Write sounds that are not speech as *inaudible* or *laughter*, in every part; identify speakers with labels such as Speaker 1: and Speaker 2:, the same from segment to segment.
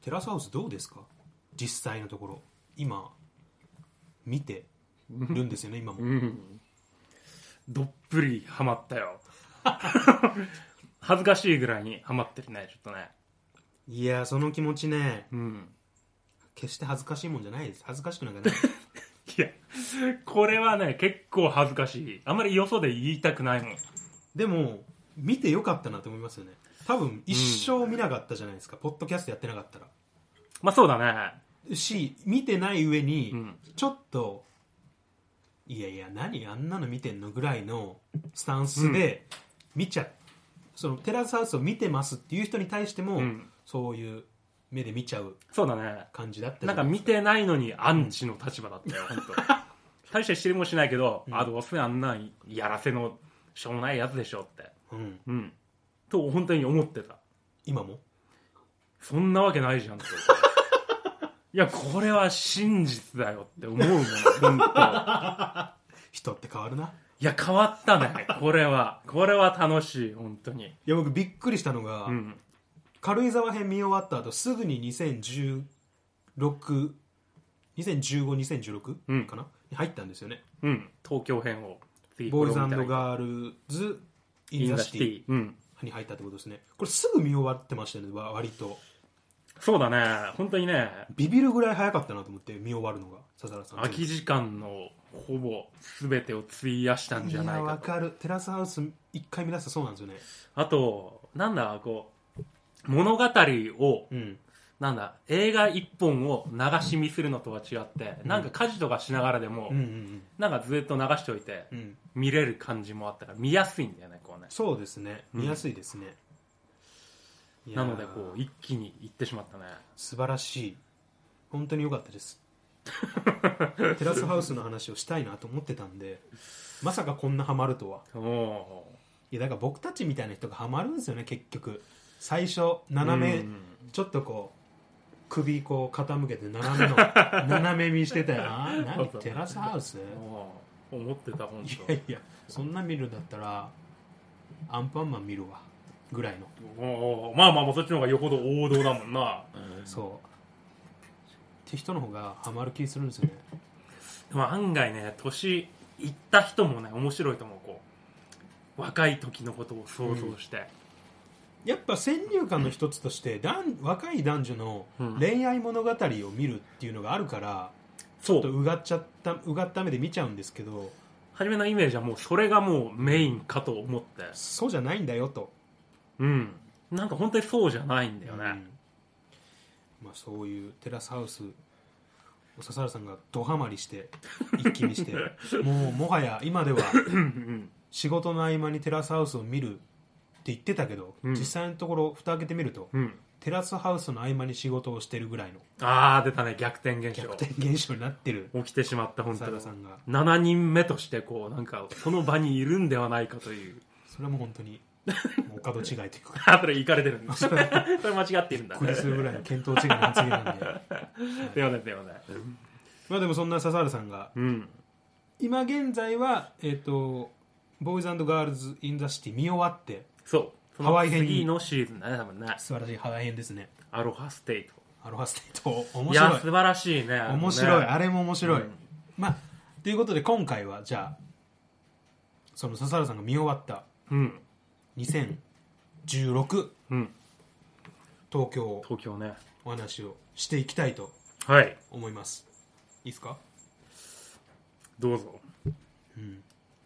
Speaker 1: テラスハウスどうですか実際のところ今見てるんですよね今も、
Speaker 2: うんどっぷりハマったよ恥ずかしいぐらいにハマってるねちょっとね
Speaker 1: いやーその気持ちね
Speaker 2: うん
Speaker 1: 決して恥ずかしいもんじゃないです恥ずかしくなんかない *laughs*
Speaker 2: いやこれはね結構恥ずかしいあんまりよそで言いたくないもん
Speaker 1: でも見てよかったなと思いますよね多分一生見なかったじゃないですか、ポッドキャストやってなかったら
Speaker 2: まあそうだね
Speaker 1: し見てない上に、
Speaker 2: うん
Speaker 1: ちょっといやいや何あんなの見てんのぐらいのスタンスで見ちゃ、そのテラスハウスを見てますっていう人に対しても、
Speaker 2: うん
Speaker 1: そういう目で見ちゃう
Speaker 2: そうだね
Speaker 1: 感じだったじ
Speaker 2: な
Speaker 1: ゃ
Speaker 2: んか
Speaker 1: い
Speaker 2: 見てないのにアンチの立場だったよ、 *laughs* 本当。大して知りもしないけど、
Speaker 1: ん
Speaker 2: あ、どうせあんなんやらせのしょうもないやつでしょって。
Speaker 1: うん、
Speaker 2: うん。と、本当に思ってた。
Speaker 1: 今も
Speaker 2: そんなわけないじゃん
Speaker 1: *laughs*
Speaker 2: って。いや、これは真実だよって思うもん、本当。
Speaker 1: 人って変わるない
Speaker 2: や、変わったね、これは。これは楽しい、本当に。
Speaker 1: いや僕びっくりしたのが、
Speaker 2: うん。
Speaker 1: 軽井沢編見終わった後すぐに201620152016
Speaker 2: うん
Speaker 1: かな、に入ったんですよね
Speaker 2: うん。東京編を。次
Speaker 1: ボーイズガ
Speaker 2: これを見たら
Speaker 1: ールズ・イン・ザ・シティ
Speaker 2: インザうん。
Speaker 1: に入ったってことですねこれすぐ見終わってましたねわ割と
Speaker 2: そうだね、本当にね、
Speaker 1: ビビるぐらい早かったなと思って見終わるのが笹原さん
Speaker 2: 空き時間のほぼ全てを費やしたんじゃない
Speaker 1: や
Speaker 2: か
Speaker 1: わ
Speaker 2: と
Speaker 1: かるテラスハウス一回見出したらそうなんですよね
Speaker 2: あとなんだこう物語を
Speaker 1: うん
Speaker 2: なんだ映画一本を流し見するのとは違って、なんか家事とかしながらでも、
Speaker 1: うんうん
Speaker 2: なんかずっと流しておいて
Speaker 1: うんうん
Speaker 2: 見れる感じもあったから見やすいんだよねこうね
Speaker 1: そうですね
Speaker 2: うん
Speaker 1: 見やすいですね、いや
Speaker 2: な
Speaker 1: ー
Speaker 2: のでこう一気に行ってしまったね
Speaker 1: 素晴らしい本当に良かったです
Speaker 2: *laughs*
Speaker 1: テラスハウスの話をしたいなと思ってたんでまさかこんなハマるとは
Speaker 2: お
Speaker 1: いやだから僕たちみたいな人がハマるんですよね結局最初斜め、ちょっとこう首こう傾けて斜
Speaker 2: *laughs*
Speaker 1: めの斜め見してたよな何テラスハウス
Speaker 2: 思ってた本
Speaker 1: い
Speaker 2: 当
Speaker 1: やいやそんな見るんだったらアンパンマン見るわぐらいの
Speaker 2: おーまあまあまあそっちの方がよほど王道だもんな、
Speaker 1: そうって人の方がハマる気するんですよね
Speaker 2: でも案外ね年いった人もね面白いと思うこう若い時のことを想像して、
Speaker 1: やっぱ先入観の一つとして男若い男女の
Speaker 2: うん
Speaker 1: 恋愛物語を見るっていうのがあるから
Speaker 2: そ
Speaker 1: ちょっとうがっちゃったうがった目で見ちゃうんですけど
Speaker 2: 初めのイメージはもうそれがもうメインかと思って
Speaker 1: そうじゃないんだよと、
Speaker 2: うんなんか本当にそうじゃないんだよ
Speaker 1: う
Speaker 2: ね、
Speaker 1: んまあ、そういうテラスハウスを笹原さんがドハマりして一気に
Speaker 2: *laughs*
Speaker 1: してもうもはや今では
Speaker 2: うんうん、
Speaker 1: 仕事の合間にテラスハウスを見るって言ってたけど、
Speaker 2: うん
Speaker 1: 実際のところ蓋開けてみると
Speaker 2: うん
Speaker 1: テラスハウスの合間に仕事をしてるぐらいの
Speaker 2: ああ出たね逆転現象
Speaker 1: 逆転現象になってる
Speaker 2: 起きてしまった本当
Speaker 1: 笹
Speaker 2: に
Speaker 1: 原さんが
Speaker 2: 7人目としてこうなんかその場にいるんではないかという
Speaker 1: *laughs* それはもう本当にもうお門違いというか *laughs*
Speaker 2: あそれ行かれてるんだ *laughs* それ間違ってるんだ
Speaker 1: びっくりするぐらいの見当違いの発言なんで
Speaker 2: すいませんすいません
Speaker 1: まあでもそんな笹原さんが
Speaker 2: うん
Speaker 1: 今現在はえっ、とボーイズガールズ・イン・ザ・シティ見終わって
Speaker 2: そうそ
Speaker 1: ハ
Speaker 2: の
Speaker 1: ワイ編に
Speaker 2: 次のシーズンだね多分ね
Speaker 1: 素晴らしいハワイ編ですね
Speaker 2: アロハステイト
Speaker 1: アロハステイト面
Speaker 2: い
Speaker 1: 白い
Speaker 2: や素晴らしいねあのね
Speaker 1: 面白いあれも面白い、
Speaker 2: うん
Speaker 1: まあということで今回はじゃあその笹原さんが見終わった
Speaker 2: うん
Speaker 1: 2016
Speaker 2: うん
Speaker 1: 東京を
Speaker 2: 東京ね
Speaker 1: お話をしていきたいと
Speaker 2: はい
Speaker 1: 思いますいいですか
Speaker 2: どうぞ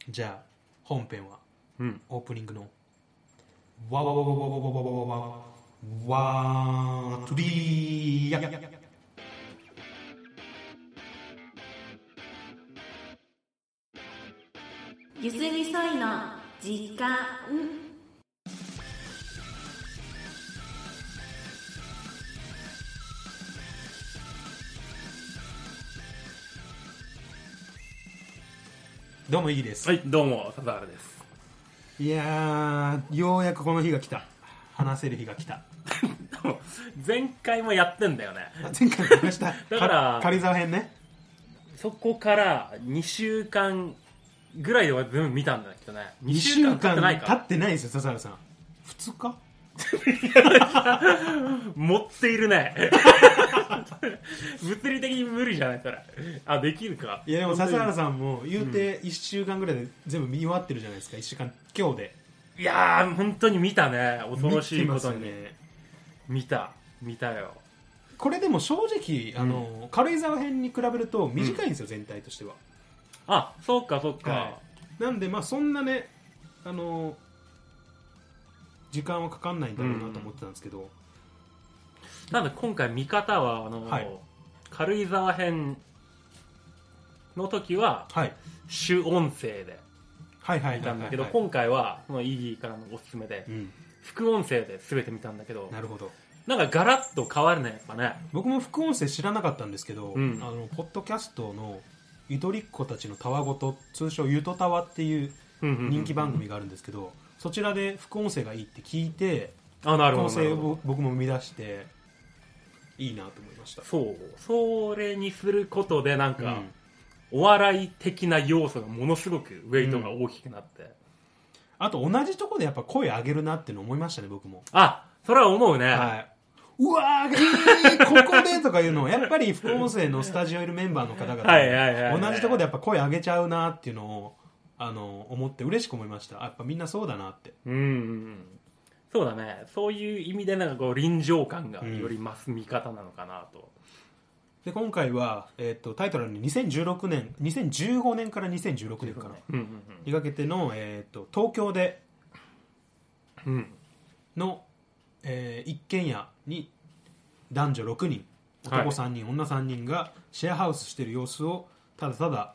Speaker 1: じゃあ本編は
Speaker 2: うん
Speaker 1: オープニングの「わわわわわわわわわわわわトリーヤ」
Speaker 3: ゆすみそいの時間
Speaker 1: どうもいいです、
Speaker 2: はいどうも笹原です
Speaker 1: い、やーようやくこの日が来た話せる日が来た
Speaker 2: *laughs* 前回もやってんだよね
Speaker 1: あ前回も言いました
Speaker 2: だから
Speaker 1: 軽井沢編ね
Speaker 2: そこから2週間ぐらいでは全部見たんだけどね
Speaker 1: 2
Speaker 2: 2週間経ってない
Speaker 1: 経
Speaker 2: か
Speaker 1: ってないですよ笹原さん2日
Speaker 2: 持っているね物理的に無理じゃないそれあできるか
Speaker 1: いやでも笹原さんも言うて1週間ぐらいで全部見終わってるじゃないですか1週間今日で
Speaker 2: いやー本当に見たね恐ろしいことに
Speaker 1: 見
Speaker 2: 見,、
Speaker 1: てますよね
Speaker 2: た見たよ
Speaker 1: これでも正直あの、軽井沢編に比べると短いんですよ、全体としては
Speaker 2: あそうかそうか、
Speaker 1: はなんでまあそんなねあの時間はかかんないんだろうなと思ってたんですけど、
Speaker 2: なんで今回見方はあの、
Speaker 1: はい
Speaker 2: 軽井沢編の時は
Speaker 1: はい、
Speaker 2: 主音声で
Speaker 1: はいはいはい
Speaker 2: 見たんだけど、
Speaker 1: はいはい
Speaker 2: 今回はそのイギーからのおすすめで
Speaker 1: うん、
Speaker 2: 副音声で全て見たんだけど
Speaker 1: なるほど
Speaker 2: なんかガラッと変わるねやっぱね
Speaker 1: 僕も副音声知らなかったんですけど、
Speaker 2: うん
Speaker 1: あのポッドキャストのゆとりっ子たちのたわごと通称ゆとたわっていう人
Speaker 2: 人
Speaker 1: 気番組があるんですけど、そちらで副音声がいいって聞いて
Speaker 2: あなる
Speaker 1: 副音
Speaker 2: ほどな
Speaker 1: 声
Speaker 2: るほど
Speaker 1: を僕も生み出していいなと思いました
Speaker 2: そうそれにすることでなん
Speaker 1: う
Speaker 2: か、
Speaker 1: ん
Speaker 2: お笑い的な要素がものすごくウェイトが大きくなって、
Speaker 1: あと同じとこでやっぱ声上げるなっていうの思いましたね僕も
Speaker 2: あそれは思うね、
Speaker 1: はい、うわー、えーここでとかいうのをやっぱり副音声のスタジオいるメンバーの方
Speaker 2: はいはいはいは
Speaker 1: 々
Speaker 2: い
Speaker 1: 同じところでやっぱ声上げちゃうなっていうのをあの思って嬉しく思いましたあやっぱみんなそうだなって
Speaker 2: うんうんうんそうだねそういう意味でなんかこう臨場感がより増す見方なのかなと、
Speaker 1: で今回は、えっとタイトルに2016年2015年から2016年かな
Speaker 2: うん、うん
Speaker 1: にかけての、えっと東京で
Speaker 2: うんうん
Speaker 1: の、えー一軒家に男女6人
Speaker 2: はい
Speaker 1: 男3人、女3人がシェアハウスしてる様子をただただ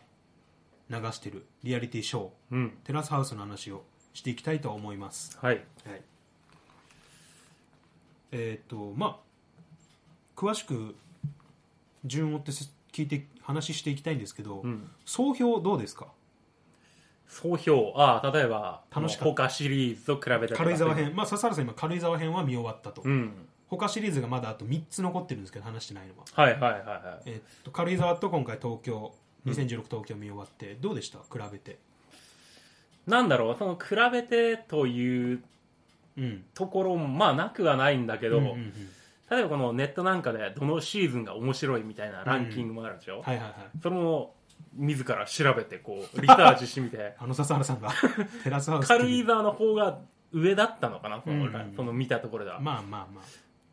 Speaker 1: 流してるリアリティショー
Speaker 2: うん
Speaker 1: テラスハウスの話をしていきたいと思います、
Speaker 2: はい
Speaker 1: はい、えっ、とまあ詳しく順を追ってす聞いて話していきたいんですけど、
Speaker 2: うん
Speaker 1: 総評どうですか
Speaker 2: 総評ああ例えば
Speaker 1: 楽しかった
Speaker 2: 他シリーズと比べて
Speaker 1: 軽井沢編まあ笹原さん今軽井沢編は見終わったと、
Speaker 2: うん
Speaker 1: 他シリーズがまだあと3つ残ってるんですけど話してないのは、
Speaker 2: はいはいはいはい
Speaker 1: えっと軽井沢と今回東京2016東京見終わって、どうでした比べて
Speaker 2: なんだろうその比べてという
Speaker 1: うん
Speaker 2: ところもまあなくはないんだけど、
Speaker 1: うんうんうん
Speaker 2: 例えばこのネットなんかでどのシーズンが面白いみたいなランキングもあるでしょ、
Speaker 1: はいはいはい
Speaker 2: それも自ら調べてこうリサーチしてみて
Speaker 1: あの笹原さんが *laughs* テラスハウスっていう
Speaker 2: 軽井沢の方が上だったのかなその,、
Speaker 1: うんうん
Speaker 2: その見たところでは、
Speaker 1: まあまあまあ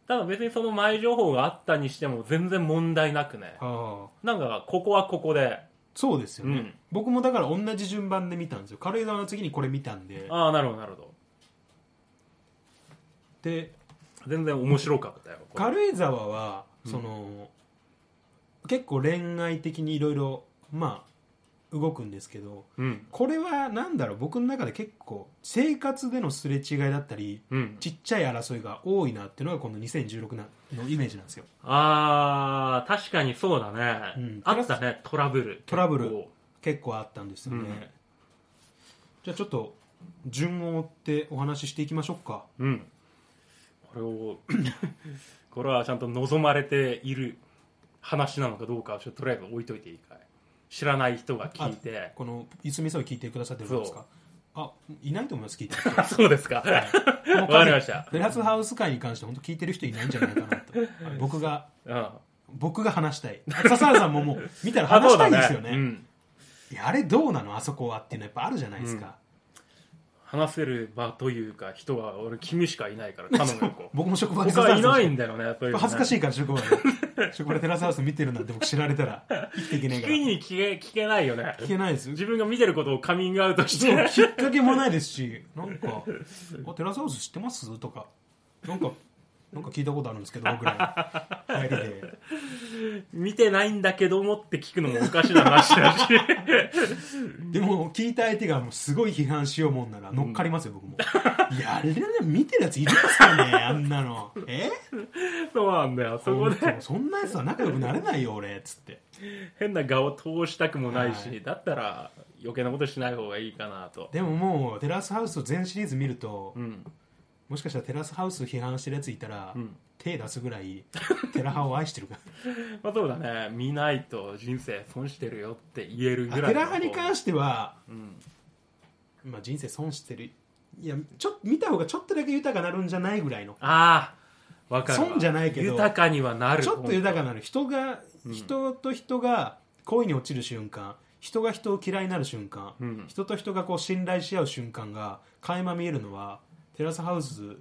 Speaker 2: ただ別にその前情報があったにしても全然問題なくね
Speaker 1: ああ
Speaker 2: なんかここはここで
Speaker 1: そうですよね、
Speaker 2: うん
Speaker 1: 僕もだから同じ順番で見たんですよ軽井沢の次にこれ見たんで
Speaker 2: ああなるほどなるほど
Speaker 1: で
Speaker 2: 全然面白かったよこれ
Speaker 1: 軽井沢はその、結構恋愛的にいろいろまあ動くんですけど
Speaker 2: うん
Speaker 1: これはなんだろう僕の中で結構生活でのすれ違いだったり
Speaker 2: うん
Speaker 1: ちっちゃい争いが多いなっていうのがこの2016なのイメージなんですよ
Speaker 2: ああ確かにそうだね、
Speaker 1: うん
Speaker 2: あったねトラブル
Speaker 1: トラブル
Speaker 2: 結構
Speaker 1: 結構あったんですよね、
Speaker 2: うん
Speaker 1: じゃあちょっと順を追ってお話ししていきましょうか
Speaker 2: うん、これを *laughs* これはちゃんと望まれている話なのかどうかはちょっととりあえず置いといていいかい知らない人が聞いて
Speaker 1: このいつみそい聞いてくださってるんですかあいないと思います
Speaker 2: *laughs*
Speaker 1: 聞いてる人
Speaker 2: そうですかわ
Speaker 1: もう
Speaker 2: かりました、
Speaker 1: テラスハウス会に関して本当聞いてる人いないんじゃないか
Speaker 2: *laughs*
Speaker 1: なと僕が
Speaker 2: うん、
Speaker 1: 僕が話したい笹原さんももう見たら話したいですよね
Speaker 2: あそうだうん、
Speaker 1: いやあれどうなのあそこはっていうのはやっぱあるじゃないですか、
Speaker 2: 話せる場というか人は俺君しかいないから頼むよこう
Speaker 1: *laughs* 僕も職場で
Speaker 2: 他いない
Speaker 1: ん
Speaker 2: んだよねそういうのね
Speaker 1: 恥ずかしいから職場で職場でテラスハウス見てるなんて僕知られたら生きていけない
Speaker 2: 聞
Speaker 1: か
Speaker 2: く
Speaker 1: ら聞
Speaker 2: に聞け聞けないよね
Speaker 1: けないですよ
Speaker 2: 自分が見てることをカミングアウトし
Speaker 1: そう
Speaker 2: て
Speaker 1: きっかけもないですしなんか「あテラスハウス知ってます?」とかなんかなんか聞いたことあるんですけど僕らの入りで。
Speaker 2: 見てないんだけどもって聞くのもおかしな話
Speaker 1: *laughs*
Speaker 2: だし
Speaker 1: でも聞いた相手がもうすごい批判しようもんなら乗っかりますよ、僕もいやあれね見てるやついるんですかねあんなのえ
Speaker 2: そうなんだよそこで
Speaker 1: 本当そんなやつは仲良くなれないよ俺っつって
Speaker 2: 変な顔通したくもないし、
Speaker 1: はい
Speaker 2: だったら余計なことしない方がいいかなと、
Speaker 1: でももうテラスハウスを全シリーズ見ると、
Speaker 2: うん、
Speaker 1: もしかしたらテラスハウス批判してるやついたら、
Speaker 2: うん
Speaker 1: 手出すぐらいテラハを愛してるか
Speaker 2: まあそうだね見ないと人生損してる *laughs* よって言える
Speaker 1: ら
Speaker 2: ぐら
Speaker 1: テ
Speaker 2: いの
Speaker 1: ラハに関しては、
Speaker 2: うん
Speaker 1: まあ、人生損してるいやちょっと見た方がちょっとだけ豊かなるんじゃないぐらいの
Speaker 2: ああわかるわ
Speaker 1: 損じゃないけど
Speaker 2: 豊かにはなる
Speaker 1: ちょっと豊か
Speaker 2: な
Speaker 1: なの人が、人と人が恋に落ちる瞬間人が人を嫌いになる瞬間、
Speaker 2: うん
Speaker 1: 人と人がこう信頼し合う瞬間が垣間見えるのはテラスハウス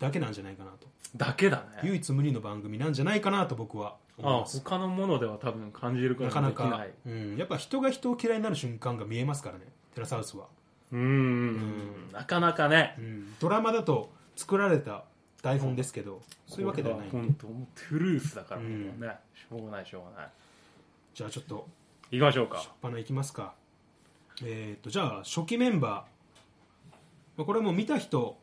Speaker 1: だけなんじゃないかなと
Speaker 2: だけだね
Speaker 1: 唯一無二の番組なんじゃないかなと僕は思い
Speaker 2: ああ
Speaker 1: ます
Speaker 2: 他のものでは多分感じること
Speaker 1: なか
Speaker 2: が
Speaker 1: な
Speaker 2: できない
Speaker 1: か、うん、やっぱ人が人を嫌いになる瞬間が見えますからねテラスハウスは、
Speaker 2: うんなかなかね
Speaker 1: うん、ドラマだと作られた台本ですけど、そういうわけではない
Speaker 2: これ本当もうトゥルースだから
Speaker 1: うん
Speaker 2: もうねしょうがないしょうがない
Speaker 1: じゃあちょっと
Speaker 2: 行きましょうか
Speaker 1: バナいきますかえー、とじゃあ初期メンバーまあこれも見た人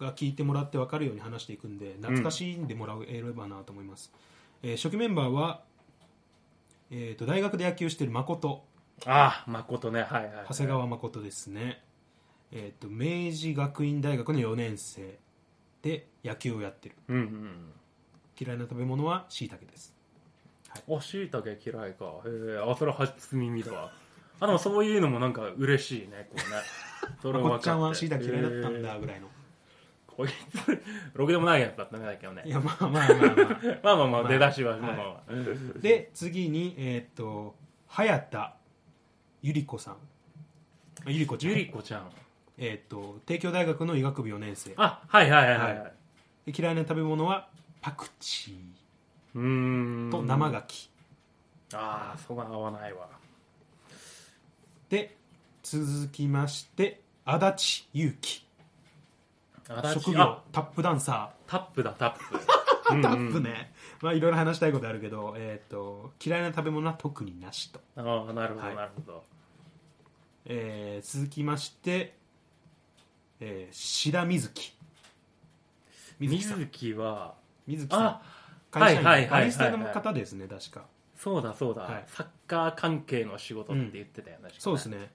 Speaker 1: が聞いてもらって分かるように話していくんで懐かしんでもらえればなと思います、えー初期メンバーは、えー、と大学で野球してる誠
Speaker 2: ああ誠ねはいはいはい
Speaker 1: 長谷川誠ですね、えー、と明治学院大学の4年生で野球をやってる
Speaker 2: うんうん
Speaker 1: 嫌いな食べ物はしいたけです
Speaker 2: おしいたけ嫌いかへえあそれは初耳だわあでもそういうのもなんか嬉しいねこうね
Speaker 1: *laughs*
Speaker 2: それ
Speaker 1: こっ
Speaker 2: は分かって
Speaker 1: ちゃんはしいたけ嫌いだったん
Speaker 2: へ
Speaker 1: だ
Speaker 2: え
Speaker 1: ぐらいの
Speaker 2: こいつろくでもないやつだったねだけどね
Speaker 1: いやまあまあまあまあ
Speaker 2: まあまあま
Speaker 1: ま
Speaker 2: あ
Speaker 1: あ
Speaker 2: 出だしはまあまあまあ
Speaker 1: で次にえーっと早田ゆり子さんあゆり子ちゃん
Speaker 2: ゆりこちゃん
Speaker 1: えーっと帝京大学の医学部4年生で
Speaker 2: あはいはいはいはい、
Speaker 1: は嫌いな食べ物はパクチ
Speaker 2: うーん
Speaker 1: ーと生牡蠣
Speaker 2: ああそこは合わないわ
Speaker 1: で続きまして足立優樹
Speaker 2: 足立
Speaker 1: 職
Speaker 2: あ
Speaker 1: 業タップダンサ
Speaker 2: タップだタップ
Speaker 1: ータップねまあいろいろ話したいことあるけどえーっと嫌いな食べ物は特になしと
Speaker 2: ああなるほど、
Speaker 1: はい
Speaker 2: なるほど
Speaker 1: えー続きましてえー志田瑞希
Speaker 2: 水
Speaker 1: 水木さん
Speaker 2: 木は
Speaker 1: 水木さん
Speaker 2: あ
Speaker 1: 会社員、
Speaker 2: はいはいはいはい
Speaker 1: バリスタの方ですね確か
Speaker 2: そうだそうだ、
Speaker 1: はい
Speaker 2: サッカー関係の仕事って言ってたよね、確か
Speaker 1: そうですね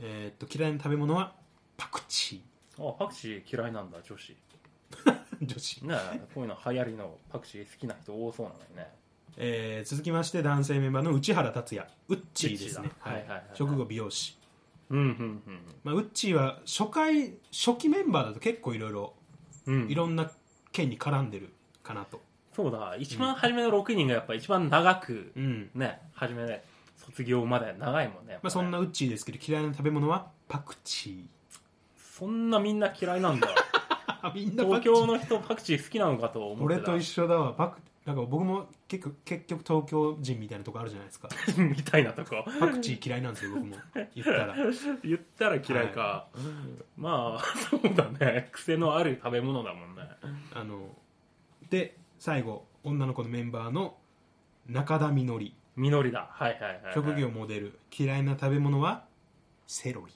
Speaker 1: えーっと嫌いな食べ物はパクチ
Speaker 2: あパクチー嫌いなんだ女子
Speaker 1: ー *laughs* 女子、
Speaker 2: ねえこういうの流行りのパクチー好きな人多そうなのにね
Speaker 1: えー続きまして男性メンバーの内原達也ウッチーです
Speaker 2: ウッ
Speaker 1: ね
Speaker 2: チーだはいはいはいはい
Speaker 1: 食後美容師、
Speaker 2: うんうん
Speaker 1: まあ、ウッチーは初回初期メンバーだと結構いろいろ
Speaker 2: うんうん
Speaker 1: いろんな県に絡んでるかなと
Speaker 2: そうだ一番初めの6人がやっぱ一番長く
Speaker 1: うん、
Speaker 2: ね初めね卒業まで長いもんねやっぱね
Speaker 1: まあ、そんなウッチーですけど嫌いな食べ物はパクチ
Speaker 2: そんなみんな嫌い
Speaker 1: *laughs*
Speaker 2: なんだ
Speaker 1: ーみんなパ
Speaker 2: 東
Speaker 1: クチー
Speaker 2: 京の人パクチー好きなのかと思って
Speaker 1: 俺
Speaker 2: た
Speaker 1: と
Speaker 2: *laughs*
Speaker 1: 一緒だわパクなんか僕も結局結局東京人みたいなとこあるじゃないです *laughs* か
Speaker 2: みたいなとこ
Speaker 1: パクチー嫌いなんですよ僕も言ったら
Speaker 2: 言ったら嫌いか、まあそうだね癖のある食べ物だもんね
Speaker 1: あので最後女の子のメンバーの中田みのり
Speaker 2: みのりだはいはいはい、はい、
Speaker 1: 職業モデル嫌いな食べ物はセロリ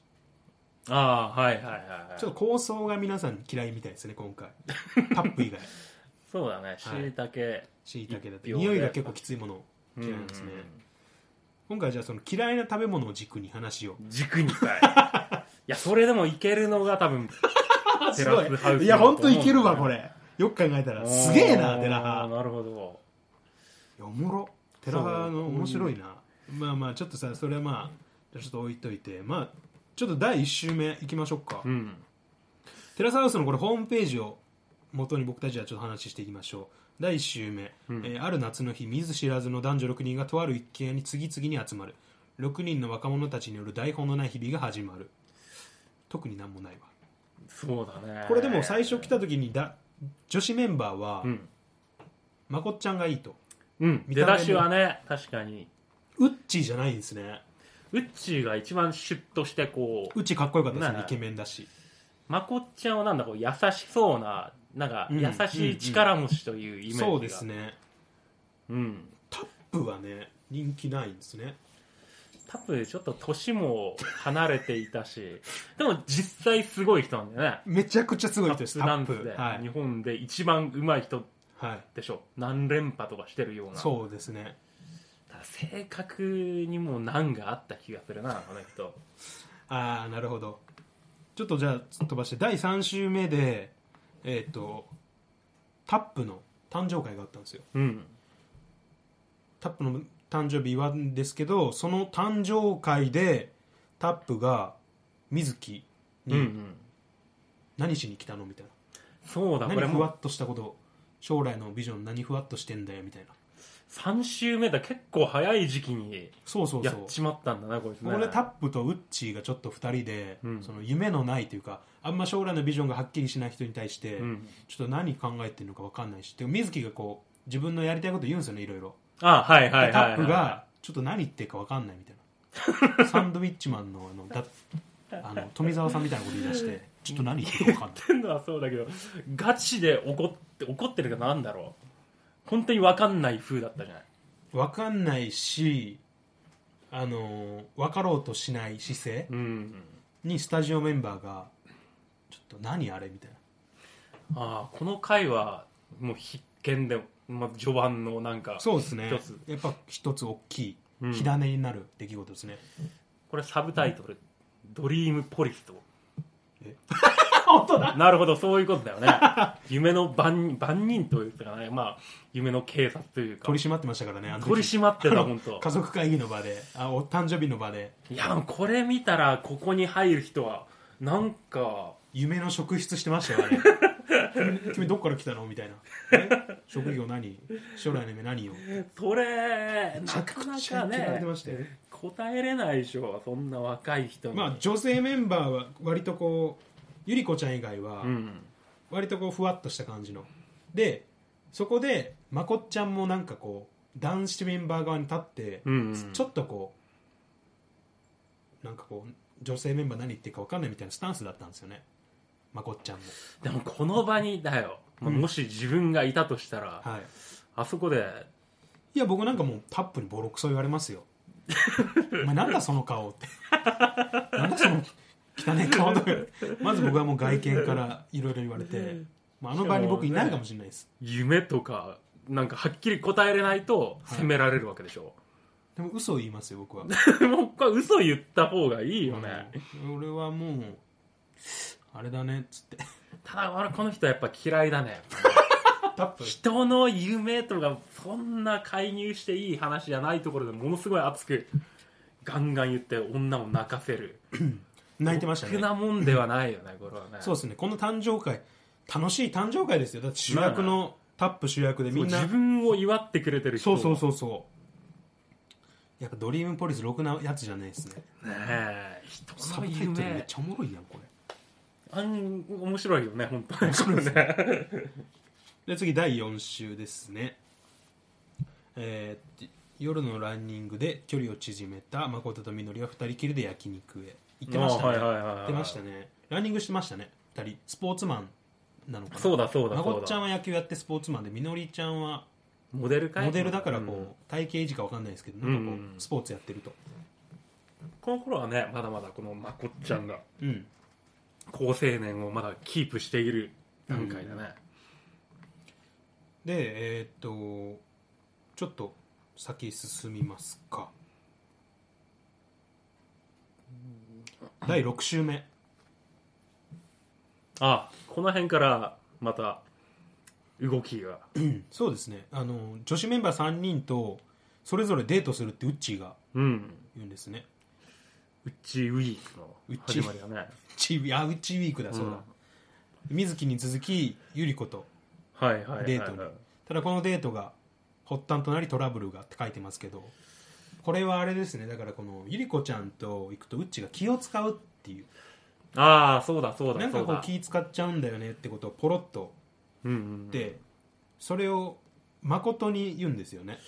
Speaker 2: ああはいはいはいはい
Speaker 1: ちょっと構想が皆さん嫌いみたいですね *laughs* 今回タップ以外
Speaker 2: そうだねしいたけ
Speaker 1: しいたけだと
Speaker 2: 一票で
Speaker 1: 匂いが結構きついもの嫌いなんですね
Speaker 2: うんうん
Speaker 1: 今回じゃあその嫌いな食べ物を軸に話を
Speaker 2: 軸に *laughs* かいいやそれでもいけるのが
Speaker 1: *laughs*
Speaker 2: 多分テラスハウス
Speaker 1: いや本当いけるわ
Speaker 2: だと
Speaker 1: こ
Speaker 2: 思うんだよね
Speaker 1: れよく考えたらすげえな
Speaker 2: おー
Speaker 1: 寺派
Speaker 2: なるほど
Speaker 1: いやおもろテラハの面白いなまあまあちょっとさそれはまあじゃあちょっと置いといてまあちょっと第1週目いきましょうか、
Speaker 2: うん
Speaker 1: テラスハウスのこれホームページを元に僕たちはちょっと話していきましょう第1週目、えーある夏の日見ず知らずの男女6人がとある一軒家に次々に集まる6人の若者たちによる台本のない日々が始まる特になんもないわ
Speaker 2: そうだね
Speaker 1: これでも最初来た時にだ女子メンバーは、
Speaker 2: うん、
Speaker 1: まこっちゃんがいいと
Speaker 2: うん、
Speaker 1: 見
Speaker 2: 出
Speaker 1: た目も
Speaker 2: だしはね確かに
Speaker 1: ウッチーじゃないんですね
Speaker 2: ウッチーが一番シュッとしてこう
Speaker 1: ウッチーかっこよかったですね
Speaker 2: ね
Speaker 1: イケメンだし
Speaker 2: まこっちゃんはなんだこう優しそうななんか
Speaker 1: うん
Speaker 2: 優しい力持ちというイメージが、
Speaker 1: そうですね
Speaker 2: うん
Speaker 1: タップはね人気ないんですね
Speaker 2: 多分ちょっと年も離れていたしでも実際すごい人なんだよね
Speaker 1: めちゃくちゃすごい人ですタ
Speaker 2: ダ
Speaker 1: ッ
Speaker 2: ンス
Speaker 1: プ
Speaker 2: で
Speaker 1: は
Speaker 2: 日
Speaker 1: い、
Speaker 2: 本で一番上手い人
Speaker 1: はい、
Speaker 2: でしょ何連覇とかしてるような
Speaker 1: そうですね
Speaker 2: ただ性格にも難があった気がするなこの人
Speaker 1: ああなるほどちょっとじゃあ飛ばして第3週目でえっ、とタップの誕生会があったんですよ
Speaker 2: うん
Speaker 1: タップの誕生日はんですけどその誕生会でタップが水木
Speaker 2: うんう
Speaker 1: に
Speaker 2: ん
Speaker 1: 何しに来たのみたい
Speaker 2: そうだ
Speaker 1: な、
Speaker 2: これ
Speaker 1: 何ふわ
Speaker 2: も
Speaker 1: っとしたこと将来のビジョン何ふわっとしてんだよみたいな
Speaker 2: 3週目だ結構早い時期に
Speaker 1: そうそう
Speaker 2: や
Speaker 1: そ
Speaker 2: っ
Speaker 1: う
Speaker 2: ちまったんだなこいつね
Speaker 1: 俺タップとウッチーがちょっと2人で、
Speaker 2: うん
Speaker 1: その夢のないというかあんま将来のビジョンがはっきりしない人に対して、
Speaker 2: うん
Speaker 1: ちょっと何考えてるのか分かんないしでも水木がこう自分のやりたいこと言うんですよねいろいろ
Speaker 2: あはいはい
Speaker 1: でタ
Speaker 2: はい、はい、
Speaker 1: ップがちょっと何言ってるか分かんないみたい
Speaker 2: *laughs*
Speaker 1: なサンドウィッチマンのあのだあの富澤さんみたいなこと言い出してちょっと何言ってるか分かんない
Speaker 2: 言ってんのはそうだけどガチで怒って怒ってるかなんだろう本当に分かんない風だったじゃない
Speaker 1: 分かんないしあの分かろうとしない姿勢
Speaker 2: うん
Speaker 1: にスタジオメンバーがちょっと何あれみたいな
Speaker 2: ああこの回はもう必見で、まあ、序盤のなんか
Speaker 1: そうですね
Speaker 2: 一つ
Speaker 1: やっぱ一つ大きい
Speaker 2: うん
Speaker 1: 火種になる出来事ですね、
Speaker 2: これサブタイトル「ドリームポリス」と
Speaker 1: え
Speaker 2: なるほどそういうことだよね *laughs* 夢の番人番人というかねまあ夢の警察というか
Speaker 1: 取り締まってましたからねあの時
Speaker 2: 取り締まってた
Speaker 1: あの
Speaker 2: 本
Speaker 1: *laughs*
Speaker 2: 当
Speaker 1: 家族会議の場であお誕生日の場で
Speaker 2: いやこれ見たらここに入る人はなんか
Speaker 1: 夢の職質してました
Speaker 2: *laughs*
Speaker 1: よあれ君君どっから来たのみたいなえ職業何将来の夢何よ
Speaker 2: それ
Speaker 1: めち
Speaker 2: な
Speaker 1: ゃく
Speaker 2: かな
Speaker 1: ちゃ
Speaker 2: か
Speaker 1: 聞かれ
Speaker 2: ね
Speaker 1: てましたよね
Speaker 2: 答えれないでしょそんな若い人に
Speaker 1: まあ女性メンバーは割とこうゆり子ちゃん以外は
Speaker 2: うん
Speaker 1: 割とこうふわっとした感じのでそこでまこっちゃんもなんかこう男子メンバー側に立って、
Speaker 2: うん
Speaker 1: ちょっとこうなんかこう女性メンバー何言ってるか分かんないみたいなスタンスだったんですよねまこっちゃんも
Speaker 2: でもこの場にだよ、ま
Speaker 1: う
Speaker 2: あ
Speaker 1: ん
Speaker 2: もし自分がいたとしたら、
Speaker 1: はい
Speaker 2: あそこで
Speaker 1: いや僕なんかもうタップにボロクソ言われますよお前なんだその顔ってなんだその汚い顔とかまず僕はもう外見からいろいろ言われて、まあ、あの場に僕いないかもしれないです
Speaker 2: 夢とかなんかはっきり答えれないと
Speaker 1: はい
Speaker 2: 責められるわけでしょ、 *laughs*
Speaker 1: でも嘘を言いますよ僕は
Speaker 2: もうこれ嘘言った方がいいよね、
Speaker 1: うん俺はもうあれだねっつって
Speaker 2: ただ俺この人やっぱ嫌いだね
Speaker 1: タップ
Speaker 2: 人の夢とかそんな介入していい話じゃないところでものすごい熱くガンガン言って女を泣かせる
Speaker 1: 泣いてましたね
Speaker 2: ろくなもんではないよねこれはね
Speaker 1: そうですねこの誕生会楽しい誕生会ですよだって主役のタップ主役でみんな
Speaker 2: 自分を祝ってくれてる
Speaker 1: そ
Speaker 2: 人
Speaker 1: うそうそうそうやっぱドリームポリスろくなやつじゃないですね
Speaker 2: ねえ人
Speaker 1: サ
Speaker 2: の
Speaker 1: ブタイトルめっ
Speaker 2: 夢
Speaker 1: ちゃおもろいやんこれ
Speaker 2: あん面白いよね本当に
Speaker 1: 白いです
Speaker 2: ね
Speaker 1: で次第4週ですねえー夜のランニングで距離を縮めた誠とみのりは2人きりで焼肉へ行ってましたね、
Speaker 2: ああはいはいはいはい
Speaker 1: 行ってましたねランニングしてましたね2人スポーツマンなのかな
Speaker 2: *laughs* そうだそうだ
Speaker 1: ま
Speaker 2: そ
Speaker 1: こ
Speaker 2: う
Speaker 1: っ
Speaker 2: だ
Speaker 1: ちゃんは野球やってスポーツマンでみのりちゃんは
Speaker 2: モデルかい
Speaker 1: モデルだから
Speaker 2: うん
Speaker 1: こう体型維持か分かんないですけどなんかこ
Speaker 2: うんうん
Speaker 1: うスポーツやってると
Speaker 2: この頃はねまだまだこのまこっちゃんが
Speaker 1: うん
Speaker 2: 好青年をまだキープしている段階だね、
Speaker 1: でえーっとちょっと先進みますか第6週目
Speaker 2: あこの辺からまた動きが
Speaker 1: そうですねあの女子メンバー3人とそれぞれデートするってウッチーが
Speaker 2: うん
Speaker 1: 言うんですね
Speaker 2: うちウィークの
Speaker 1: うち
Speaker 2: 始まりだね
Speaker 1: ウッチーあウッチーウィークだそうだ、水木に続きゆり子と
Speaker 2: はいはいはい、はい、
Speaker 1: デートにただこのデートが発端となりトラブルがって書いてますけどこれはあれですねだからこのゆり子ちゃんと行くとウッチが気を使うっていう
Speaker 2: ああそうだそうだ
Speaker 1: なん
Speaker 2: そ
Speaker 1: か
Speaker 2: う
Speaker 1: こう
Speaker 2: だ
Speaker 1: 気使っちゃうんだよねってことをポロッと
Speaker 2: うんうん
Speaker 1: 言ってそれを誠に言うんですよね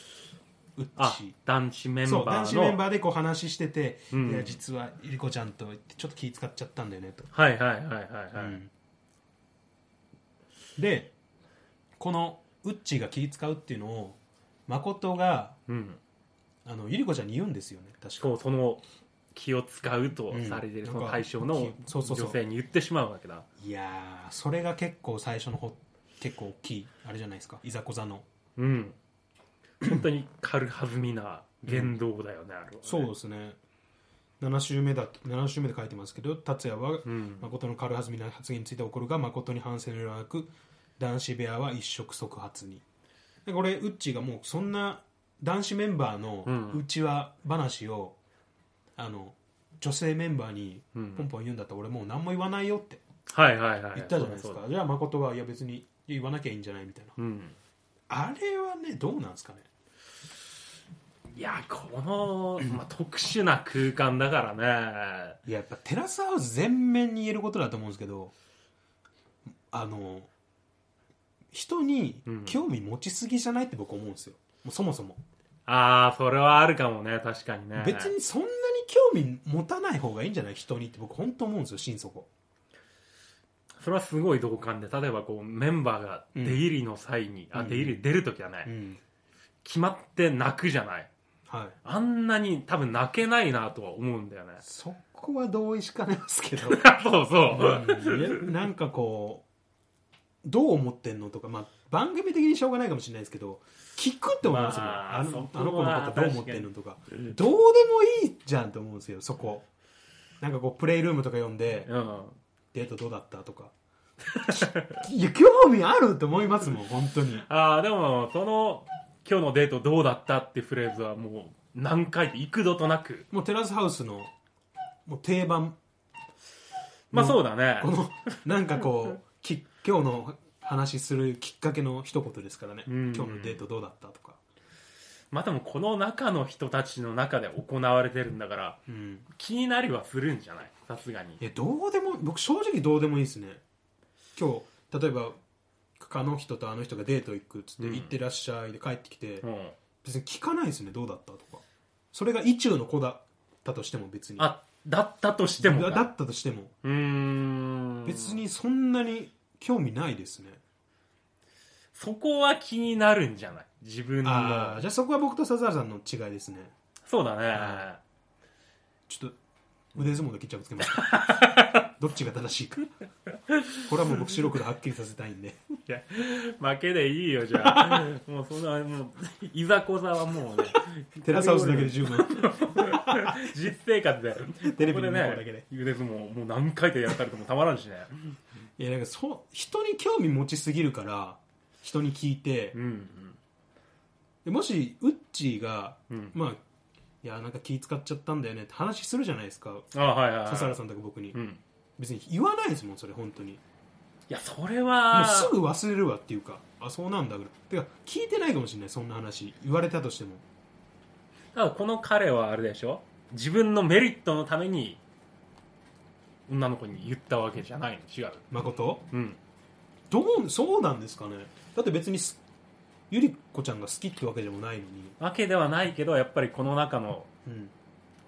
Speaker 1: ウッ
Speaker 2: あ
Speaker 1: チ
Speaker 2: 男子メンバ
Speaker 1: そ
Speaker 2: ー
Speaker 1: う
Speaker 2: の
Speaker 1: 男子メンバーでこう話してて、
Speaker 2: うん
Speaker 1: いや実はゆり子ちゃんとちょっと気使っちゃったんだよねと、
Speaker 2: はいはいはいはいはい、
Speaker 1: うんでこのウッチが気使うっていうのを誠が
Speaker 2: うん、
Speaker 1: あのゆり子ちゃんに言うんですよね確か
Speaker 2: そうその気を使うとされて
Speaker 1: う
Speaker 2: いる
Speaker 1: ん
Speaker 2: その対象の
Speaker 1: 気そうそうそう
Speaker 2: 女性に言ってしまうわけだ、
Speaker 1: いやーそれが結構最初のほ結構大きいあれじゃないですかいざこざの
Speaker 2: うん、本当に軽はずみな言動だよね、あれはね
Speaker 1: そうですね7週目だ7週目で書いてますけど達也は
Speaker 2: うん
Speaker 1: 誠の軽はずみな発言について怒るが誠に反省の色はなく男子部屋は一触即発にでこれウッチーがもうそんな男子メンバー
Speaker 2: う
Speaker 1: の
Speaker 2: ん
Speaker 1: うちわ話を、あの女性メンバーに
Speaker 2: うん
Speaker 1: ポンポン言うんだったら俺もう何も言わないよって
Speaker 2: はいはいはい
Speaker 1: 言ったじゃないです
Speaker 2: そう
Speaker 1: か、
Speaker 2: だそうだ
Speaker 1: じゃあ誠がいや別に言わなきゃいいんじゃないみたいな
Speaker 2: うん
Speaker 1: あれはねどうなんですかね
Speaker 2: いやこの、まあ、特殊な空間だからね
Speaker 1: いややっぱテラスハウス全面に言えることだと思うんですけどあの人に
Speaker 2: うん
Speaker 1: 興味持ちすぎじゃないって僕思うんですよ、もうそもそも
Speaker 2: ああそれはあるかもね確かにね
Speaker 1: 別にそんなに興味持たない方がいいんじゃない人にって僕本当思うんですよ心底
Speaker 2: それはすごい同感で例えばこうメンバーが出入りの際に、
Speaker 1: う
Speaker 2: あ
Speaker 1: ん
Speaker 2: 出入り出る時はね、
Speaker 1: うん
Speaker 2: 決まって泣くじゃない
Speaker 1: はい
Speaker 2: あんなに多分泣けないなとは思うんだよね
Speaker 1: そこは同意しかないですけど、
Speaker 2: *laughs* そうそう、
Speaker 1: うんなんかこうどう思ってんのとか、まあ、番組的にしょうがないかもしれないですけど聞くって思いますよ、
Speaker 2: まあ
Speaker 1: あ
Speaker 2: そ
Speaker 1: の
Speaker 2: こ
Speaker 1: あ
Speaker 2: は
Speaker 1: の子のことどう思ってんのとか
Speaker 2: に
Speaker 1: どうでもいいじゃんと思うんですよそこなんかこうプレイルームとか呼んで
Speaker 2: うん
Speaker 1: デートどうだったとか *laughs* いや興味あると思いますもん本当に
Speaker 2: ああでもその「今日のデートどうだった?」ってフレーズはもう何回って幾度となく
Speaker 1: もうテラスハウスのもう定番
Speaker 2: まあそうだね
Speaker 1: このなんかこうき今日の話するきっかけの一言ですからね、
Speaker 2: うん
Speaker 1: 今日のデートどうだったとか、
Speaker 2: まあでもこの中の人たちの中で行われてるんだから
Speaker 1: うん、
Speaker 2: 気になりはするんじゃないさすがに
Speaker 1: いやどうでも僕正直どうでもいいですね今日例えばあの人とあの人がデート行くっつって、
Speaker 2: うん
Speaker 1: 行ってらっしゃいで帰ってきて、
Speaker 2: うん
Speaker 1: 別に聞かないですねどうだったとかそれが意中の子だったとしても別に
Speaker 2: あだったとしても
Speaker 1: だ
Speaker 2: か
Speaker 1: だったとしても、
Speaker 2: うーん
Speaker 1: 別にそんなに興味ないですね
Speaker 2: そこは気になるんじゃない自分
Speaker 1: ああ
Speaker 2: の
Speaker 1: じゃあそこは僕と笹原さんの違いですね
Speaker 2: そうだね、
Speaker 1: はちょっと腕相撲で決着つけ
Speaker 2: *laughs*
Speaker 1: ますかどっちが正しいかこれはもう僕白黒はっきりさせたいんで *laughs*
Speaker 2: 負けでいいよじゃあもうそんなもういざこざはもうね
Speaker 1: テラスハウスだけで十分
Speaker 2: 実生活で
Speaker 1: テレビ
Speaker 2: ここ
Speaker 1: の
Speaker 2: で
Speaker 1: 向こうだけ
Speaker 2: ね
Speaker 1: で
Speaker 2: ゆでずももう何回とやらされてもたまらんしね
Speaker 1: いやなんかそう人に興味持ちすぎるから人に聞いて
Speaker 2: うんうん
Speaker 1: でもしウッチーが、
Speaker 2: うん
Speaker 1: まあいやなんか気使っちゃったんだよねって話するじゃないですか
Speaker 2: あはいはい、はい、
Speaker 1: 笹原さんとか僕に、
Speaker 2: うんい
Speaker 1: 別に言わないですもんそれ本当に
Speaker 2: やそれ
Speaker 1: もう
Speaker 2: は
Speaker 1: すぐ忘れるわっていうかあそうなんだぐらいてか聞いてないかもしれないそんな話言われたとしても
Speaker 2: ただこの彼はあれでしょ自分のメリットのために女の子に言ったわけじゃないの違う
Speaker 1: 誠
Speaker 2: うん
Speaker 1: どうそうなんですかねだって別にすゆり子ちゃんが好きってわけでもないのに、
Speaker 2: わけではないけどやっぱりこの中の
Speaker 1: うん、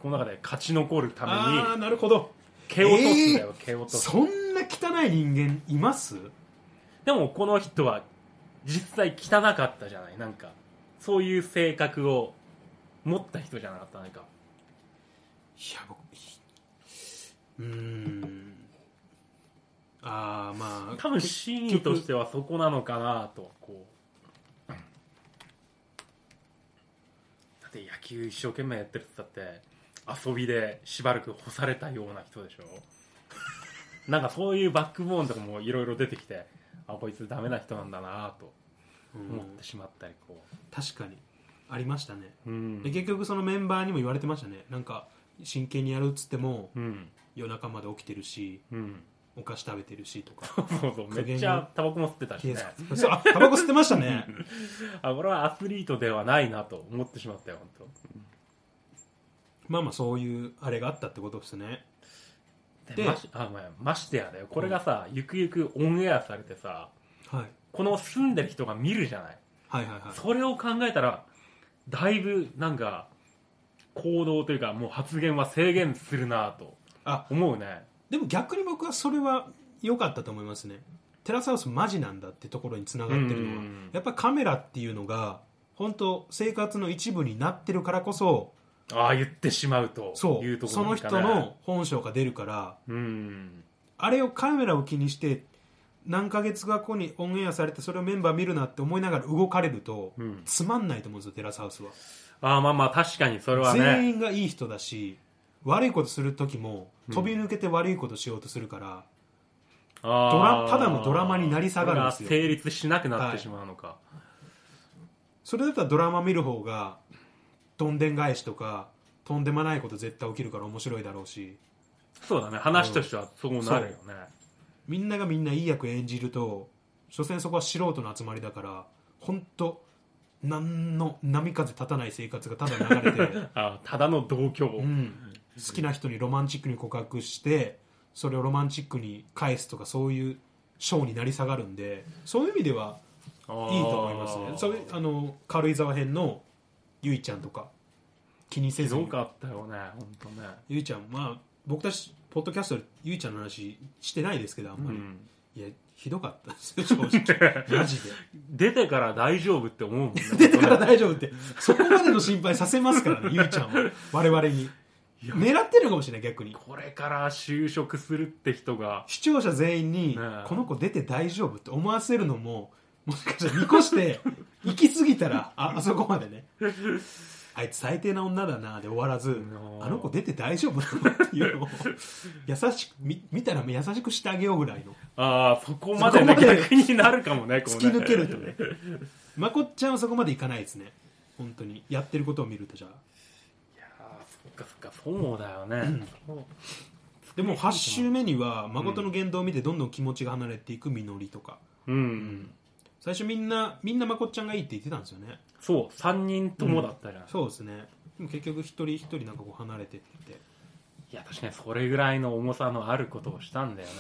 Speaker 2: この中で勝ち残るため
Speaker 1: ああ
Speaker 2: に
Speaker 1: なるほど
Speaker 2: 毛を落とすんだよ、毛を落とす
Speaker 1: そんな汚い人間います
Speaker 2: でもこの人は実際汚かったじゃないなんかそういう性格を持った人じゃなかったなんか
Speaker 1: いや僕ひうーんああまあ
Speaker 2: 多分真意としてはそこなのかなとこうだって野球一生懸命やってるって言ったって遊びでしばらく干されたような人でしょなんかそういうバックボーンとかもいろいろ出てきてあこいつダメな人なんだなと
Speaker 1: うん
Speaker 2: 思ってしまったりこ
Speaker 1: 確かにありましたね
Speaker 2: ううん
Speaker 1: で結局そのメンバーにも言われてましたねなんか真剣にやるっつっても
Speaker 2: うん
Speaker 1: 夜中まで起きてるし
Speaker 2: うん
Speaker 1: お菓子食べてるしとか
Speaker 2: そうそうめっちゃタバコも吸ってたし
Speaker 1: い
Speaker 2: ね
Speaker 1: やそうあタバコ吸ってましたね
Speaker 2: あこれはアスリートではないなと思ってしまったよ本
Speaker 1: まあまあそういうあれがあったってことですね
Speaker 2: 当
Speaker 1: で
Speaker 2: でましあまあましてやだよこれがさ、ゆくゆくオンエアされてさ
Speaker 1: はい
Speaker 2: この住んでる人が見るじゃない
Speaker 1: はいはいはい
Speaker 2: それを考えたらだいぶなんか行動というかもう発言は制限するなと
Speaker 1: あ
Speaker 2: 思うね
Speaker 1: でも逆に僕はそれは良かったと思いますねテラスハウスマジなんだってところにつながってるのは
Speaker 2: うん
Speaker 1: やっぱりカメラっていうのが本当生活の一部になってるからこそ
Speaker 2: ああ言ってしまうと
Speaker 1: そう
Speaker 2: いうとこ
Speaker 1: そ
Speaker 2: ろな
Speaker 1: の
Speaker 2: んか
Speaker 1: 人
Speaker 2: ね
Speaker 1: の本性が出るから
Speaker 2: うん
Speaker 1: あれをカメラを気にして何ヶ月か後にオンエアされてそれをメンバー見るなって思いながら動かれると、
Speaker 2: うん
Speaker 1: つまんないと思うんですよテラスハウスは
Speaker 2: ああまあまあ確かにそれは
Speaker 1: 全
Speaker 2: ね
Speaker 1: 員がいい人だし悪いことする時も飛び抜けて悪いことしようとするから、
Speaker 2: ド
Speaker 1: ドラただのドラマになり下がるんですよ
Speaker 2: 成立しなくなっ
Speaker 1: はい
Speaker 2: てしまうのか、
Speaker 1: それだったらドラマ見る方がどんでん返しとかとんでもないこと絶対起きるから面白いだろうし
Speaker 2: そうだね話としてはそうなるよね
Speaker 1: みんながみんないい役演じると所詮そこは素人の集まりだから本当何の波風立たない生活がただ流れて *laughs*
Speaker 2: あただの同居、
Speaker 1: うん好きな人にロマンチックに告白してそれをロマンチックに返すとかそういうショーになり下がるんでそういう意味では
Speaker 2: あー
Speaker 1: いいと思いますねそれあの軽井沢編のゆいちゃんとか気にせ
Speaker 2: ひ
Speaker 1: ず
Speaker 2: ど
Speaker 1: に
Speaker 2: かったよね本当ね
Speaker 1: ゆいちゃんまあ僕たちポッドキャストでゆいちゃんの話してないですけどあんまり、
Speaker 2: うん *laughs*
Speaker 1: いやひどかったですよ正 *laughs* 直マジで
Speaker 2: 出てから大丈夫って思うもんね
Speaker 1: *laughs* 出てから大丈夫ってそこまでの心配させます *laughs* からねゆいちゃんは我々に狙ってるのかもしれない逆に
Speaker 2: これから就職するって人が
Speaker 1: 視聴者全員に
Speaker 2: ねえ
Speaker 1: この子出て大丈夫って思わせるのももしかしたら見越して *laughs* 行き過ぎたらああそこまでねあいつ最低な女だなで終わらず
Speaker 2: ん
Speaker 1: あの子出て大丈夫なのっていうのを優しく見見たら優しくしてあげようぐらいの
Speaker 2: ああそこまでね
Speaker 1: そこまで
Speaker 2: 逆になるかもねこう
Speaker 1: 突
Speaker 2: ね
Speaker 1: き抜けるとねまこっちゃんはそこまでいかないですね本当にやってることを見るとじゃあ
Speaker 2: いやーそっかそっかそうだよね、そう
Speaker 1: でも8週目には誠の言動を見てどんどん気持ちが離れていくみのりとか
Speaker 2: うん、
Speaker 1: 最初みんなみんなまこっちゃんがいいって言ってたんですよね
Speaker 2: そう3人ともだったじゃん、
Speaker 1: そうですねでも結局一人一人なんかこう離れてって
Speaker 2: いや確かにそれぐらいの重さのあることをしたんだよね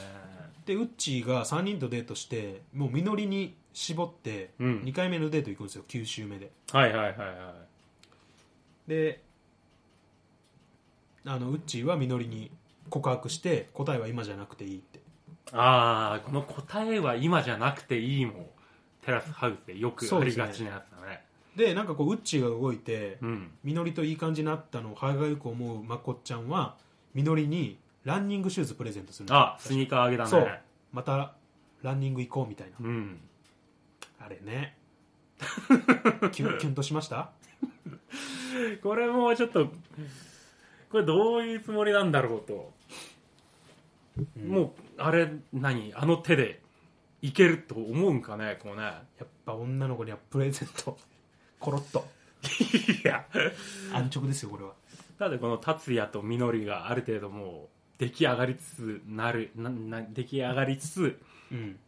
Speaker 1: でウッチーが3人とデートしてもうみのりに絞って
Speaker 2: うん
Speaker 1: 2回目のデート行くんですよ9週目で
Speaker 2: はいはいはいは
Speaker 1: であのウッチーはみのりに告白して答えは今じゃなくていいって
Speaker 2: いああこの答えは今じゃなくていいもテラスハウスでよくありがちなやつだね
Speaker 1: でなんかこうウッチーが動いて
Speaker 2: うん
Speaker 1: みのりといい感じになったのを歯がゆく思うまこっちゃんはみのりにランニングシューズプレゼントするんですよ
Speaker 2: あスニーカーあげだね
Speaker 1: そうまたランニング行こうみたいな
Speaker 2: うん
Speaker 1: あれねキュン *laughs* キュンとしました
Speaker 2: これもうちょっとこれどういうつもりなんだろうと、
Speaker 1: うん
Speaker 2: もうあれ何あの手でいけると思うんかねこうね
Speaker 1: やっぱ女の子にはプレゼントコロッと
Speaker 2: いや
Speaker 1: 安直ですよこれは
Speaker 2: だってこの達也とみのりがある程度もう出来上がりつつなるなな出来上がりつつ
Speaker 1: うん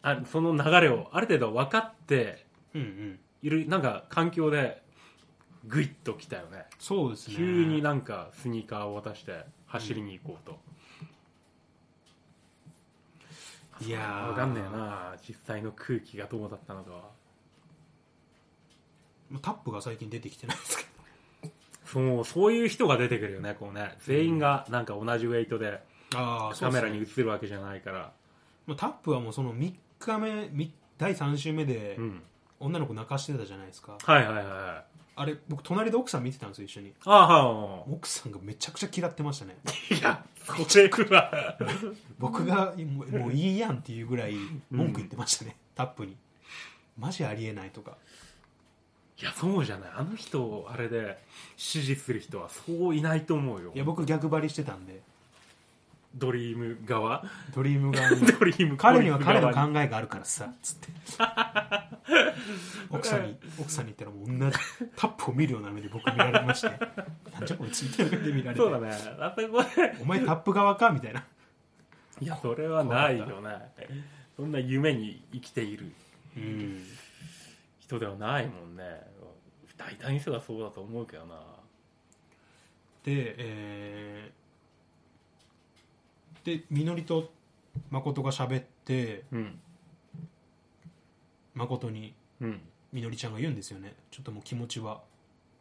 Speaker 2: あその流れをある程度分かって
Speaker 1: うんうん
Speaker 2: いるなんか環境でグイッときたよね
Speaker 1: そうですね
Speaker 2: 急になんかスニーカーを渡して走りに行こうと、
Speaker 1: いやー
Speaker 2: 分かんねえな実際の空気がどうだったのかは
Speaker 1: タップが最近出てきてないですけど
Speaker 2: そうそういう人が出てくるよねこうね全員がなんか同じウェイトで
Speaker 1: あ
Speaker 2: カメラに
Speaker 1: う
Speaker 2: 映るわけじゃないから
Speaker 1: まあタップはもうその3日目み第3週目で
Speaker 2: うん
Speaker 1: 女の子泣かしてたじゃないですか、
Speaker 2: はいはいはいはい
Speaker 1: あれ僕隣で奥さん見てたんですよ一緒に
Speaker 2: ああは
Speaker 1: 奥さんがめちゃくちゃ嫌ってましたね
Speaker 2: いいやこれは
Speaker 1: 僕がもうもういいやんっていうぐらい文句言ってましたね、タップにマジありえないとか
Speaker 2: いやそうじゃないあの人をあれで支持する人はそういないと思うよ
Speaker 1: いや僕逆張りしてたんで
Speaker 2: ドリーム側
Speaker 1: *laughs* ドリーム側に
Speaker 2: ドリーム
Speaker 1: 彼には彼の
Speaker 2: 側
Speaker 1: 考えがあるからさつって奥さんに奥さんに言ったらもう同じタップを見るような目で僕見られましてなんじゃこいつみたいな目で見られて
Speaker 2: そうだねあそこで
Speaker 1: お前タップ側かみたいない
Speaker 2: やそれは *laughs* ないよねそんな夢に生きている
Speaker 1: うん
Speaker 2: 人ではないもんね大体の人がそうだと思うけどな
Speaker 1: でえーでみのりと誠が喋って
Speaker 2: うん
Speaker 1: 誠に
Speaker 2: うん
Speaker 1: みのりちゃんが言うんですよねちょっともう気持ちは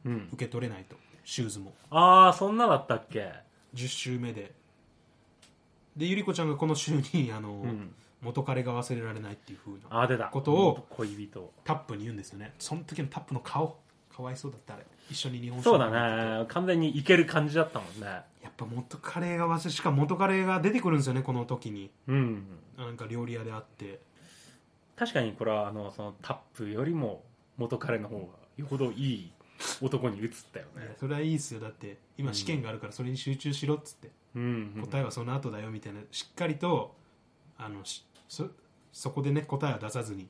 Speaker 2: うん
Speaker 1: 受け取れないとシューズも
Speaker 2: ああそんなだったっけ
Speaker 1: 10週目ででゆり子ちゃんがこの週にあの、
Speaker 2: うん
Speaker 1: 元彼が忘れられないっていう風な
Speaker 2: ああ出た
Speaker 1: ことを
Speaker 2: 恋人
Speaker 1: タップに言うんですよねその時のタップの顔かわいそうだったあれ一緒に日本
Speaker 2: そう
Speaker 1: 飲
Speaker 2: だ
Speaker 1: んでた時
Speaker 2: ね完全にいける感じだったもんね
Speaker 1: やっぱ元カレが忘れしかも元カレが出てくるんですよねこの時に
Speaker 2: うん
Speaker 1: なんか料理屋で会って
Speaker 2: 確かにこれはあのそのタップよりも元彼の方がよほどいい男に映ったよ
Speaker 1: いや
Speaker 2: ね、
Speaker 1: それはいいっすよだって今試験があるからそれに集中しろっつって、
Speaker 2: うん、
Speaker 1: 答えはその後だよみたいなしっかりとあのしそそこでね答えは出さずに、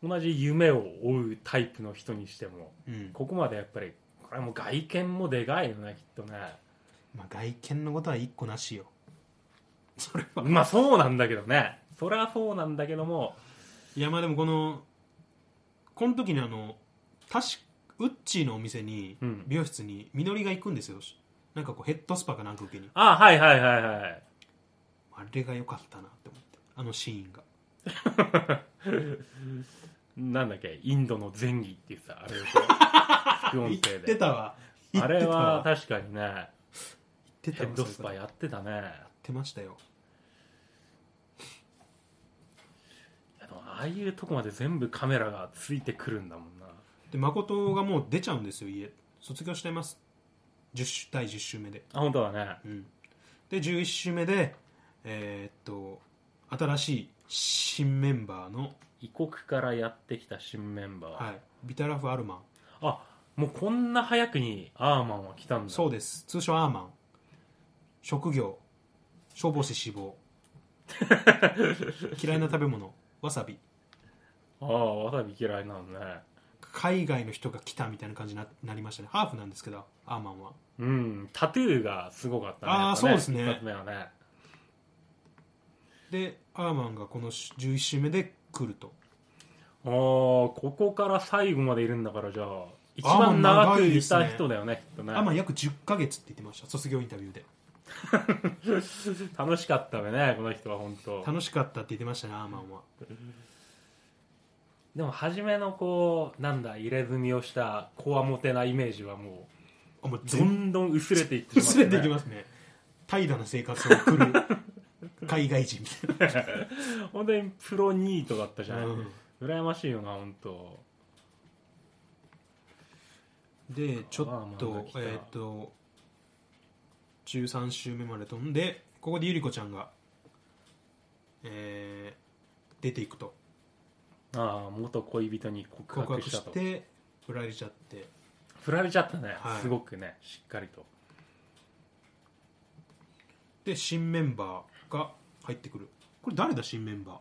Speaker 2: 同じ夢を追うタイプの人にしても
Speaker 1: うん
Speaker 2: ここまでやっぱりこれもう外見もでかいよねきっとね
Speaker 1: まあ、外見のことは一個なしよそれは
Speaker 2: まあそうなんだけどねそりゃそうなんだけども
Speaker 1: いやまあでもこのこの時にあの確かウッチーのお店に、
Speaker 2: うん
Speaker 1: 美容室にみのりが行くんですよなんかこうヘッドスパかなんか受けに
Speaker 2: あはいはいはいはい
Speaker 1: あれが良かったなって思ってあのシーンが
Speaker 2: なんだっけインドの前儀っていうさあ
Speaker 1: *laughs*
Speaker 2: れをこう副音
Speaker 1: 言って
Speaker 2: 声で
Speaker 1: たわ
Speaker 2: あれは
Speaker 1: 言っ
Speaker 2: 確かにね
Speaker 1: てた
Speaker 2: ヘ
Speaker 1: わ
Speaker 2: ッドスパ
Speaker 1: や
Speaker 2: やってたね
Speaker 1: ってましたよ
Speaker 2: いやでもああいうとこまで全部カメラがついてくるんだもんな
Speaker 1: で誠がもう出ちゃうんですよ家卒業してます10週第10週目で
Speaker 2: あ本当だね
Speaker 1: うんで11週目でえーっと新しい新メンバーの、
Speaker 2: 異国からやってきた新メンバー、
Speaker 1: はい、ビタラフ・アルマン
Speaker 2: あもうこんな早くにアーマンは来たんだ
Speaker 1: そうです通称アーマン職業消防士死亡 *laughs* 嫌いな食べ物わさび
Speaker 2: ああわさび嫌いなのね
Speaker 1: 海外の人が来たみたいな感じにななりましたねハーフなんですけどアーマンは
Speaker 2: うんタトゥーがすごかったね
Speaker 1: ああ
Speaker 2: やっぱ
Speaker 1: そ
Speaker 2: ね
Speaker 1: うですね
Speaker 2: 一発目はね
Speaker 1: でアーマンがこの11週目で来ると
Speaker 2: ああここから最後までいるんだからじゃあ一
Speaker 1: アーマ
Speaker 2: 番
Speaker 1: ン
Speaker 2: 長
Speaker 1: 長
Speaker 2: く
Speaker 1: い
Speaker 2: い
Speaker 1: ですね
Speaker 2: た人だよねきっとね
Speaker 1: アーマン約10ヶ月って言ってました卒業インタビューで
Speaker 2: 楽しかったよねこの人は本当
Speaker 1: 楽しかったって言ってましたねアーマンは
Speaker 2: でも初めのこうなんだ入れ墨をしたこわもてなイメージはも
Speaker 1: あもう
Speaker 2: うどんどん薄れていってしま
Speaker 1: 薄れていき
Speaker 2: す
Speaker 1: ますね怠惰な生活を送る海外人みたい
Speaker 2: 本当にプロニートだったじゃ
Speaker 1: な、
Speaker 2: ない、
Speaker 1: うん
Speaker 2: 羨ましいよな本当
Speaker 1: でちょ
Speaker 2: アーマ
Speaker 1: っ
Speaker 2: ンが
Speaker 1: と
Speaker 2: 来た
Speaker 1: えっ、と13週目まで飛んでここでゆり子ちゃんが、えー出ていくと
Speaker 2: ああ元恋人に告
Speaker 1: 告
Speaker 2: 白
Speaker 1: 白
Speaker 2: した
Speaker 1: し
Speaker 2: と
Speaker 1: て振られちゃって
Speaker 2: 振られちゃったね、
Speaker 1: はい
Speaker 2: すごくねしっかりと
Speaker 1: で新メンバーが入ってくるこれ誰だ新メンバー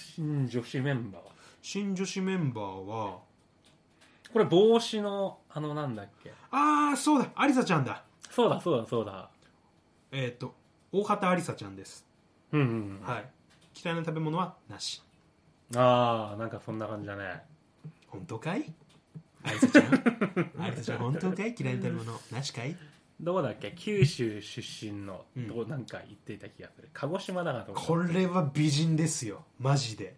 Speaker 2: 新女子メンバーは
Speaker 1: 新女子メンバーは
Speaker 2: これ帽子のあのなんだっけ
Speaker 1: ああそうだありさちゃんだ
Speaker 2: そうだそうだそうだ
Speaker 1: えっ、と大畑ありさちゃんです、
Speaker 2: うん、うんうん
Speaker 1: はい嫌いな食べ物はなし
Speaker 2: ああなんかそんな感じだね
Speaker 1: 本当かいありさちゃ *laughs* んありさちゃん本当かい嫌いな食べ物なしかい
Speaker 2: どうだっけ九州出身の、
Speaker 1: うん
Speaker 2: どうなんか言っていた気がする鹿児島だなと
Speaker 1: こ
Speaker 2: 思っ
Speaker 1: れは美人ですよマジで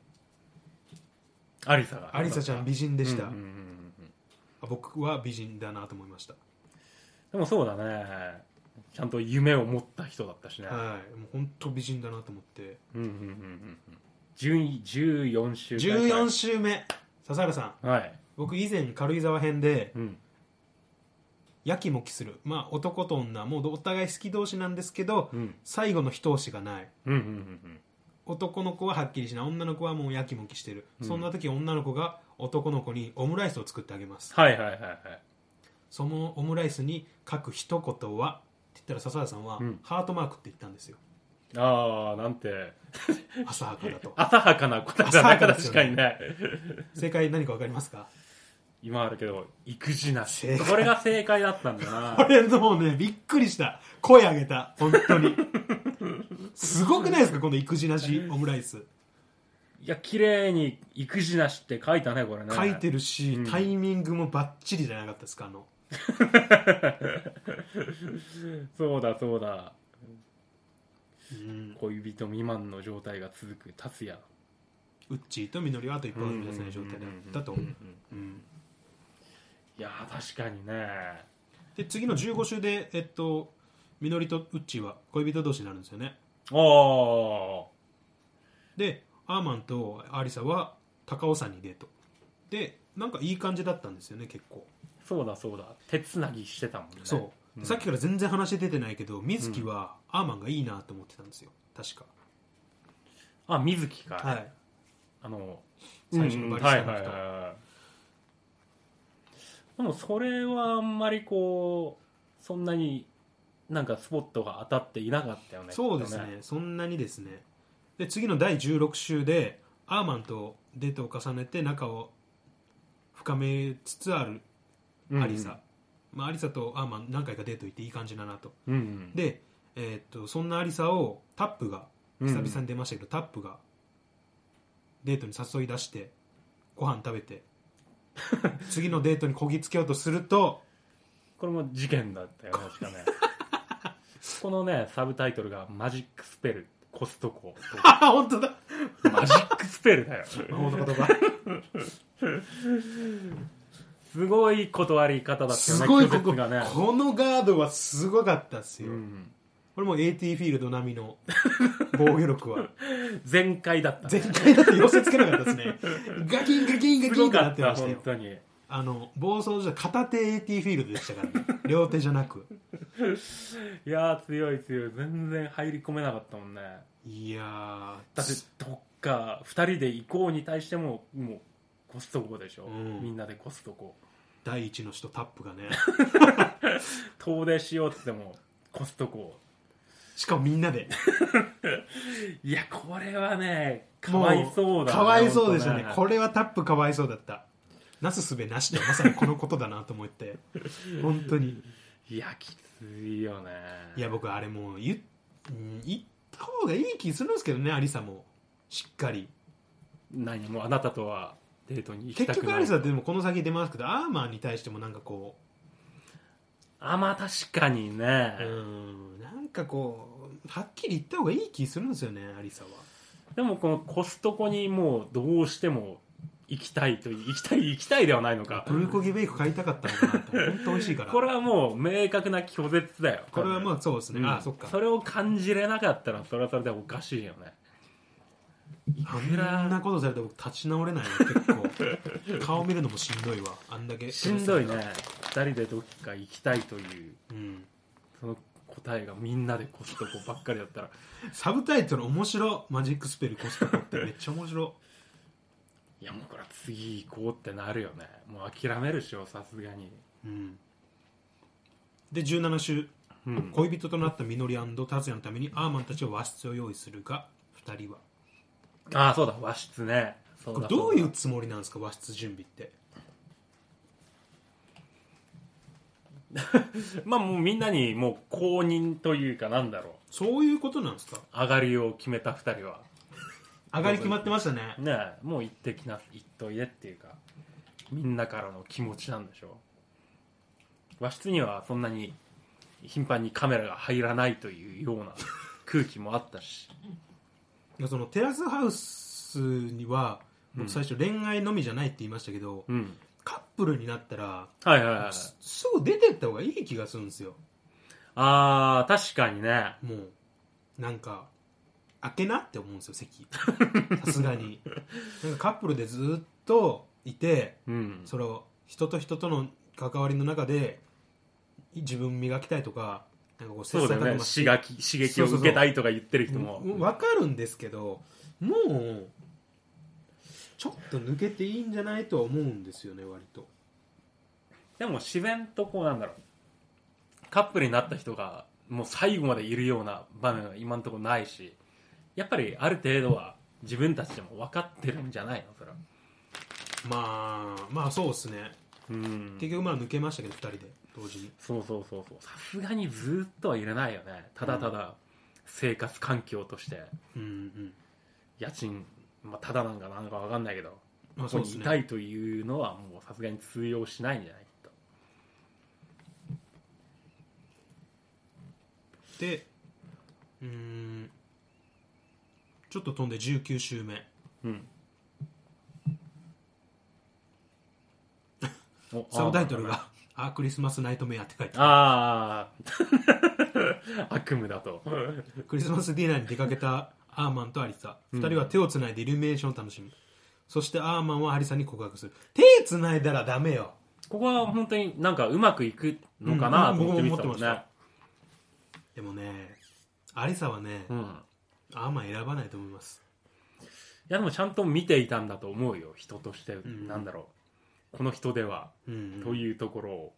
Speaker 2: たアリサが
Speaker 1: ありさちゃん美人でした、
Speaker 2: うんうんうんうん
Speaker 1: あ僕は美人だなと思いました、
Speaker 2: でもそうだねちゃんと夢を持った人だったしね、
Speaker 1: はいもう本当美人だなと思って
Speaker 2: うんうんうんうんうん順位14週
Speaker 1: 14週目笹原さん
Speaker 2: 週はい、
Speaker 1: 僕以前軽井沢編で
Speaker 2: うん、
Speaker 1: やきもきするまあ男と女もうお互い好き同士なんですけど、
Speaker 2: うん
Speaker 1: 最後の一押しがない
Speaker 2: うんうんうん
Speaker 1: 男の子ははっきりしない女の子はもうやきもきしてる、そんな時女の子が男の子にオムライスを作ってあげます
Speaker 2: はいはいはいはい
Speaker 1: そのオムライスに書く一言はって言ったら笹原さんは、
Speaker 2: うん
Speaker 1: ハートマークって言ったん
Speaker 2: *laughs*
Speaker 1: ですよ
Speaker 2: ああなんて
Speaker 1: 浅はかだ
Speaker 2: *laughs*
Speaker 1: と
Speaker 2: 浅はかな答えだね
Speaker 1: 浅はかです
Speaker 2: 確
Speaker 1: よ
Speaker 2: か
Speaker 1: ね
Speaker 2: にね
Speaker 1: 正解何か分かりますか
Speaker 2: 今あるけど育児なし
Speaker 1: 正解
Speaker 2: これが正解だったんだ
Speaker 1: こ *laughs*
Speaker 2: な
Speaker 1: れもうねびっくりした声上げた本当にすごくないですかこの育児なしオムライス
Speaker 2: いや綺麗に育児なしって書いたねこれね
Speaker 1: 書いてるし、
Speaker 2: うん
Speaker 1: タイミングもバッチリじゃなかったですかあの
Speaker 2: そうだそうだ
Speaker 1: うん
Speaker 2: 恋人未満の状態が続く達也
Speaker 1: ウッチーとみのりはあと一歩が踏み出せない状態だったと
Speaker 2: うんうんうんうん
Speaker 1: うん
Speaker 2: いやー確かにね
Speaker 1: で次の15週でえっとみのりとウッチーは恋人同士になるんですよね
Speaker 2: ああ
Speaker 1: でアーマンとアリサは高尾山にデートでなんかいい感じだったんですよね結構
Speaker 2: そうだそうだ手つなぎしてたもんね
Speaker 1: そう、
Speaker 2: ん
Speaker 1: さっきから全然話出てないけど水木はアーマンがいいなと思ってたんですよ確か
Speaker 2: あ水木か、
Speaker 1: はい
Speaker 2: あの
Speaker 1: 最初のバリスタの人
Speaker 2: うんうんはいはいはいはいでもそれはあんまりこうそんなになんかスポットが当たっていなかったよね
Speaker 1: そうですねそんなにですねで次の第16週でアーマンとデートを重ねて仲を深めつつある
Speaker 2: うん
Speaker 1: アリサ、まあ、アリサとアーマン何回かデート行っていい感じだなと
Speaker 2: うんうん
Speaker 1: で、えーっとそんなアリサをタップが
Speaker 2: うん
Speaker 1: 久々に出ましたけど、タップがデートに誘い出してご飯食べ
Speaker 2: *laughs*
Speaker 1: て次のデートにこぎつけようとすると
Speaker 2: これも事件だったよね
Speaker 1: *laughs*
Speaker 2: 確かねこのねサブタイトルが「マジックスペルコストコ」
Speaker 1: あ本当だ *laughs*
Speaker 2: とマジックスペルだよ
Speaker 1: 魔法の言葉
Speaker 2: すごい断り方だったよね
Speaker 1: すごいこ
Speaker 2: 拒
Speaker 1: *laughs* こ、
Speaker 2: 絶がね
Speaker 1: このガードはすごかったですよ、
Speaker 2: うん
Speaker 1: これも AT フィールド並みの防御力
Speaker 2: *laughs*
Speaker 1: は
Speaker 2: 全開だったね
Speaker 1: 全開だって寄せつけなかったですねガキンガキンガ
Speaker 2: す
Speaker 1: キンっ
Speaker 2: ご
Speaker 1: て
Speaker 2: か
Speaker 1: なっ
Speaker 2: って
Speaker 1: ま
Speaker 2: た
Speaker 1: した
Speaker 2: 本
Speaker 1: よ
Speaker 2: 当に
Speaker 1: あの暴走じゃ片手 AT フィールドでしたからね両手じゃなく
Speaker 2: いやー強い強い全然入り込めなかったもんね
Speaker 1: いやー
Speaker 2: だってどっか2人で行こうに対してももうコストコでしょ、
Speaker 1: うん
Speaker 2: みんなでコストコ
Speaker 1: 第一の人タップがね *laughs*
Speaker 2: 遠出しようって言ってもコストコ
Speaker 1: しかもみんなで
Speaker 2: いやこれはねか
Speaker 1: も
Speaker 2: わいそうだね
Speaker 1: かわいそうでしたね
Speaker 2: 本当
Speaker 1: これはタップかわいそうだったなすすべなしでまさにこのことだなと思って本当に
Speaker 2: いやきついよね
Speaker 1: いや僕あれもう言っうん言った方がいい気するんですけどねアリサもしっかり
Speaker 2: 何もうあなたとはデートに行きた
Speaker 1: 結
Speaker 2: く
Speaker 1: 局
Speaker 2: な
Speaker 1: ア
Speaker 2: い
Speaker 1: リサってでもこの先出ますけどアーマーに対してもなんかこ
Speaker 2: あまあ確かにね
Speaker 1: う、うんなんかこうはっきり言った方がいい気するんですよねアリサは
Speaker 2: でもこのコストコにもうどうしても行きたいという行きたい行きたいではないのか
Speaker 1: プルコギベイク買いたかったのかなって本当美味しいから
Speaker 2: *laughs* これはもう明確な拒絶だよ
Speaker 1: これはまあそうです
Speaker 2: う
Speaker 1: ね、
Speaker 2: ん
Speaker 1: あそっか
Speaker 2: それを感じれなかったらそれはそれでおかしいよね
Speaker 1: あ
Speaker 2: くら
Speaker 1: んなことされたら僕立ち直れないな結構
Speaker 2: *laughs*
Speaker 1: 顔見るのもしんどいわあんだけ
Speaker 2: しんどいね2人でどっか行きたいという
Speaker 1: うん
Speaker 2: その答えがみんなでコストコばっかりだったら
Speaker 1: サブタイトル面白マジックスペルコストコってめっちゃ面白
Speaker 2: いやもうこれは次行こうってなるよねもう諦めるっしょさすがに
Speaker 1: うんで17週
Speaker 2: うん
Speaker 1: 恋人となったみのり達也のためにアーマンたちは和室を用意するが2人は
Speaker 2: ああそうだ和室ねそ
Speaker 1: これ
Speaker 2: うだ
Speaker 1: どうい
Speaker 2: そうだ
Speaker 1: つもりなんですか和室準備って
Speaker 2: まあもうみんなにもう公認というかなんだろう
Speaker 1: そういうことなんですか
Speaker 2: 上がりを決めた2人は
Speaker 1: 上がり決まってましたね
Speaker 2: ねえもう行ってきな行っといでっていうかみんなからの気持ちなんでしょう和室にはそんなに頻繁にカメラが入らないというような空気もあったし
Speaker 1: いやそのテラスハウスには
Speaker 2: うん
Speaker 1: 僕最初恋愛のみじゃないって言いましたけど、
Speaker 2: うん
Speaker 1: カップルになったら
Speaker 2: はいはいはい
Speaker 1: すすぐ出てった方がいい気がするんですよ
Speaker 2: あー確かにね
Speaker 1: もうなんか開けなって思うんですよ
Speaker 2: *laughs*
Speaker 1: 席さすがになんかカップルでずっといて
Speaker 2: うん
Speaker 1: それを人と人との関わりの中で自分磨きたいとかなんかこう
Speaker 2: そうだよね
Speaker 1: まし
Speaker 2: 刺激刺激を受けたいとか言ってる人も
Speaker 1: 分かるんですけどもうちょっと抜けていいんじゃないとは思うんですよね割と
Speaker 2: でも自然とこうなんだろうカップルになった人がもう最後までいるような場面は今のところないしやっぱりある程度は自分たちでも分かってるんじゃないのそれは
Speaker 1: まあまあそうですね
Speaker 2: うん
Speaker 1: 結局まあ抜けましたけど2人で同時に
Speaker 2: そうそうそうそうさすがにずっとはいれないよねただただ生活環境として
Speaker 1: うんうん
Speaker 2: 家賃、まあ、ただなんかなんか分かんないけど
Speaker 1: まあそ
Speaker 2: そ
Speaker 1: う
Speaker 2: こ
Speaker 1: で
Speaker 2: に
Speaker 1: す
Speaker 2: い
Speaker 1: ね
Speaker 2: たいというのはもうさすがに通用しないんじゃないきっと
Speaker 1: でうーんちょっと飛んで19週目
Speaker 2: うん *laughs* お
Speaker 1: サブタイトルが「 *laughs* あークリスマスナイトメア」って書いてあ
Speaker 2: ああ *laughs* 悪夢だと
Speaker 1: るクリスマスディナーに出かけたアーマンとアリサ2人は手をつないでイルミネーションを楽しむ、そしてアーマンはアリサに告白する手つないだらダメよ
Speaker 2: ここは本当になんかうまくいくのかな
Speaker 1: うん
Speaker 2: と思って見てたも
Speaker 1: 僕も思
Speaker 2: ん
Speaker 1: っ
Speaker 2: ね
Speaker 1: てまでもねアリサはね、
Speaker 2: うんい
Speaker 1: アーマン選ばないと思います
Speaker 2: やでもちゃんと見ていたんだと思うよ人として
Speaker 1: ん
Speaker 2: なんだろうこの人では
Speaker 1: うん
Speaker 2: というところを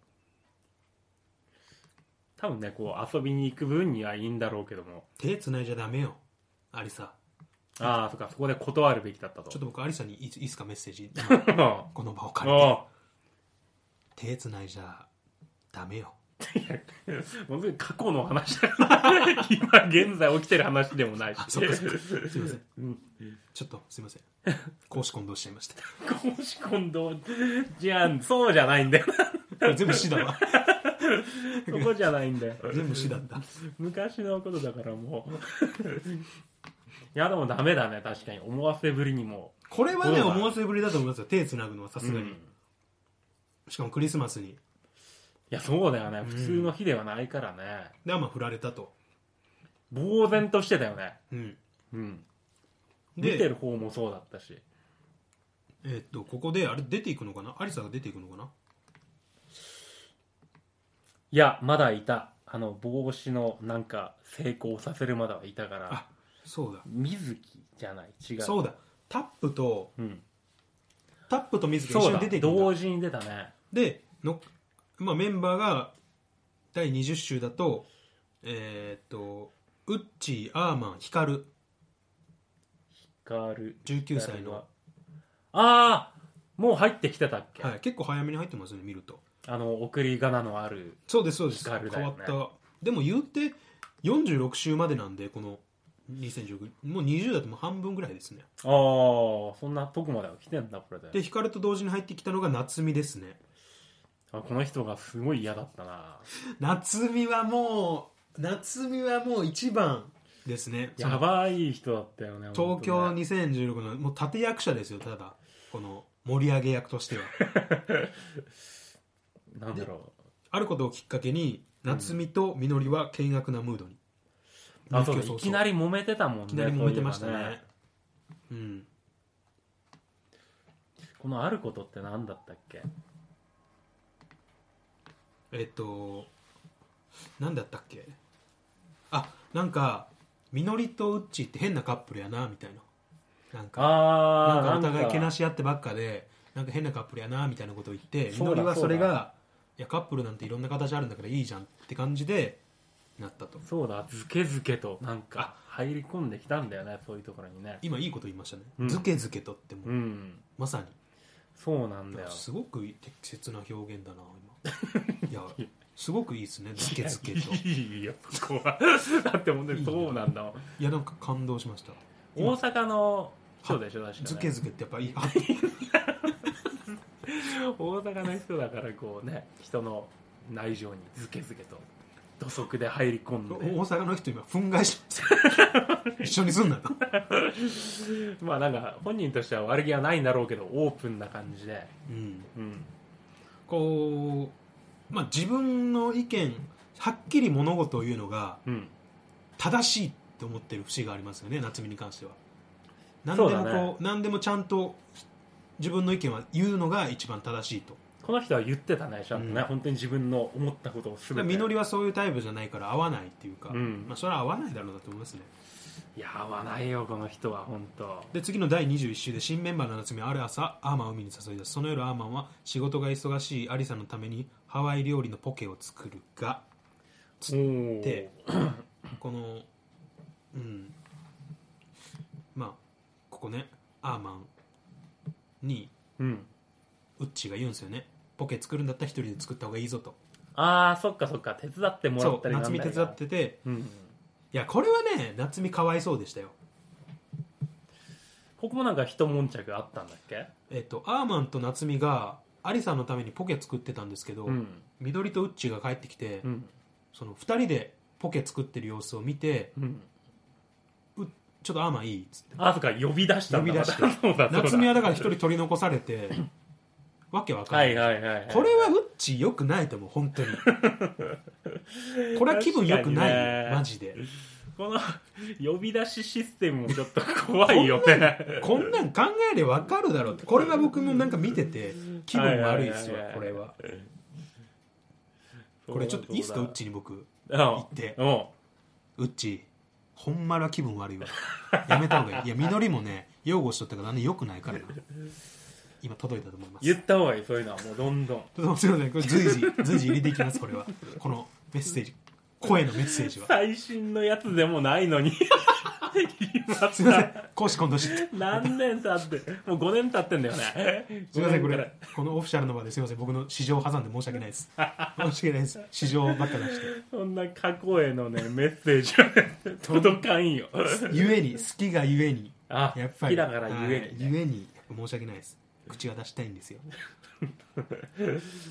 Speaker 2: 多分ねこう遊びに行く分にはいいんだろうけども
Speaker 1: 手つないじゃダメよアリサ
Speaker 2: ああそっかそこで断るべきだった
Speaker 1: *laughs*
Speaker 2: と *laughs*
Speaker 1: ちょっと僕アリサにいいいっすかメッセージ
Speaker 2: と
Speaker 1: この場を借りて
Speaker 2: あ
Speaker 1: 手つないじゃダメよ
Speaker 2: 本当に過去の話だ *laughs* 今現在起きてる話でもないし
Speaker 1: あそっかそっかすいません
Speaker 2: うん
Speaker 1: ちょっとすいません公私混同しちゃいました
Speaker 2: 公私混同じゃんそうじゃない
Speaker 1: *laughs*
Speaker 2: んだよ
Speaker 1: これ全部死だわ
Speaker 2: そこじゃないんだよ
Speaker 1: 全部死だった
Speaker 2: 昔のことだからもう *laughs* いやでもダメだね確かに思わせぶりにも
Speaker 1: これは
Speaker 2: どう
Speaker 1: ね
Speaker 2: なの
Speaker 1: 思わせぶりだと思いますよ手つなぐのはさすが
Speaker 2: う
Speaker 1: に、
Speaker 2: ん
Speaker 1: しかもクリスマスに
Speaker 2: いやそうだよね普通の日ではないからね、
Speaker 1: でまあ振られたと、
Speaker 2: 呆然としてたよね
Speaker 1: うん、
Speaker 2: うん
Speaker 1: で
Speaker 2: 見てる方もそうだったし
Speaker 1: えーっとここであれ出ていくのかなアリサが出ていくのかない
Speaker 2: やまだいたあの帽子のなんか成功させるまではいたから
Speaker 1: あそうだ
Speaker 2: 水木じゃない違う
Speaker 1: そうだタップと
Speaker 2: うん、
Speaker 1: タップと水木が
Speaker 2: そ
Speaker 1: 一緒
Speaker 2: う
Speaker 1: に
Speaker 2: だ
Speaker 1: 出ていくんだ
Speaker 2: 同時に出たね
Speaker 1: での、まあ、メンバーが第20週だとえーっとウッチーアーマンヒカル
Speaker 2: ガール
Speaker 1: 19歳の、
Speaker 2: ああもう入ってきてたっけ、
Speaker 1: はい、結構早めに入ってますね見ると
Speaker 2: あの送り仮名のある
Speaker 1: そうですそうです、
Speaker 2: ヒカルだ
Speaker 1: 変わ
Speaker 2: よ
Speaker 1: っ
Speaker 2: ね
Speaker 1: たでも言うて46週までなんでこの2019もう20だともう半分ぐらいですね
Speaker 2: ああそんなとこまでは来てんだこれで
Speaker 1: でヒカルと同時に入ってきたのが夏美ですね
Speaker 2: あこの人がすごい嫌だったな
Speaker 1: 夏美はもう夏美はもう一番ですね
Speaker 2: やばい人だったよね
Speaker 1: その東京
Speaker 2: 本当ね
Speaker 1: 2016のもう立役者ですよただこの盛り上げ役としては
Speaker 2: なんだろ
Speaker 1: あることをきっかけに夏美とみのりは険悪なムードに、
Speaker 2: うあそうだ
Speaker 1: そうそう
Speaker 2: いきなり揉めてたもんね
Speaker 1: いきなり揉めてましたね
Speaker 2: そういえばね
Speaker 1: うん
Speaker 2: このあることって何だったっけ
Speaker 1: えっと何だったっけあなんかみのりとうっちーって変なカップルやなみたいななんか
Speaker 2: あ
Speaker 1: な
Speaker 2: あ
Speaker 1: んかお互いけな
Speaker 2: し
Speaker 1: し合ってばっかでなんか変なカップルやなみたいなことを言ってみ
Speaker 2: そうだ
Speaker 1: のりはそれ
Speaker 2: そう
Speaker 1: がいやカップルなんていろんな形あるんだからいいじゃんって感じでなったと
Speaker 2: そうだずけずけとなんか入り込んできたんだよねそういうところにね
Speaker 1: 今いいこと言いましたね、
Speaker 2: うん
Speaker 1: ずけずけとっても、
Speaker 2: うん
Speaker 1: まさ
Speaker 2: そうなん
Speaker 1: に
Speaker 2: だよ
Speaker 1: すごく適切な表現だな
Speaker 2: *laughs*
Speaker 1: 今いやすごくいいですねずけずけと
Speaker 2: いいよそこはだって本当にそうなんだもん
Speaker 1: いやなんか感動しました
Speaker 2: 大阪の人でしょ確かね
Speaker 1: ずけずけってやっぱいい
Speaker 2: 大阪の人だからこうね人の内情にずけずけと土足で入り込んで
Speaker 1: 大阪の人今憤慨し
Speaker 2: *laughs*
Speaker 1: ます一緒にすんなと
Speaker 2: まあなんか本人としては悪気はないんだろうけどオープンな感じで
Speaker 1: うん
Speaker 2: うん
Speaker 1: こうまあ自分の意見はっきり物事を言うのが
Speaker 2: うん
Speaker 1: 正しいって思ってる節がありますよね夏美に関しては何で
Speaker 2: そ
Speaker 1: も
Speaker 2: うだ
Speaker 1: こ
Speaker 2: ね
Speaker 1: う何でもちゃんと自分の意見は言うのが一番正しいと
Speaker 2: この人は言ってたねちゃんとね、
Speaker 1: うん
Speaker 2: 本当に自分の思ったことをすべて
Speaker 1: みのりはそういうタイプじゃないから合わないっていうか、
Speaker 2: うん
Speaker 1: まあ、それは合わないだろうなと思いますね
Speaker 2: いや合わないよこの人は本当
Speaker 1: で次の第21週で新メンバーの夏美はある朝アーマンを海に誘い出すその夜アーマンは仕事が忙しいアリサのためにハワイ料理のポケを作るがつ
Speaker 2: お
Speaker 1: て
Speaker 2: て
Speaker 1: このうんまあここねアーマンに
Speaker 2: うん
Speaker 1: ウッチーが言うんですよねポケ作るんだったら一人で作った方がいいぞと
Speaker 2: ああそっかそっか手伝ってもら
Speaker 1: そ
Speaker 2: った
Speaker 1: う
Speaker 2: りなん
Speaker 1: 夏美手伝ってて
Speaker 2: うん
Speaker 1: いやこれはね夏美かわいそうでしたよ
Speaker 2: ここもなんか一悶着あったんだっけ
Speaker 1: えっとアーマンと夏美がアリさんのためにポケ作ってたんですけど、
Speaker 2: うん
Speaker 1: 緑とウッチーが帰ってきて、
Speaker 2: うん
Speaker 1: その2人でポケ作ってる様子を見て
Speaker 2: うん
Speaker 1: ちょっとアーマンいいっつって
Speaker 2: あそっか呼び出したん
Speaker 1: 呼
Speaker 2: だ
Speaker 1: び出して
Speaker 2: またそうだそうだ
Speaker 1: 夏美はだから1人取り残され
Speaker 2: *laughs*
Speaker 1: てわけわかん
Speaker 2: は
Speaker 1: ないい、
Speaker 2: はいはい、はい、
Speaker 1: これはウッチー良くないと思う本
Speaker 2: *laughs*
Speaker 1: 当にこれは気分良くないよ
Speaker 2: 確かにね
Speaker 1: マジで
Speaker 2: この呼び出しシステムもちょっと怖いよね
Speaker 1: こんなん考えればわかるだろうってこれは僕もなんか見てて気分悪いですよ
Speaker 2: はいはいはいはい
Speaker 1: これはこれちょっといいですかウッチーに僕
Speaker 2: 行
Speaker 1: 行って
Speaker 2: うん
Speaker 1: ウッチーほんまら気分悪いわやめた方がいいいやみのりもね擁護しとったからねよくないからな今届いたと思います
Speaker 2: 言った方がいいそういうのはもうどんどん *laughs*
Speaker 1: ちょっとすいませんこれ随時随時入れていきますこれはこのメッセージ声のメッセージは
Speaker 2: 最新のやつでもな
Speaker 1: *laughs*
Speaker 2: いのに
Speaker 1: すい
Speaker 2: 今
Speaker 1: ません
Speaker 2: さ
Speaker 1: 講師今度知って
Speaker 2: 何年経ってもう5年経ってんだよね
Speaker 1: すいませんこ
Speaker 2: 5年
Speaker 1: れこのオフィシャルの場ですいません僕の市場を挟んで申し訳ないです
Speaker 2: *laughs*
Speaker 1: 申し訳ないです市場ばっか出して
Speaker 2: そんな過去へのねメッセージはね届かんよ
Speaker 1: ゆえに好きがゆえに
Speaker 2: あ
Speaker 1: やっぱり
Speaker 2: 好きだからゆえにね
Speaker 1: はいゆえにやっぱ申し訳ないです口が出したいんですよ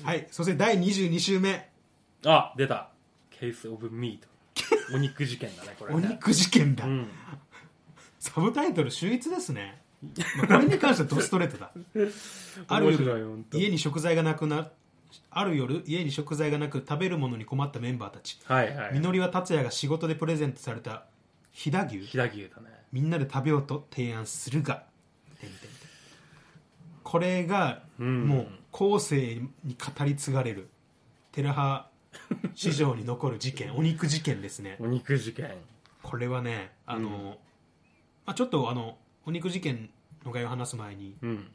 Speaker 1: はいそして第22週目
Speaker 2: あ出たケースオブミートお肉事件だねこ
Speaker 1: *laughs*
Speaker 2: れ
Speaker 1: お
Speaker 2: ね
Speaker 1: 肉事件だ、
Speaker 2: うん
Speaker 1: サブタイトル秀逸ですね、まあこれに関してはドストレートだある
Speaker 2: *laughs* 面白い
Speaker 1: 夜
Speaker 2: 本当
Speaker 1: 家に食材がなくなある夜家に食材がなく食べるものに困ったメンバーたち、
Speaker 2: はいはい
Speaker 1: みのりは達也が仕事でプレゼントされた飛騨牛
Speaker 2: 飛騨牛だね
Speaker 1: みんなで食べようと提案するがてんてんてんこれが
Speaker 2: ん
Speaker 1: もう後世に語り継がれるテラハ史上に残る事件お肉事件ですね
Speaker 2: お肉事件
Speaker 1: これはねあの、
Speaker 2: うん
Speaker 1: まあ、ちょっとあのお肉事件の概要を話す前に
Speaker 2: うん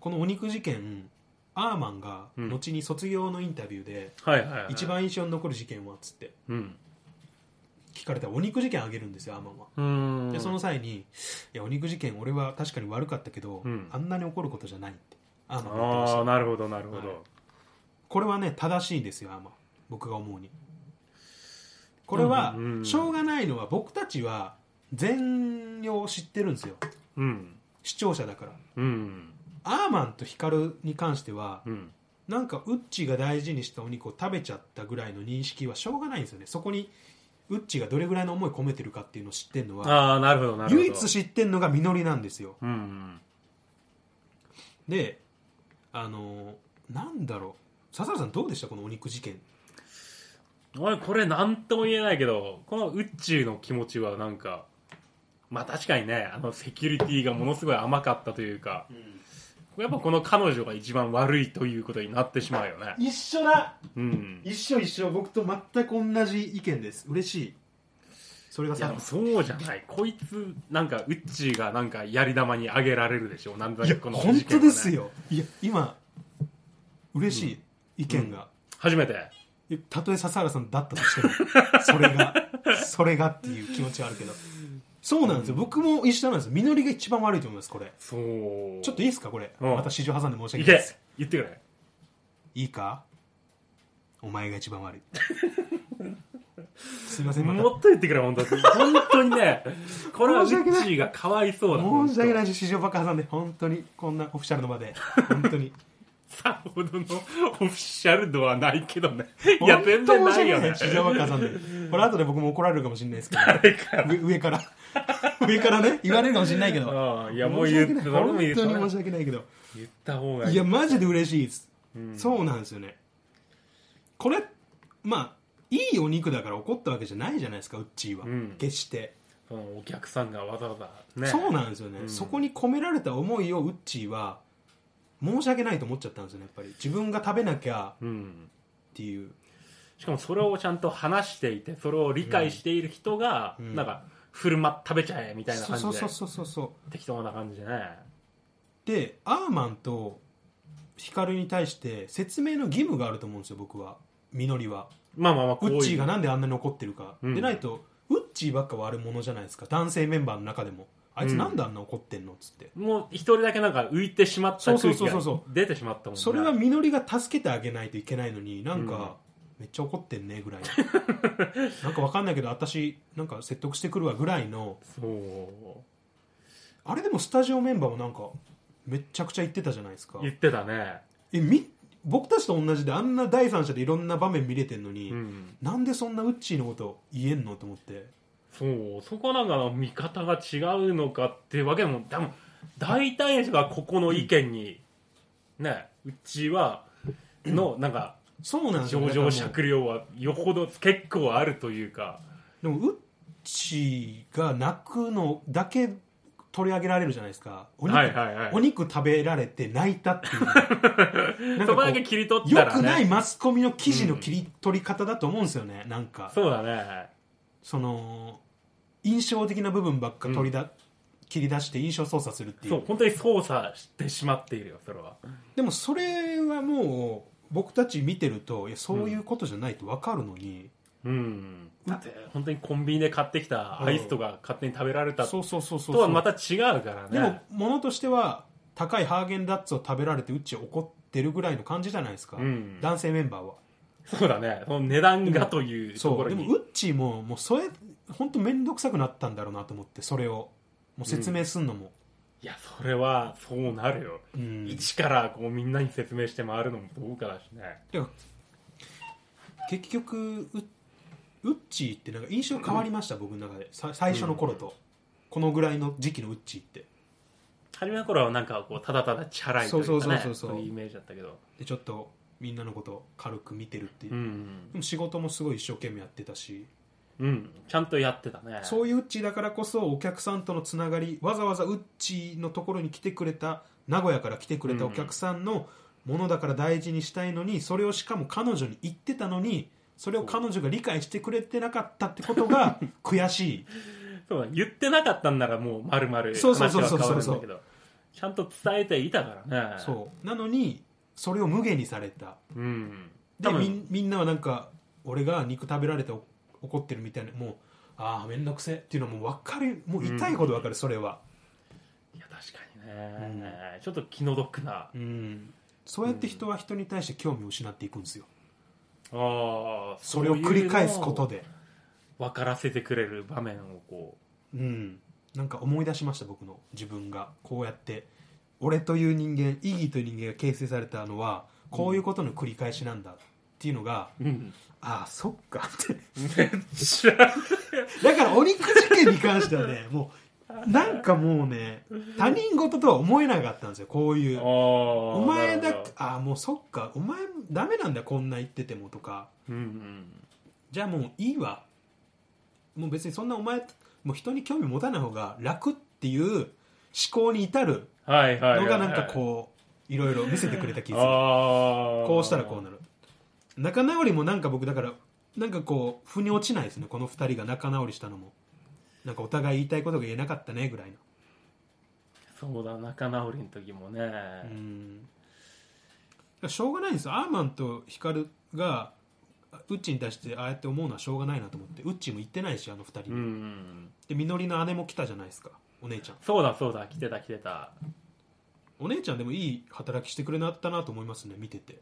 Speaker 1: このお肉事件アーマンが
Speaker 2: うん
Speaker 1: 後に卒業のインタビューで、
Speaker 2: はいはい、はい、
Speaker 1: 一番印象に残る事件はっつって
Speaker 2: うん
Speaker 1: 聞かれたらお肉事件あげるんですよアーマンは
Speaker 2: うーん
Speaker 1: でその際に「いやお肉事件俺は確かに悪かったけど、
Speaker 2: うん
Speaker 1: あんなに怒ることじゃない」ってアーマンが言ってまし
Speaker 2: ああ
Speaker 1: た
Speaker 2: なるほどなるほど、
Speaker 1: はいこれはね正しいんですよアーマン僕が思うにこれは、
Speaker 2: うんうんうん
Speaker 1: しょうがないのは僕たちは全容を知ってるんですよ
Speaker 2: うん
Speaker 1: 視聴者だから
Speaker 2: うん
Speaker 1: アーマンとヒカルに関しては、
Speaker 2: うん
Speaker 1: なんかウッチが大事にしたお肉を食べちゃったぐらいの認識はしょうがないんですよねそこにウッチがどれぐらいの思い込めてるかっていうのを知ってるのは
Speaker 2: ああなるほどなるほど
Speaker 1: 唯一知ってるのがみのりなんですよ
Speaker 2: うんうん
Speaker 1: であのーなんだろう笹原さんどうでしたこのお肉事件
Speaker 2: 俺これ何とも言えないけどこの宇宙の気持ちはなんかまあ確かにねあのセキュリティがものすごい甘かったというか、やっぱこの彼女が一番悪いということになってしまうよね
Speaker 1: 一緒だ
Speaker 2: うんい
Speaker 1: 一緒一緒僕と全く同じ意見です嬉しいそれが
Speaker 2: や
Speaker 1: さ
Speaker 2: でもそうじゃないこいつなんかウッチーがなんかやり玉にあげられるでしょなん
Speaker 1: い
Speaker 2: とな
Speaker 1: や
Speaker 2: くこの
Speaker 1: 本当です
Speaker 2: よ
Speaker 1: よいや今嬉しい意見が、
Speaker 2: 初めて
Speaker 1: えたとえ笹原さんだったと
Speaker 2: *laughs*
Speaker 1: してもそれがそれがっていう気持ちはあるけどそうなんですよ、僕も一緒なんですよみのりが一番悪いと思いますこれ
Speaker 2: そう
Speaker 1: ちょっといいですかこれ、
Speaker 2: うん
Speaker 1: また市場挟んで申し
Speaker 2: い
Speaker 1: 訳ないで
Speaker 2: け
Speaker 1: す
Speaker 2: 言ってくれ
Speaker 1: いいかお前が一番悪いすいませんま
Speaker 2: もっと言ってくれ本当に本当に
Speaker 1: *laughs*
Speaker 2: ねこれはウ
Speaker 1: 申し訳ない
Speaker 2: ッチーがかわいそう
Speaker 1: た
Speaker 2: だ
Speaker 1: 申し訳
Speaker 2: 本当
Speaker 1: ないし市場爆破さんで本当にこんなオフィシャルの場で本当に
Speaker 2: さほどのオフィシャル度はないけどね。 *laughs* い
Speaker 1: い
Speaker 2: や、全然ないよね。
Speaker 1: 市場爆破さんでこれ後で僕も怒られるかもしれないですけ
Speaker 2: 誰か
Speaker 1: ど上上から上からね言われるかもしれないけど
Speaker 2: ら。うんいや、もう言って
Speaker 1: 申し訳
Speaker 2: た
Speaker 1: ない
Speaker 2: 俺も言
Speaker 1: 本
Speaker 2: った
Speaker 1: 当
Speaker 2: 方
Speaker 1: に
Speaker 2: がい
Speaker 1: 申
Speaker 2: い
Speaker 1: し訳ないけど
Speaker 2: 言った方がいい。
Speaker 1: いやマジで嬉しいです、
Speaker 2: うん
Speaker 1: そうなんですよねこれまあいいお肉だから怒ったわけじゃないじゃないですかウッチーは、
Speaker 2: うん
Speaker 1: 決して
Speaker 2: そのお客さんがわざわざね。
Speaker 1: そうなんですよね、
Speaker 2: うん
Speaker 1: そこに込められた思いをウッチーは申し訳ないと思っちゃったんですよねやっぱり自分が食べなきゃ
Speaker 2: うん。
Speaker 1: っていう
Speaker 2: しかもそれをちゃんと話していて、それを理解している人が、
Speaker 1: うん
Speaker 2: なんか、振る舞っ食べちゃえみたいな
Speaker 1: そう
Speaker 2: 感じ
Speaker 1: そう
Speaker 2: で
Speaker 1: そう。そうそうそう
Speaker 2: 適当な感じでね。
Speaker 1: でアーマンとヒカルに対して説明の義務があると思うんですよ僕はみのりは
Speaker 2: まあまあまあ、
Speaker 1: ウ
Speaker 2: こういう
Speaker 1: ッチーがなんであんなに怒ってるか、
Speaker 2: うん
Speaker 1: でないとウッチーばっか悪者じゃないですか男性メンバーの中でもあいつなんであんな怒ってんのっつって、
Speaker 2: もう一人だけなんか浮いてしまった
Speaker 1: そう
Speaker 2: 空
Speaker 1: そう
Speaker 2: 気
Speaker 1: そう
Speaker 2: が
Speaker 1: そう
Speaker 2: 出てしまったもんね。
Speaker 1: それはみのりが助けてあげないといけないのになんか、
Speaker 2: うん
Speaker 1: めっちゃ怒ってんねぐらい *laughs* のなんかわかんないけど私なんか説得してくるわぐらいの
Speaker 2: そう。
Speaker 1: あれでもスタジオメンバーもなんかめっちゃくちゃ言ってたじゃないですか
Speaker 2: 言ってたね。
Speaker 1: えみ僕たちと同じであんな第三者でいろんな場面見れてんのに、
Speaker 2: うん。
Speaker 1: なんでそんなウッチーのこと言えんのと思って
Speaker 2: そう、そこなんか見方が違うのかっていうわけでも、多分大体の人がここの意見に、ね、うちは、の、なんか、
Speaker 1: そうなんですよ
Speaker 2: 上場
Speaker 1: だか
Speaker 2: 酌量はよほど結構あるというか、
Speaker 1: らもうでもウッチーが泣くのだけ取り上げられるじゃないですかお肉,、
Speaker 2: はいはいはい
Speaker 1: お肉食べられて泣いたっていうなん
Speaker 2: *laughs*
Speaker 1: か
Speaker 2: そ
Speaker 1: こ
Speaker 2: こ
Speaker 1: う
Speaker 2: だけ切り取った
Speaker 1: よ
Speaker 2: ら、ね、
Speaker 1: くないマスコミの記事の切り取り方だと思うんですよね、なんか
Speaker 2: そうだね。
Speaker 1: その印象的な部分ばっか取りだ、切り出して印象操作するってい
Speaker 2: そうう、本当に操作してしまっているよ、それは。
Speaker 1: でもそれはもう僕たち見てるといやそういうことじゃないと分かるのに、
Speaker 2: うんだって本当にコンビニで買ってきたアイスとか勝手に食べられた
Speaker 1: そ
Speaker 2: と
Speaker 1: うそうそうそう
Speaker 2: はまた違うからね
Speaker 1: でも物としては高いハーゲンダッツを食べられてうち怒ってるぐらいの感じじゃないですか、
Speaker 2: うん
Speaker 1: 男性メンバーは
Speaker 2: そうだねその値段がというと
Speaker 1: そ
Speaker 2: こ
Speaker 1: う
Speaker 2: ろ
Speaker 1: でも
Speaker 2: に
Speaker 1: ウッチーももうそれ本当面倒くさくなったんだろうなと思ってそれをもう説明すんのも、
Speaker 2: いやそれはそうなるよ、
Speaker 1: うん
Speaker 2: 一からこうみんなに説明して回るのもどうかだしね
Speaker 1: てか結局ウッウッチーってなんか印象変わりました、僕の中でさ最初の頃と、このぐらいの時期のウッチーって
Speaker 2: 初めの頃はなんかこうただただチャラいというか、
Speaker 1: そ
Speaker 2: ね、
Speaker 1: うそうそうそう
Speaker 2: いうイメージだったけど
Speaker 1: でちょっとみんなのこと軽く見てるっていう、
Speaker 2: う
Speaker 1: で
Speaker 2: ん、
Speaker 1: も仕事もすごい一生懸命やってたし
Speaker 2: うん、ちゃんとやってたね
Speaker 1: そういうウッチーだからこそお客さんとのつながりわざわざウッチーのところに来てくれた名古屋から来てくれたお客さんのものだから大事にしたいのにそれをしかも彼女に言ってたのにそれを彼女が理解してくれてなかったってことが悔しい
Speaker 2: そうだ言ってなかったんならもう丸々話
Speaker 1: そうそう
Speaker 2: は
Speaker 1: そ
Speaker 2: 変
Speaker 1: う
Speaker 2: わ
Speaker 1: そう
Speaker 2: るんだけどちゃんと伝えていたからね
Speaker 1: そうなのにそれを無限にされた
Speaker 2: う、うん、
Speaker 1: で
Speaker 2: 多分
Speaker 1: みんみんなはなんか俺が肉食べられてお怒ってるみたいなもうああ面倒くせえっていうのも分かるもう痛いほど分かるそれは、
Speaker 2: いや確かにね、ちょっと気の毒な
Speaker 1: うん、そうやって人は人に対して興味を失っていくんですよ
Speaker 2: ああ
Speaker 1: それを繰り返すこと
Speaker 2: で
Speaker 1: で
Speaker 2: 分からせてくれる場面をこ
Speaker 1: うんなんか思い出しました僕の自分がこうやって俺という人間意義という人間が形成されたのはこういうことの繰り返しなんだっていうのが、
Speaker 2: う、うん、
Speaker 1: ああそっか *laughs* って
Speaker 2: めっちゃ
Speaker 1: だからお肉事件に関してはねもうなんかもうね他人事とは思えなかったんですよこういう *laughs* お
Speaker 2: お
Speaker 1: 前だああもうそっかお前ダメなんだこんな言っててもとか
Speaker 2: うんうん
Speaker 1: じゃあもういいわもう別にそんなお前もう人に興味持たない方が楽っていう思考に至る
Speaker 2: はいはいはい、はい、
Speaker 1: のがなんかこういろいろ見せてくれた気がする
Speaker 2: ああ
Speaker 1: こうしたらこうな
Speaker 2: る
Speaker 1: る仲直りもなんか僕だからなんかこう腑に落ちないですねこの2人が仲直りしたのもなんかお互い言いたいことが言えなかったねぐらいの
Speaker 2: そうだ仲直りの時もね、
Speaker 1: うんだからしょうがないんですよアーマンとヒカルがウッチに対してああやって思うのはしょうがないなと思ってウッチも言ってないしあの2人に、
Speaker 2: うんうん、
Speaker 1: でみのりの姉も来たじゃないですかお姉ちゃん
Speaker 2: そうだそうだ来てた来てた
Speaker 1: お姉ちゃんでもいい働きしてくれなったなと思いますね見てて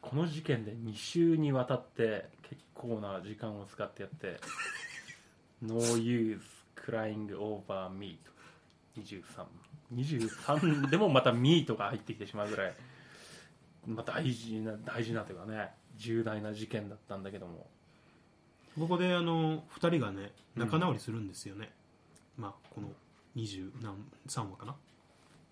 Speaker 2: この事件で2週にわたって結構な時間を使ってやって
Speaker 1: *laughs*
Speaker 2: No use crying over me 2323 23でもまた me とか入ってきてしまうぐらい、まあ、大事な大事なというかね重大な事件だったんだけども
Speaker 1: ここであの2人がね
Speaker 2: うん
Speaker 1: 仲直りするんですよね、まあこの23話かな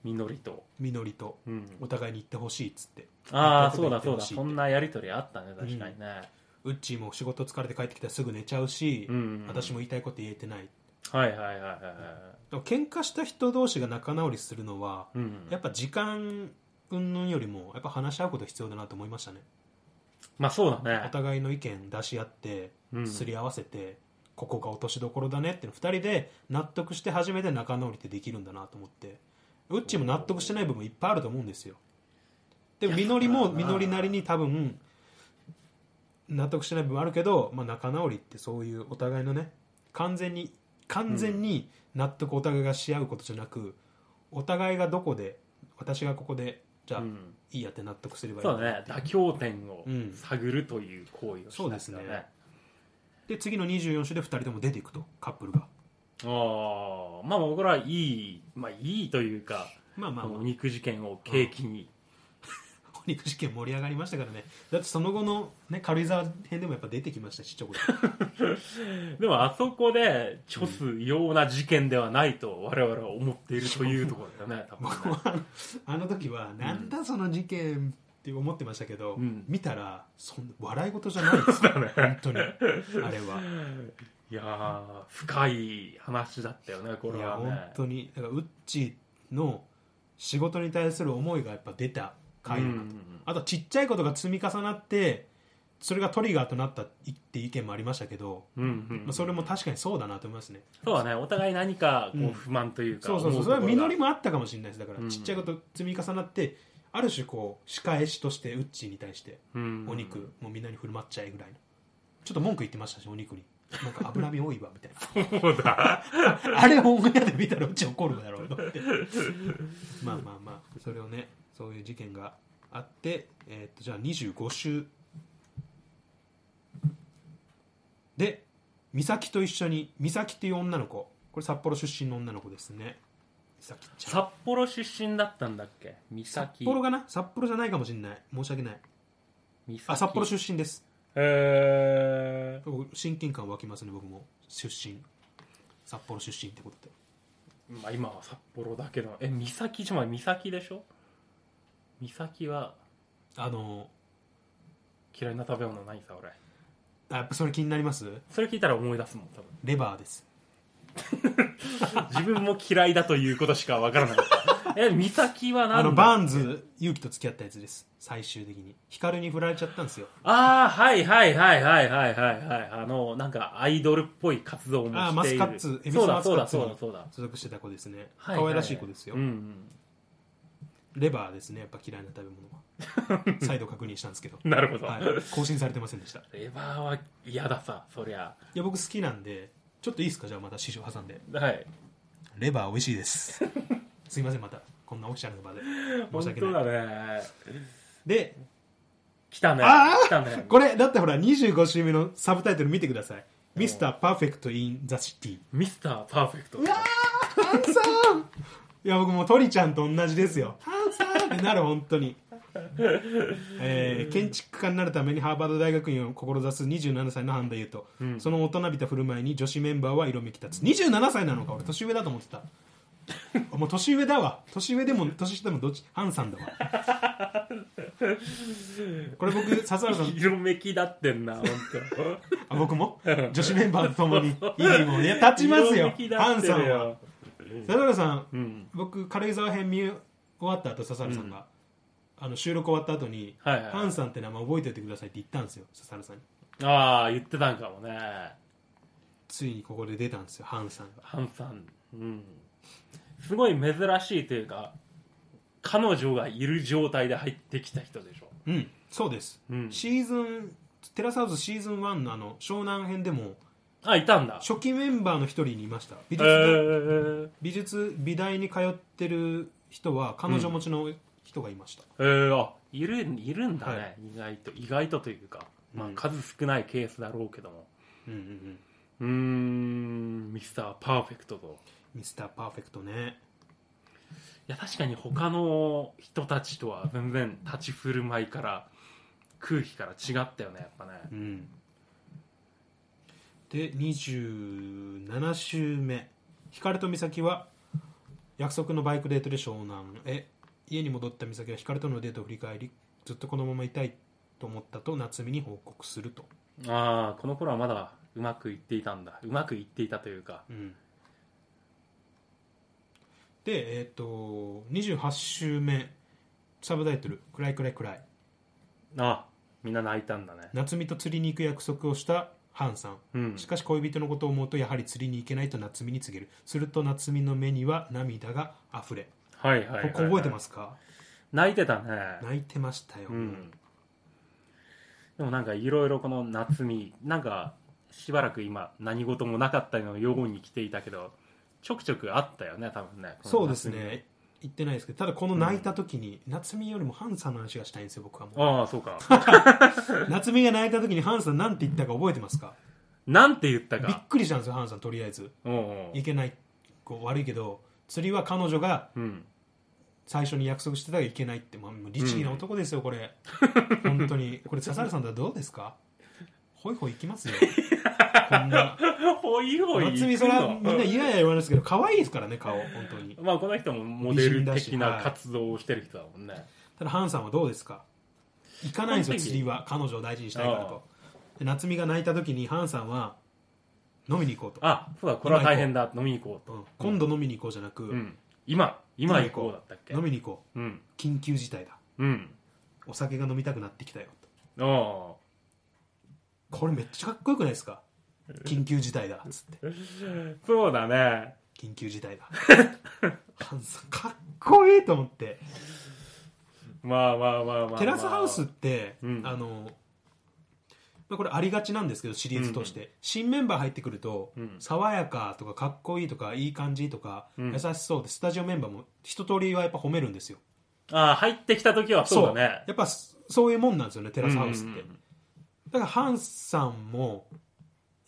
Speaker 2: みのりと、
Speaker 1: みのりと
Speaker 2: うん、
Speaker 1: お互いに行ってほしいっつって
Speaker 2: ああ
Speaker 1: 言
Speaker 2: そ
Speaker 1: いうた
Speaker 2: だ
Speaker 1: いこと言ってほし
Speaker 2: そうだ
Speaker 1: いって
Speaker 2: そんなやり取りあったね確かにね、
Speaker 1: ウッチーも仕事疲れて帰ってきたらすぐ寝ちゃうし、
Speaker 2: うんうん
Speaker 1: 私も言いたいこと言えてない
Speaker 2: はいはいはいはいは、
Speaker 1: でも喧嘩した人同士が仲直りするのはい
Speaker 2: うん、
Speaker 1: やっぱ時間云々よりもやっぱ話し合うことが必要だなと思いましたね
Speaker 2: まあそうだ
Speaker 1: お
Speaker 2: ね
Speaker 1: 互いの意見出し合って
Speaker 2: うん
Speaker 1: すり合わせて、ここが落としどころだねっていうの2人で納得して初めて仲直りってできるんだなと思ってウッチも納得してない部分いっぱいあると思うんですよでもみのり
Speaker 2: いや
Speaker 1: も
Speaker 2: そうだ
Speaker 1: み
Speaker 2: な
Speaker 1: のりなりに多分納得してない部分あるけど、まあ、仲直りってそういうお互いのね完全に完全に納得お互いがし合うことじゃなく、お互いがどこで私がここでじゃあ、
Speaker 2: うん
Speaker 1: いいやって納得すればいい
Speaker 2: そ
Speaker 1: ん
Speaker 2: う
Speaker 1: だな
Speaker 2: だね妥協点を
Speaker 1: うん
Speaker 2: 探るという行為をしたんだ
Speaker 1: そうですねで次の24週で2人とも出ていくとカップルが
Speaker 2: ああまあ僕らはいいまあいいというか、
Speaker 1: まあまあ、まあ
Speaker 2: お、肉事件を契機に、
Speaker 1: お肉事件盛り上がりましたからねだってその後の、ね、軽井沢編でもやっぱ出てきましたしちょ
Speaker 2: *laughs*
Speaker 1: こちょこ
Speaker 2: でもあそこでチョスような事件ではないと我々は思っているというところだよね多
Speaker 1: 僕
Speaker 2: 分ね
Speaker 1: もあのあの時はなんだその事件って思ってましたけど、
Speaker 2: うん
Speaker 1: 見たらそんな笑い事じゃないです
Speaker 2: *laughs*
Speaker 1: よ本当にあれはい
Speaker 2: やー深い話だったよねこ
Speaker 1: い
Speaker 2: れ
Speaker 1: や
Speaker 2: は
Speaker 1: 本
Speaker 2: ね
Speaker 1: 当にだからウッチーの仕事に対する思いがやっぱ出た回だなと、
Speaker 2: うんうんうん
Speaker 1: あとちっちゃいことが積み重なってそれがトリガーとなったって意見もありましたけど、
Speaker 2: うんうん
Speaker 1: まあ、それも確かにそうだなと思いますね
Speaker 2: そうだねお互い何か
Speaker 1: う
Speaker 2: こ
Speaker 1: ん
Speaker 2: う不満というか、
Speaker 1: そうそうそうそ
Speaker 2: 思
Speaker 1: れは
Speaker 2: ところが
Speaker 1: 実りもあったかもしれないですだから、
Speaker 2: うん
Speaker 1: ちっちゃいこと積み重なってある種こう仕返しとしてウッチーに対して
Speaker 2: うん
Speaker 1: お肉もうみんなに振る舞っちゃえぐらいのちょっと文句言ってましたしお肉になんか脂身多いわみたいな
Speaker 2: そうだ。
Speaker 1: *laughs* あれ本屋で見たらうち怒るだろうと思ってまあまあまあそれをねそういう事件があって、えーっとじゃあ25週で美咲と一緒に美咲っていう女の子これ札幌出身の女の子ですね美咲ちゃん
Speaker 2: 札幌出身だったんだっけ三
Speaker 1: 札
Speaker 2: 崎。
Speaker 1: 幌かな札幌じゃないかもしれない申し訳ない
Speaker 2: 三崎
Speaker 1: あ札幌出身です
Speaker 2: え
Speaker 1: 僕親近感湧きますね僕も出身札幌出身ってことで
Speaker 2: ー、まあ今は札幌だけど、え、三崎じゃ、三崎でしょ三崎は
Speaker 1: あの
Speaker 2: 嫌いな食べ物ないさ、俺。
Speaker 1: あやっぱそれ気になります
Speaker 2: それ聞いたら思い出すもん、多分。
Speaker 1: レバーです
Speaker 2: 自分も嫌いだということしかわか
Speaker 1: *laughs*
Speaker 2: らなかった。え、三崎は何だ
Speaker 1: あのバーンズ勇気と付き合ったやつです最終的に光に振られちゃったんですよ
Speaker 2: ああ、はいはいはいはいはいはいはい。あの、なんかアイドルっぽい活動もしている。
Speaker 1: あーマスカッツ恵比寿
Speaker 2: そうだ
Speaker 1: マス
Speaker 2: そう
Speaker 1: カッ
Speaker 2: だ
Speaker 1: ツ
Speaker 2: そ
Speaker 1: に
Speaker 2: うだそうだ。
Speaker 1: 所属してた子ですね、
Speaker 2: はいはい
Speaker 1: 可愛らしい子ですよ、
Speaker 2: うんうん。
Speaker 1: レバーですねやっぱ嫌いな食べ物は
Speaker 2: *laughs*
Speaker 1: 再度確認したんですけど、
Speaker 2: なるほど。
Speaker 1: はい、更新されてませんでしたい
Speaker 2: レバーは嫌ださ、そりゃ。
Speaker 1: や僕好きなんでちょっといいですかじゃあまた試食挟んで
Speaker 2: はい。
Speaker 1: レバー美味しいです
Speaker 2: *laughs*
Speaker 1: すいませんまたこんなオフィシャルの場で申し
Speaker 2: 本
Speaker 1: 訳
Speaker 2: 当
Speaker 1: ない
Speaker 2: だね。
Speaker 1: で
Speaker 2: 来たね。
Speaker 1: あー
Speaker 2: 来たね。
Speaker 1: これだってほら25週目のサブタイトル見てください「ミスターパーフェクト・イン・ザ・シティ」
Speaker 2: ミスターパーフェクト。
Speaker 1: ハンサーいや僕もうトリちゃんと同じですよハンサーってなる本当に、えー建築家になるためにハーバード大学院を志す27歳の半田優斗、その大人びた振る舞いに女子メンバーは色めき立つ27歳なのか俺年上だと思ってたもう年上だわ年上でも年下でもどっちハンさんだわこれ僕笹原さん
Speaker 2: 色めきだってんな、本
Speaker 1: あ僕も女子メンバーと共にいいもんい *laughs* や立ちます
Speaker 2: 色
Speaker 1: よ
Speaker 2: めきだ
Speaker 1: ハン
Speaker 2: って
Speaker 1: さ
Speaker 2: る
Speaker 1: んは
Speaker 2: よ
Speaker 1: 笹原さん、
Speaker 2: うん。
Speaker 1: 僕軽井沢編見終わった後笹原さんが、あの収録終わった後に、
Speaker 2: はいはいはい
Speaker 1: ハンさんって名前覚えておいてくださいって言ったんですよ笹原さんに
Speaker 2: ああ、言ってたんかもね。
Speaker 1: ついにここで出たんですよハンさんが
Speaker 2: ハンさん。うん。すごい珍しいというか、彼女がいる状態で入ってきた人でしょ。
Speaker 1: うんそうです、
Speaker 2: うん
Speaker 1: シーズンテラスハウスシーズン1のあの湘南編でも
Speaker 2: あ、いたんだ。
Speaker 1: 初期メンバーの一人にいました美
Speaker 2: え
Speaker 1: 術,、
Speaker 2: ー、
Speaker 1: 美術美大に通ってる人は彼女持ちの人がいました、
Speaker 2: えー、あいるいるんだね、
Speaker 1: はい
Speaker 2: 意外と意外とというか、まあ
Speaker 1: うん、
Speaker 2: 数少ないケースだろうけども
Speaker 1: うんうんうん
Speaker 2: うーんミスターパーフェクトと
Speaker 1: ミスターパーフェクトね
Speaker 2: いや確かに他の人たちとは全然立ち振る舞いから空気から違ったよねやっぱね
Speaker 1: うんで27週目光と美咲は約束のバイクデートで湘南へ家に戻った美咲は光とのデートを振り返りずっとこのままいたいと思ったと夏美に報告すると、
Speaker 2: ああこの頃はまだうまくいっていたんだうまくいっていたというか
Speaker 1: うんでえっ、と28週目サブタイトル「暗い暗い暗い
Speaker 2: あみんな泣いたんだね
Speaker 1: 夏美と釣りに行く約束をしたハンさん
Speaker 2: うん
Speaker 1: しかし恋人のことを思うとやはり釣りに行けないと夏美に告げるすると夏美の目には涙があふれ
Speaker 2: はいはいはい、
Speaker 1: ここ覚えてますすか
Speaker 2: 泣いてたね
Speaker 1: 泣いてましたよ、
Speaker 2: うん、でもなんかいろいろこの夏美なんかしばらく今何事もなかったように来ていたけどちょくちょくあったよね多分ね
Speaker 1: そうですね言ってないですけどただこの泣いた時に、夏美よりもハンさんの話がしたいんですよ僕はも
Speaker 2: この夏美ああそうか
Speaker 1: う夏美が泣いた時にハンさんなんて言ったか覚えてますか
Speaker 2: なんて言った
Speaker 1: びっ
Speaker 2: か
Speaker 1: くりしたんですよハンさんとりあえず
Speaker 2: うんうん
Speaker 1: 行けないこう悪いけど釣りは彼女が *laughs*
Speaker 2: うん
Speaker 1: 最初に律儀約束してたらいけないって、まあ、もう律儀な男ですよ、こ
Speaker 2: *laughs*
Speaker 1: れ本当にこれ笹原さんだったらどうですかホイホイいきますよこんな
Speaker 2: ほいほい
Speaker 1: 夏美
Speaker 2: 行
Speaker 1: そ
Speaker 2: く
Speaker 1: れはみんな
Speaker 2: の
Speaker 1: 嫌や言わないですけど可愛いですからね顔本当に
Speaker 2: まあこの人もモデル
Speaker 1: 美人
Speaker 2: 的
Speaker 1: だしは
Speaker 2: ない活動をしてる人だもんね、
Speaker 1: ただハンさんはどうですか行かないんですよ
Speaker 2: 完璧
Speaker 1: 釣りは彼女を大事にしたいから
Speaker 2: ああ
Speaker 1: とで夏美が泣いた時にハンさんは飲みに行こうと、
Speaker 2: あそうだこれは大変だ飲みに行こう
Speaker 1: う
Speaker 2: と、
Speaker 1: ん今度飲みに行こうじゃなく、
Speaker 2: うん、今今行こうだったっけ
Speaker 1: 飲みに行こう
Speaker 2: うん
Speaker 1: 緊急事態だ
Speaker 2: うん
Speaker 1: お酒が飲みたくなってきたよと
Speaker 2: ああ
Speaker 1: これめっちゃかっこよくないですか緊急事態だつって
Speaker 2: そうだね
Speaker 1: 緊急事態
Speaker 2: *laughs*
Speaker 1: だハンさんかっこいいと思って
Speaker 2: まあまあまあまあまあ
Speaker 1: テラスハウスって、
Speaker 2: うん
Speaker 1: あのまあ、これありがちなんですけどシリーズとして、新メンバー入ってくると、
Speaker 2: うん
Speaker 1: 爽やかとかかっこいいとかいい感じとか、
Speaker 2: うん
Speaker 1: 優しそうでスタジオメンバーも一通りはやっぱ褒めるんですよ
Speaker 2: ああ、入ってきた時はそうだね。
Speaker 1: やっぱそういうもんなんですよねテラスハウスって、
Speaker 2: うんうんうん
Speaker 1: だからハンさんもやっ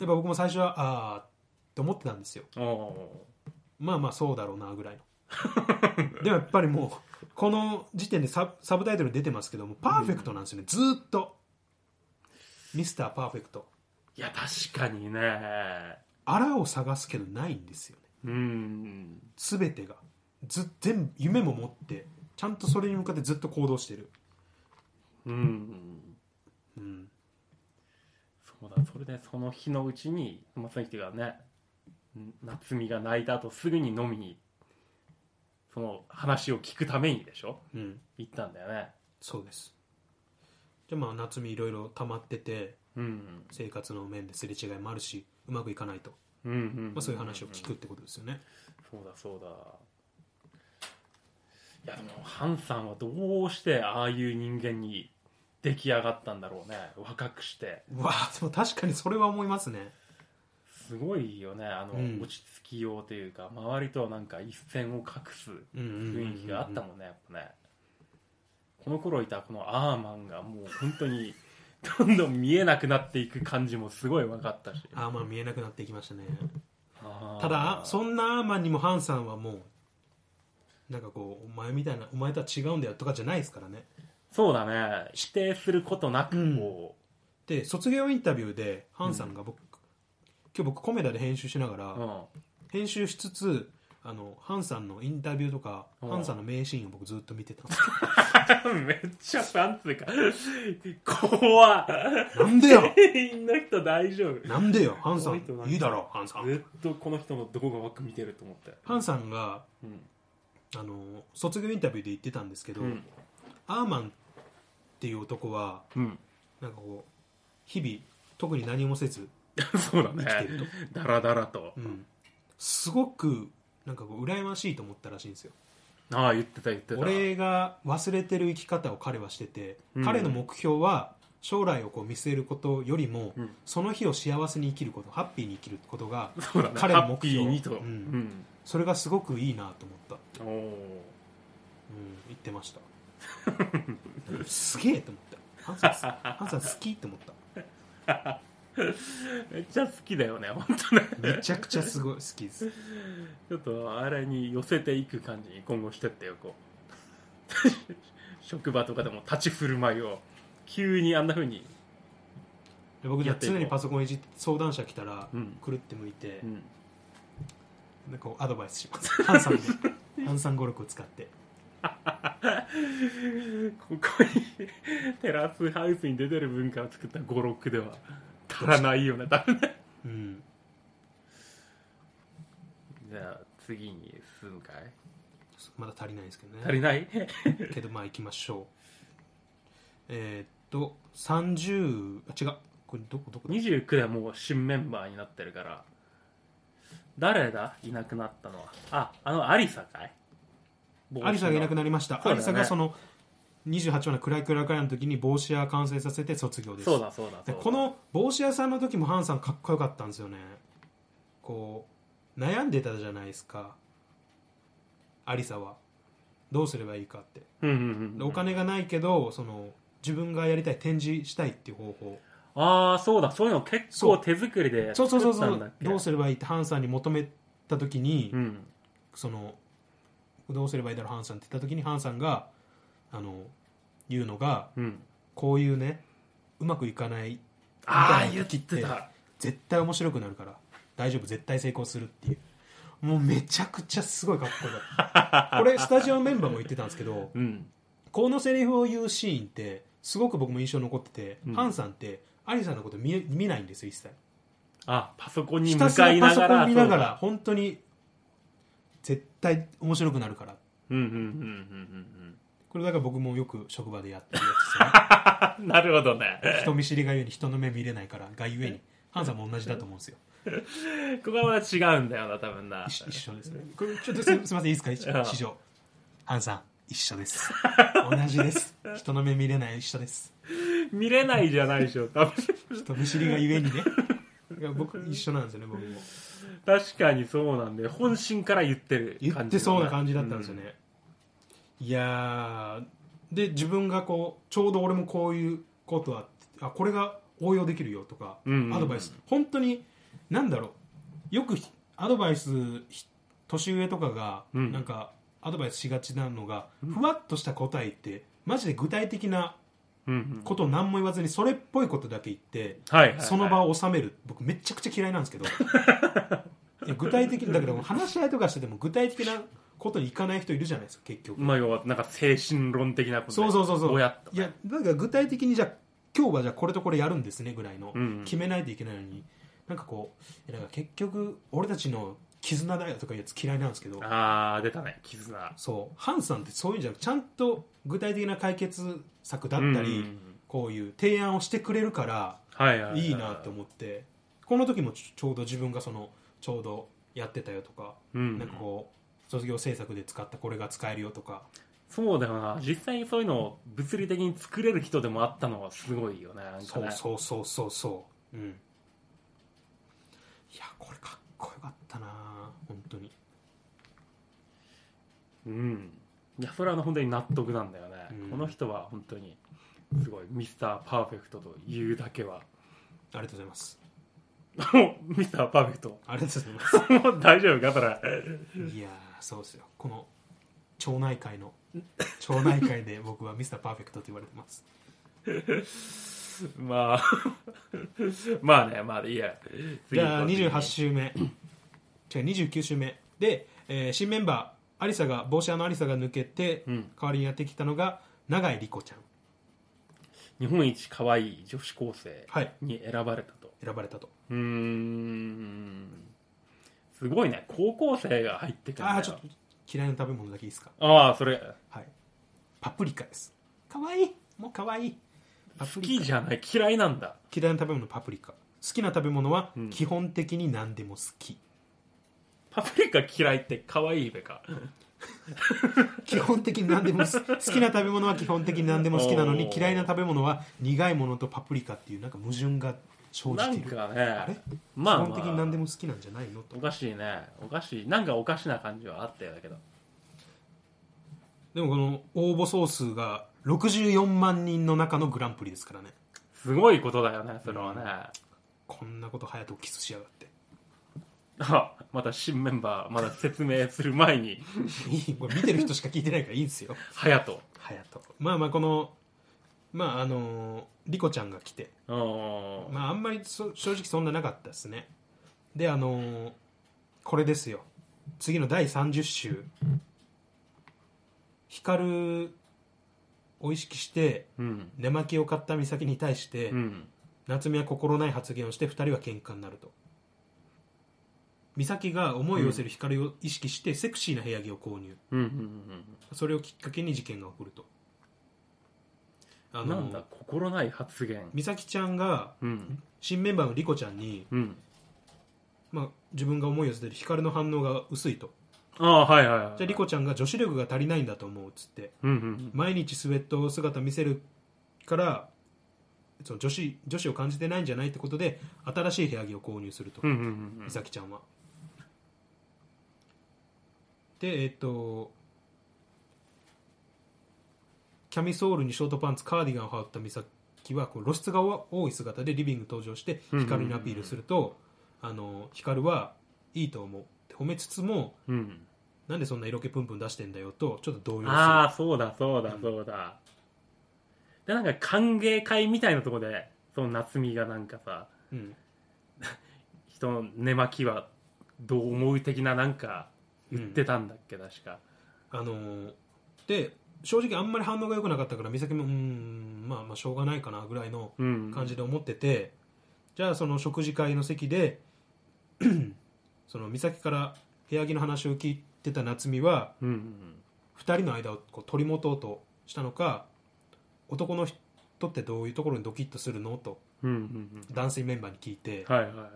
Speaker 1: ぱ僕も最初はああって思ってたんですよ
Speaker 2: おお
Speaker 1: まあまあそうだろうなぐらいの *laughs* でもやっぱりもうこの時点でサブサブタイトル出てますけどもパーフェクトなんですよね、ずーっとミスターパーフェクト
Speaker 2: ー。いや、確かにね。
Speaker 1: あらを探すけどないんですよね
Speaker 2: うん。
Speaker 1: 全てがず全部夢も持ってちゃんとそれに向かってずっと行動してる、
Speaker 2: うん。
Speaker 1: うん、
Speaker 2: そうだ、それでその日のうちに、まあ、その人がね、ん夏美が泣いた後すぐに飲みに、その話を聞くためにでしょ
Speaker 1: うん、
Speaker 2: 行ったんだよね。
Speaker 1: そうですじゃあまあ夏美いろいろ溜まってて
Speaker 2: うん。
Speaker 1: 生活の面ですれ違いもあるしうまくいかないと、
Speaker 2: うんうん。
Speaker 1: まあ、そういう話を聞くってことですよね、
Speaker 2: そうだそうだいやでもハンさんはどうしてああいう人間に出来上がったんだろうね若くして
Speaker 1: うわあでも確かにそれは思いますね
Speaker 2: すごいよねあの、
Speaker 1: うん
Speaker 2: 落ち着きようというか周りとはなんか一線を画す雰
Speaker 1: 雰
Speaker 2: 囲気があったもんねやっぱねこの頃いたこのアーマンがもう本当に *laughs* どんどん見えなくなっていく感じもすごい分かったし
Speaker 1: アーマン見えなくなってきましたね
Speaker 2: あー
Speaker 1: ただそんなアーマンにもハンさんはもうなんかこうお前みたいなお前とは違うんだよとかじゃないですからね
Speaker 2: そうだね否定することな
Speaker 1: うん
Speaker 2: くこ
Speaker 1: で卒業インタビューでハンさんが僕、今日僕コメダで編集しながら、
Speaker 2: う、うん
Speaker 1: 編集しつつあのハンさんのインタビューとか、
Speaker 2: うん
Speaker 1: ハンさんの名シーンを僕ずっと見てたんですよ
Speaker 2: *laughs* めっちゃなんつうか怖
Speaker 1: なんでよ
Speaker 2: 店員の人大丈夫
Speaker 1: なんでよハンさ
Speaker 2: この人なん
Speaker 1: ん
Speaker 2: か
Speaker 1: いいだろハンさん
Speaker 2: ずっとこの人の動画ばっか見てると思って
Speaker 1: ハンさんが
Speaker 2: うん
Speaker 1: あの卒業インタビューで言ってたんですけど、
Speaker 2: うん
Speaker 1: アーマンっていう男は
Speaker 2: うん
Speaker 1: なんかこう日々特に何もせず、
Speaker 2: *laughs* そうだ
Speaker 1: 生き
Speaker 2: ね
Speaker 1: てる
Speaker 2: ダラダラと
Speaker 1: うん、すごくなんかこう羨ましいと思ったらしいんですよ
Speaker 2: ああ言ってた言ってた
Speaker 1: 俺が忘れてる生き方を彼はしてて、
Speaker 2: うん
Speaker 1: 彼の目標は将来をこう見据えることよりも、
Speaker 2: うん
Speaker 1: その日を幸せに生きることハッピーに生きることが
Speaker 2: そうだね
Speaker 1: 彼
Speaker 2: ハ
Speaker 1: の
Speaker 2: ッ
Speaker 1: 目
Speaker 2: ピ
Speaker 1: 標
Speaker 2: ーにと
Speaker 1: う
Speaker 2: うん
Speaker 1: それがすごくいいなと思った、うん、
Speaker 2: おお
Speaker 1: 言って
Speaker 2: *laughs*
Speaker 1: ましたすげえと思ったハンさんすハンさん好きと思った
Speaker 2: めっちゃ好きだよね本当ね
Speaker 1: めちゃくちゃすごい好きです
Speaker 2: ちょっとあれに寄せていく感じに今後してってよこう *laughs* 職場とかでも立ち振る舞いを急にあんなふうに
Speaker 1: で僕じゃあ
Speaker 2: やっていこ
Speaker 1: 常
Speaker 2: う
Speaker 1: にパソコンいじって相談者来たら、
Speaker 2: うん
Speaker 1: くるって向いて、
Speaker 2: うん
Speaker 1: なんかこうアドバイスします *laughs* ハンさんでハンさん語録を使って
Speaker 2: ここにテラスハウスに出てる文化を作った語録では足らないよね多分ね
Speaker 1: うん
Speaker 2: じゃあ次に進むかい
Speaker 1: まだ足りないですけどね
Speaker 2: 足りない
Speaker 1: けどまあ行きましょうえーっと30あ違うこれどこどこだ
Speaker 2: 29でもう新メンバーになってるから誰だいなくなったのはああのアリサかい
Speaker 1: アリサがいなく
Speaker 2: な
Speaker 1: なりました、
Speaker 2: そうだ
Speaker 1: ア
Speaker 2: よ
Speaker 1: リ
Speaker 2: ね
Speaker 1: サがその28話の「暗い暗い暗い」の時に帽子屋完成させて卒業です
Speaker 2: そうだそうだそう
Speaker 1: で
Speaker 2: だ
Speaker 1: この帽子屋さんの時もハンさんかっこよかったんですよねこう悩んでたじゃないですかアリサはどうすればいいかって
Speaker 2: うんうん
Speaker 1: で
Speaker 2: うん
Speaker 1: お金がないけどその自分がやりたい展示したいっていう方法
Speaker 2: ああそうだそういうの結
Speaker 1: そ
Speaker 2: 構
Speaker 1: う
Speaker 2: 手作りで
Speaker 1: そうそうそうそ
Speaker 2: 作ったんだ
Speaker 1: う
Speaker 2: っけ
Speaker 1: どうすればいいってハンさんに求めた時に、
Speaker 2: うん
Speaker 1: そのどうすればいいだろうハンさんって言った時にハンさんがあの言うのが
Speaker 2: うん
Speaker 1: こういうねうまくいかない
Speaker 2: ああ
Speaker 1: みたい
Speaker 2: 言
Speaker 1: な
Speaker 2: っ
Speaker 1: 時
Speaker 2: て
Speaker 1: って
Speaker 2: た
Speaker 1: 絶対面白くなるから大丈夫絶対成功するっていうもうめちゃくちゃすごいかっこいいこれスタジオメンバーも言ってたんですけど
Speaker 2: うん
Speaker 1: このセリフを言うシーンってすごく僕も印象に残ってて、
Speaker 2: うん
Speaker 1: ハンさんってアリさんのこと見え見ないんですよ一切
Speaker 2: あパソコンに
Speaker 1: ひ
Speaker 2: 向
Speaker 1: たすら
Speaker 2: かい
Speaker 1: パ
Speaker 2: な
Speaker 1: ソ
Speaker 2: が
Speaker 1: コ
Speaker 2: ら
Speaker 1: ン見なが
Speaker 2: そう
Speaker 1: ら
Speaker 2: だ
Speaker 1: 本当に絶対面白くなるから
Speaker 2: うんうんうんうん
Speaker 1: これだから僕もよく職場でやってるやつです
Speaker 2: うんうんなるほどね
Speaker 1: ね
Speaker 2: *laughs*
Speaker 1: 人見知りがゆえに人の目見れないからがゆえにハンさんも同じだと思うんですよ
Speaker 2: ここはまた違うんだよな多分な
Speaker 1: 一緒一緒ですねこれちょっとすすみませんいいですか一 *laughs*
Speaker 2: うん
Speaker 1: 師匠 *laughs* ハンさん一緒です同じです人の目見れない一緒です
Speaker 2: 見れないじゃないでしょ多分
Speaker 1: 人見知りがゆえにねいや僕一緒なんですよね僕も
Speaker 2: 確かにそうなんで本心から言ってる
Speaker 1: 言
Speaker 2: 感じ
Speaker 1: ってそうな感じだったんですよね、いやーで自分がこうちょうど俺もこういうことはあこれが応用できるよとか、
Speaker 2: うんうんうん
Speaker 1: アドバイス本当になんだろうよくひアドバイスひ年上とかが
Speaker 2: うん
Speaker 1: なんかアドバイスしがちなのが、ふわっとした答えってマジで具体的な
Speaker 2: うんうんうん
Speaker 1: ことを何も言わずにそれっぽいことだけ言って、
Speaker 2: はいはいはい
Speaker 1: *laughs* その場を収める僕めちゃくちゃ嫌いなんで
Speaker 2: *laughs*
Speaker 1: すけどいや具体的にだけど話し合いとかしてても具体的なことにいかない人いるじゃないですか結局、
Speaker 2: まあ要はなんか精神論的なことで
Speaker 1: そうそうそうそう
Speaker 2: ぼやっと
Speaker 1: いやだから具体的にじゃあ今日はじゃあこれとこれやるんですねぐらいの、
Speaker 2: うんうん
Speaker 1: 決めないといけないのになんかこういやなんか結局俺たちの絆だよとかいうやつ嫌いなんですけど
Speaker 2: ああ出たね絆
Speaker 1: そうハンさんってそういうんじゃなくてちゃんと具体的な解決策だったり、
Speaker 2: うんうん
Speaker 1: こういう提案をしてくれるから
Speaker 2: はいはいはい
Speaker 1: いいなって思ってこの時もちょちょうど自分がそのちょうどやってたよとか、
Speaker 2: うん
Speaker 1: なんかこう卒業制作で使ったこれが使えるよとか
Speaker 2: そうだよな実際にそういうのを物理的に作れる人でもあったのはすごいよねなんか
Speaker 1: そう
Speaker 2: ね
Speaker 1: そうそうそうそううんいやこれかっこよかったな本当に
Speaker 2: うんいやそれは本当に納得なんだよね、
Speaker 1: うん
Speaker 2: この人は本当にすごいミスターパーフェクトという
Speaker 1: *laughs*
Speaker 2: だけは
Speaker 1: ありがとうございます
Speaker 2: おミスターパーフェクト *laughs*
Speaker 1: ありがとうございま
Speaker 2: もう大丈夫かそれ *laughs*
Speaker 1: すいやーそうですよこの町内会の町内会で僕はミスターパーフェクトと言われてます
Speaker 2: まあ *laughs* まあねまあいいや
Speaker 1: じゃあ28
Speaker 2: 週
Speaker 1: 週目違う29週目で、えー新メンバーアリサが帽子屋のアリサが抜けて、
Speaker 2: うん
Speaker 1: 代わりにやってきたのが永井莉子ちゃん
Speaker 2: 日本一可愛い女子高生
Speaker 1: はい
Speaker 2: に選ばれたと、
Speaker 1: 選ばれたと
Speaker 2: うーんすごいね高校生が入ってくるんだ
Speaker 1: あ
Speaker 2: よ
Speaker 1: あちょっと嫌いな食べ物だけいいですか
Speaker 2: ああそれ
Speaker 1: はいパプリカですかわいいもうかわいいパプ
Speaker 2: 好
Speaker 1: リ
Speaker 2: き
Speaker 1: カ
Speaker 2: じゃない嫌いなんだ
Speaker 1: 嫌いな食べ物パプリカ好きな食べ物は
Speaker 2: うん
Speaker 1: 基本的に何でも好き、
Speaker 2: パプリカ嫌いって可愛いべか
Speaker 1: 基本的に何でも好き
Speaker 2: *laughs*
Speaker 1: 好きな食べ物は基本的に何でも好きなのに
Speaker 2: おー
Speaker 1: 嫌いな食べ物は苦いものとパプリカっていうなんか矛盾が生じ
Speaker 2: な
Speaker 1: て
Speaker 2: ん
Speaker 1: いる
Speaker 2: か
Speaker 1: あれ
Speaker 2: ねまあ、まあ、
Speaker 1: 基本的に何でも好きなんじゃないのと
Speaker 2: おかしいねおかしいなんかおかしな感じはあったよだけど
Speaker 1: でもこの応募総数が64万人の中のグランプリですからね
Speaker 2: すごいことだよねそれはね、
Speaker 1: こんなこと隼人キスしやがって
Speaker 2: あ *laughs* また新メンバーまだ説明する前 *laughs* に
Speaker 1: いいこれ見てる人しか聞いてないからいいん *laughs* ですよ
Speaker 2: 隼
Speaker 1: 隼人まあまあこのまああの莉子ちゃんが来て
Speaker 2: 人うん
Speaker 1: まああんまりそ正直そんななかったですねであのこれですよ次の第30週光を意識して
Speaker 2: うん
Speaker 1: 寝巻きを買った美咲に対して、
Speaker 2: うん
Speaker 1: 夏美は心ない発言をして2人は喧嘩になると美咲が思いを寄せる光を意識してセクシーな部屋着を購入
Speaker 2: うんうん
Speaker 1: それをきっかけに事件が起こるとあ
Speaker 2: うんなんだ
Speaker 1: の
Speaker 2: 心ない発言
Speaker 1: 美咲ちゃんが
Speaker 2: うん
Speaker 1: 新メンバーの莉子ちゃんに、
Speaker 2: うん
Speaker 1: まあ、自分が思いを寄せてる光の反応が薄いと
Speaker 2: ああはいはいはい
Speaker 1: じゃあ莉子ちゃんが女子力が足りないんだと思うっつって
Speaker 2: うんうん
Speaker 1: 毎日スウェット姿見せるからその女子女子を感じてないんじゃないってことで新しい部屋着を購入すると
Speaker 2: うんうんうんうん
Speaker 1: 美咲ちゃんは。でえっとキャミソールにショートパンツカーディガンを羽織った美咲はこう露出が多い姿でリビング登場して
Speaker 2: うんうんうん
Speaker 1: 光にアピールするとあの光はいいと思うって褒めつつも
Speaker 2: うん
Speaker 1: なんでそんな色気プンプン出してんだよとちょっと動揺する
Speaker 2: ああそうだそうだそうだ、でなんか歓迎会みたいなとこでその夏美がなんかさ
Speaker 1: うん
Speaker 2: 人の寝巻きはどう思う的ななんか言ってたんだっけ、確か
Speaker 1: あのーで正直あんまり反応が良くなかったから美咲もうーんまあまあしょうがないかなぐらいの
Speaker 2: うん
Speaker 1: 感じで思ってて、じゃあその食事会の席で *clears throat* その美咲から部屋着の話を聞いてた夏美は
Speaker 2: うんうん
Speaker 1: 2人の間をこう取り持とうとしたのか男の人ってどういうところにドキッとするのと
Speaker 2: うんうんうん
Speaker 1: 男性メンバーに聞いて
Speaker 2: はいはいは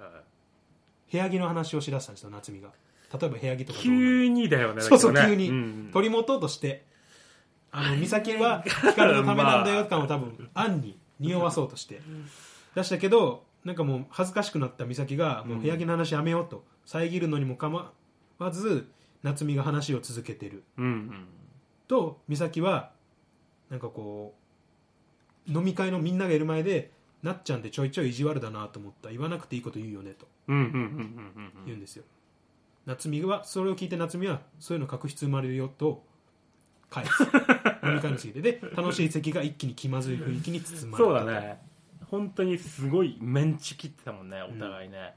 Speaker 1: 部屋着の話をしだしたんですよ夏美が例えば部屋着
Speaker 2: い
Speaker 1: とかどうなの
Speaker 2: 急にだよね
Speaker 1: そうそう
Speaker 2: だけど
Speaker 1: 急
Speaker 2: ね
Speaker 1: に
Speaker 2: うん
Speaker 1: 取り持とうとしてあの美咲は光のためなんだよ感を多分暗に匂わそうとして出したけどなんかもう恥ずかしくなった美咲が「もう部屋着の話やめよう」と遮るのにも構わず夏美が話を続けてる
Speaker 2: うんうん
Speaker 1: と美咲はなんかこう飲み会のみんながいる前で「なっちゃんってちょいちょい意地悪だなと思った言わなくていいこと言うよね」と
Speaker 2: うんうんうんうんうん
Speaker 1: 言うんですよ、夏美はそれを聞いて夏美は「そういうの確執生まれるよ」と返
Speaker 2: *laughs*
Speaker 1: す飲み会の席でで楽しい席が一気に気まずい雰囲気に包まれた
Speaker 2: そう
Speaker 1: と
Speaker 2: だね本当にすごいメンチ切ってたもんねお互いね、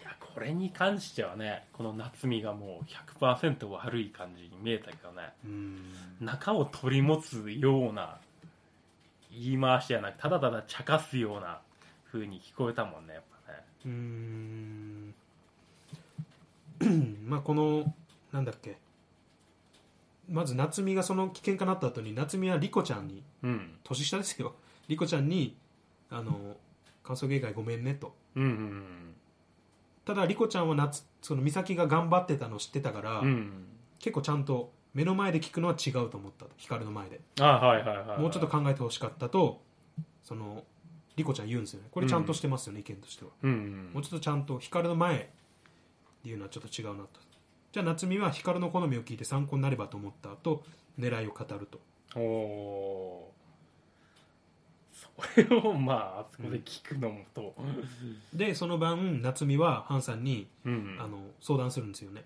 Speaker 2: いやこれに関してはねこの夏美がもう100%悪い感じに見えたけどね
Speaker 1: うん
Speaker 2: 中を取り持つような言い回しじゃなくただただ茶化すような風に聞こえたもんねやっぱね
Speaker 1: うーんまあこのなんだっけまず夏美がその危険かなった後に夏美は莉子ちゃんに
Speaker 2: うん
Speaker 1: 年下ですよ莉子ちゃんに「あの感想芸会ごめんね」と
Speaker 2: うんうん
Speaker 1: ただ莉子ちゃんは夏その美咲が頑張ってたの知ってたから、
Speaker 2: うんうん
Speaker 1: 結構ちゃんと目の前で聞くのは違うと思ったと光の前で
Speaker 2: あはいはいはいはい、
Speaker 1: もうちょっと考えてほしかったとその莉子ちゃん言うんですよねこれちゃんとしてますよね、意見としては
Speaker 2: うん
Speaker 1: も
Speaker 2: う
Speaker 1: うんちょっとちゃんと光の前っていうのはちょっと違うなとじゃあ夏美は光の好みを聞いて参考になればと思ったと狙いを語ると
Speaker 2: おおーそれをまああそこで聞くのもと、
Speaker 1: でその晩夏美はハンさんに
Speaker 2: うんうん
Speaker 1: あの相談するんですよね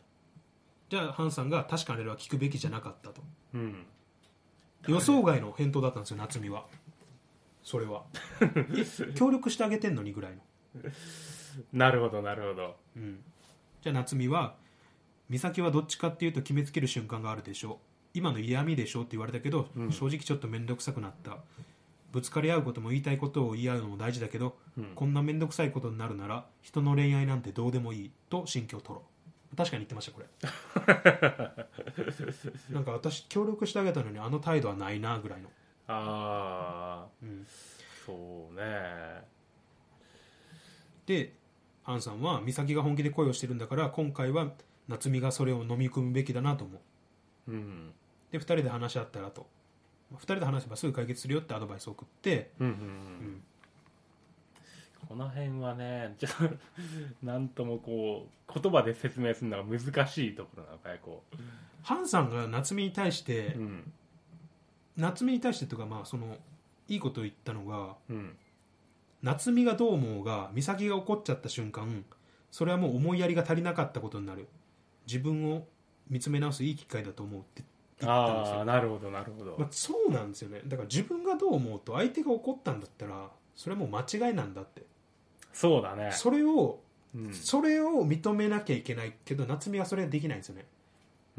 Speaker 1: じゃあハンさんが確かにあれは聞くべきじゃなかったと
Speaker 2: うん、
Speaker 1: 予想外の返答だったんですよ夏美はそれ
Speaker 2: *laughs*
Speaker 1: はえ協力してあげてんのにぐらいの、
Speaker 2: なるほどなるほど
Speaker 1: うん、じゃあ夏美は「美咲はどっちかっていうと決めつける瞬間があるでしょう今の嫌味でしょ」って言われたけど、
Speaker 2: うん
Speaker 1: 正直ちょっと面倒くさくなったぶつかり合うことも言いたいことを言い合うのも大事だけど、
Speaker 2: うん
Speaker 1: こんな面倒くさいことになるなら人の恋愛なんてどうでもいいと心境を取ろう確かに言ってましたこれ
Speaker 2: *laughs*
Speaker 1: なんか私協力してあげたのにあの態度はないなぐらいの、
Speaker 2: ああ
Speaker 1: うん
Speaker 2: そうね
Speaker 1: でアンさんは美咲が本気で恋をしてるんだから今回は夏美がそれを飲み込むべきだなと思う
Speaker 2: うん
Speaker 1: で2人で話し合ったらと2人で話せばすぐ解決するよってアドバイスを送って、
Speaker 2: うんうんう
Speaker 1: うんん
Speaker 2: この辺はねちょっと *laughs* なんともこう言葉で説明するのが難しいところなのかねこ
Speaker 1: ハンさんが夏美に対して、
Speaker 2: ううん
Speaker 1: 夏美に対してというかまあそのいいことを言ったのが
Speaker 2: うん
Speaker 1: 夏美がどう思うが美咲が怒っちゃった瞬間それはもう思いやりが足りなかったことになる自分を見つめ直すいい機会だと思うって言ったんです
Speaker 2: ああ
Speaker 1: よ
Speaker 2: なるほどなるほど、
Speaker 1: まあ、そうなんですよねだから自分がどう思うと相手が怒ったんだったらそれはもう間違いなんだって
Speaker 2: そうだね
Speaker 1: それを
Speaker 2: うん、
Speaker 1: それを認めなきゃいけないけど夏美はそれができないんですよね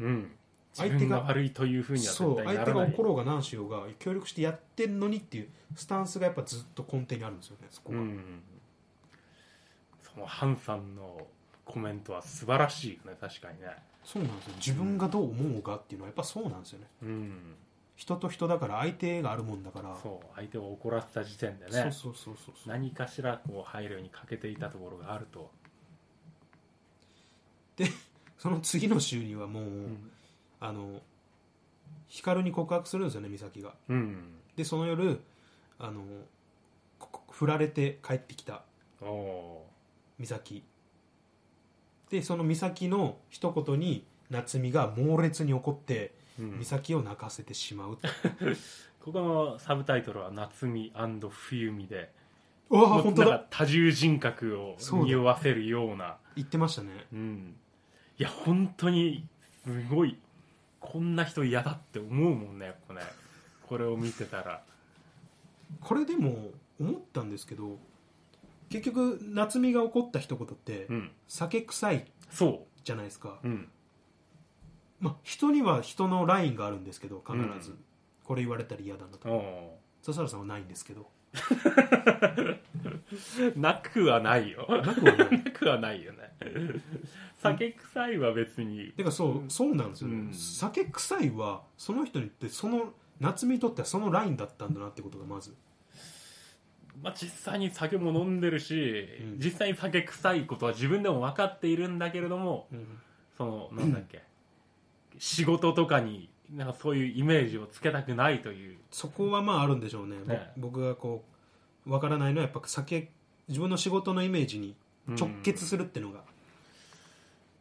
Speaker 2: うん、
Speaker 1: 相手
Speaker 2: 自
Speaker 1: が
Speaker 2: 分が悪いというふうには
Speaker 1: そ
Speaker 2: 絶
Speaker 1: う
Speaker 2: 対なら
Speaker 1: 相
Speaker 2: ない
Speaker 1: 手が怒ろうが何しようが協力してやってんのにっていうスタンスがやっぱずっと根底にあるんですよねそこ
Speaker 2: う
Speaker 1: が、
Speaker 2: ん、そのハンさんのコメントは素晴らしいよね確かにね
Speaker 1: そうなんですよ自分がどう思うかっていうのはやっぱそうなんですよね
Speaker 2: うん
Speaker 1: 人と人だから相手があるもんだから
Speaker 2: そう相手を怒らせた時点でね
Speaker 1: そうそうそうそうそう
Speaker 2: 何かしらこう配慮に欠けていたところがあると、
Speaker 1: その次の週にはもう、
Speaker 2: うん
Speaker 1: あの光に告白するんですよね美咲が
Speaker 2: うん、
Speaker 1: でその夜あのここ振られて帰ってきた
Speaker 2: おお
Speaker 1: 美咲でその美咲の一言に夏美が猛烈に怒って
Speaker 2: ー、うん
Speaker 1: 美咲を泣かせてしまうっ
Speaker 2: *laughs*
Speaker 1: て、
Speaker 2: ここのサブタイトルは「夏美冬美で」
Speaker 1: うわあ
Speaker 2: もう
Speaker 1: 本当
Speaker 2: なん
Speaker 1: だ
Speaker 2: か多重人格を匂わせるような
Speaker 1: 言ってましたね
Speaker 2: うん、いや本当にすごいこんな人嫌だって思うもんねやっぱねこれを見てたら
Speaker 1: これでも思ったんですけど結局夏美が怒った一言って
Speaker 2: うん
Speaker 1: 酒臭い
Speaker 2: そ
Speaker 1: じゃないですか、
Speaker 2: ううん
Speaker 1: まあ、人には人のラインがあるんですけど必ず、
Speaker 2: うん
Speaker 1: これ言われたら嫌だなと
Speaker 2: お
Speaker 1: 笹原さんはないんですけ
Speaker 2: *laughs*
Speaker 1: ど
Speaker 2: ーなくはないよ
Speaker 1: なくはない
Speaker 2: なくはないよね酒臭いは別に
Speaker 1: てかそう、そうなんですよね、
Speaker 2: うん
Speaker 1: 酒臭いはその人にとってその夏美にとってはそのラインだったんだなってことがまず
Speaker 2: まあ、実際に酒も飲んでるし、
Speaker 1: うん
Speaker 2: 実際に酒臭いことは自分でも分かっているんだけれどもそのなんだっけ、仕事とかになんかそういうイメージをつけたくないという
Speaker 1: そこはまああるんでしょうねぼ
Speaker 2: ね
Speaker 1: 僕がこうわからないのはやっぱ酒自分の仕事のイメージに直結するってのが、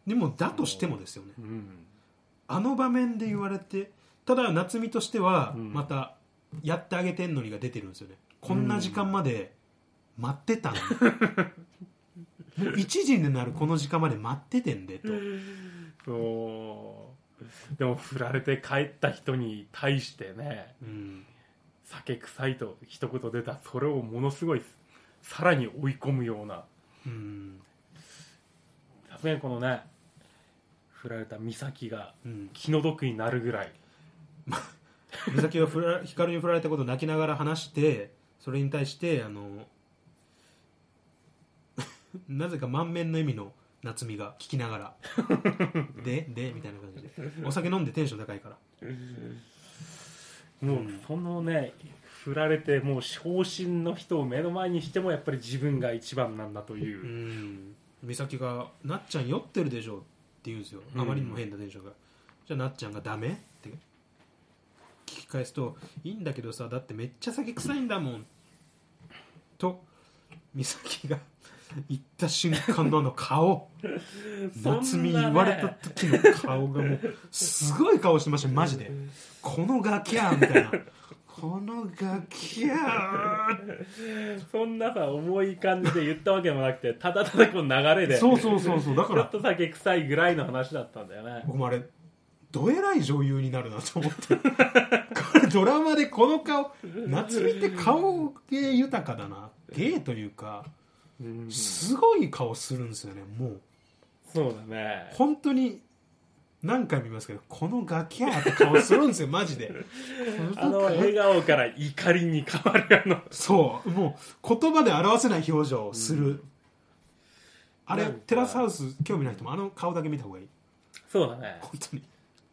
Speaker 1: でもだとしてもですよね
Speaker 2: うん
Speaker 1: あの場面で言われてただ夏美としては
Speaker 2: うん
Speaker 1: またやってあげてんのにが出てるんですよねこんな時間まで待ってたんだ、もう1時
Speaker 2: *laughs*
Speaker 1: になるこの時間まで待っててんでと
Speaker 2: そうでも振られて帰った人に対してね
Speaker 1: うん
Speaker 2: 酒臭いと一言出たそれをものすごいさらに追い込むような
Speaker 1: うん
Speaker 2: さすがにこのね振られた美咲が
Speaker 1: うん
Speaker 2: 気の毒になるぐらい
Speaker 1: 美咲はふら光に振られたことを泣きながら話してそれに対してあの *laughs* なぜか満面の意味の夏美が聞きなが
Speaker 2: *laughs*
Speaker 1: ら「でで」みたいな感じでお酒飲んでテンション高いから
Speaker 2: もうそのね、振られてもう昇進の人を目の前にしてもやっぱり自分が一番なんだというう、
Speaker 1: ん美咲が「なっちゃん酔ってるでしょ」って言うんですよ
Speaker 2: うん
Speaker 1: あまりにも変なテンションが、じゃあなっちゃんが「ダメ?」って聞き返すと「いいんだけどさだってめっちゃ酒臭いんだもん」と美咲が言った瞬間のあの *laughs* 顔夏美言われた時の顔がもうすごい顔してましたマジでこのガキャーみ *laughs* たいなこのガキャー
Speaker 2: そんなさ重い感じで言ったわけでもなくてただただこう流れで
Speaker 1: そうそうそうそうだか
Speaker 2: ちょ
Speaker 1: ら
Speaker 2: っと酒臭いぐらいの話だったんだよね
Speaker 1: 僕もあれどえらい女優になるなと思ってこれドラマでこの顔夏美って顔芸豊かだな芸というか
Speaker 2: うんそ
Speaker 1: すごい顔するんですよねもう
Speaker 2: うだね
Speaker 1: 本当に何回も言いますけどこのガキャーって顔するんですよマジで
Speaker 2: あの笑顔から怒りに変わるあの
Speaker 1: そうもう言葉で表せない表情をする、あれ
Speaker 2: なんか
Speaker 1: テラスハウス興味ない人もあの顔だけ見た方がいい
Speaker 2: そうだね
Speaker 1: 本当に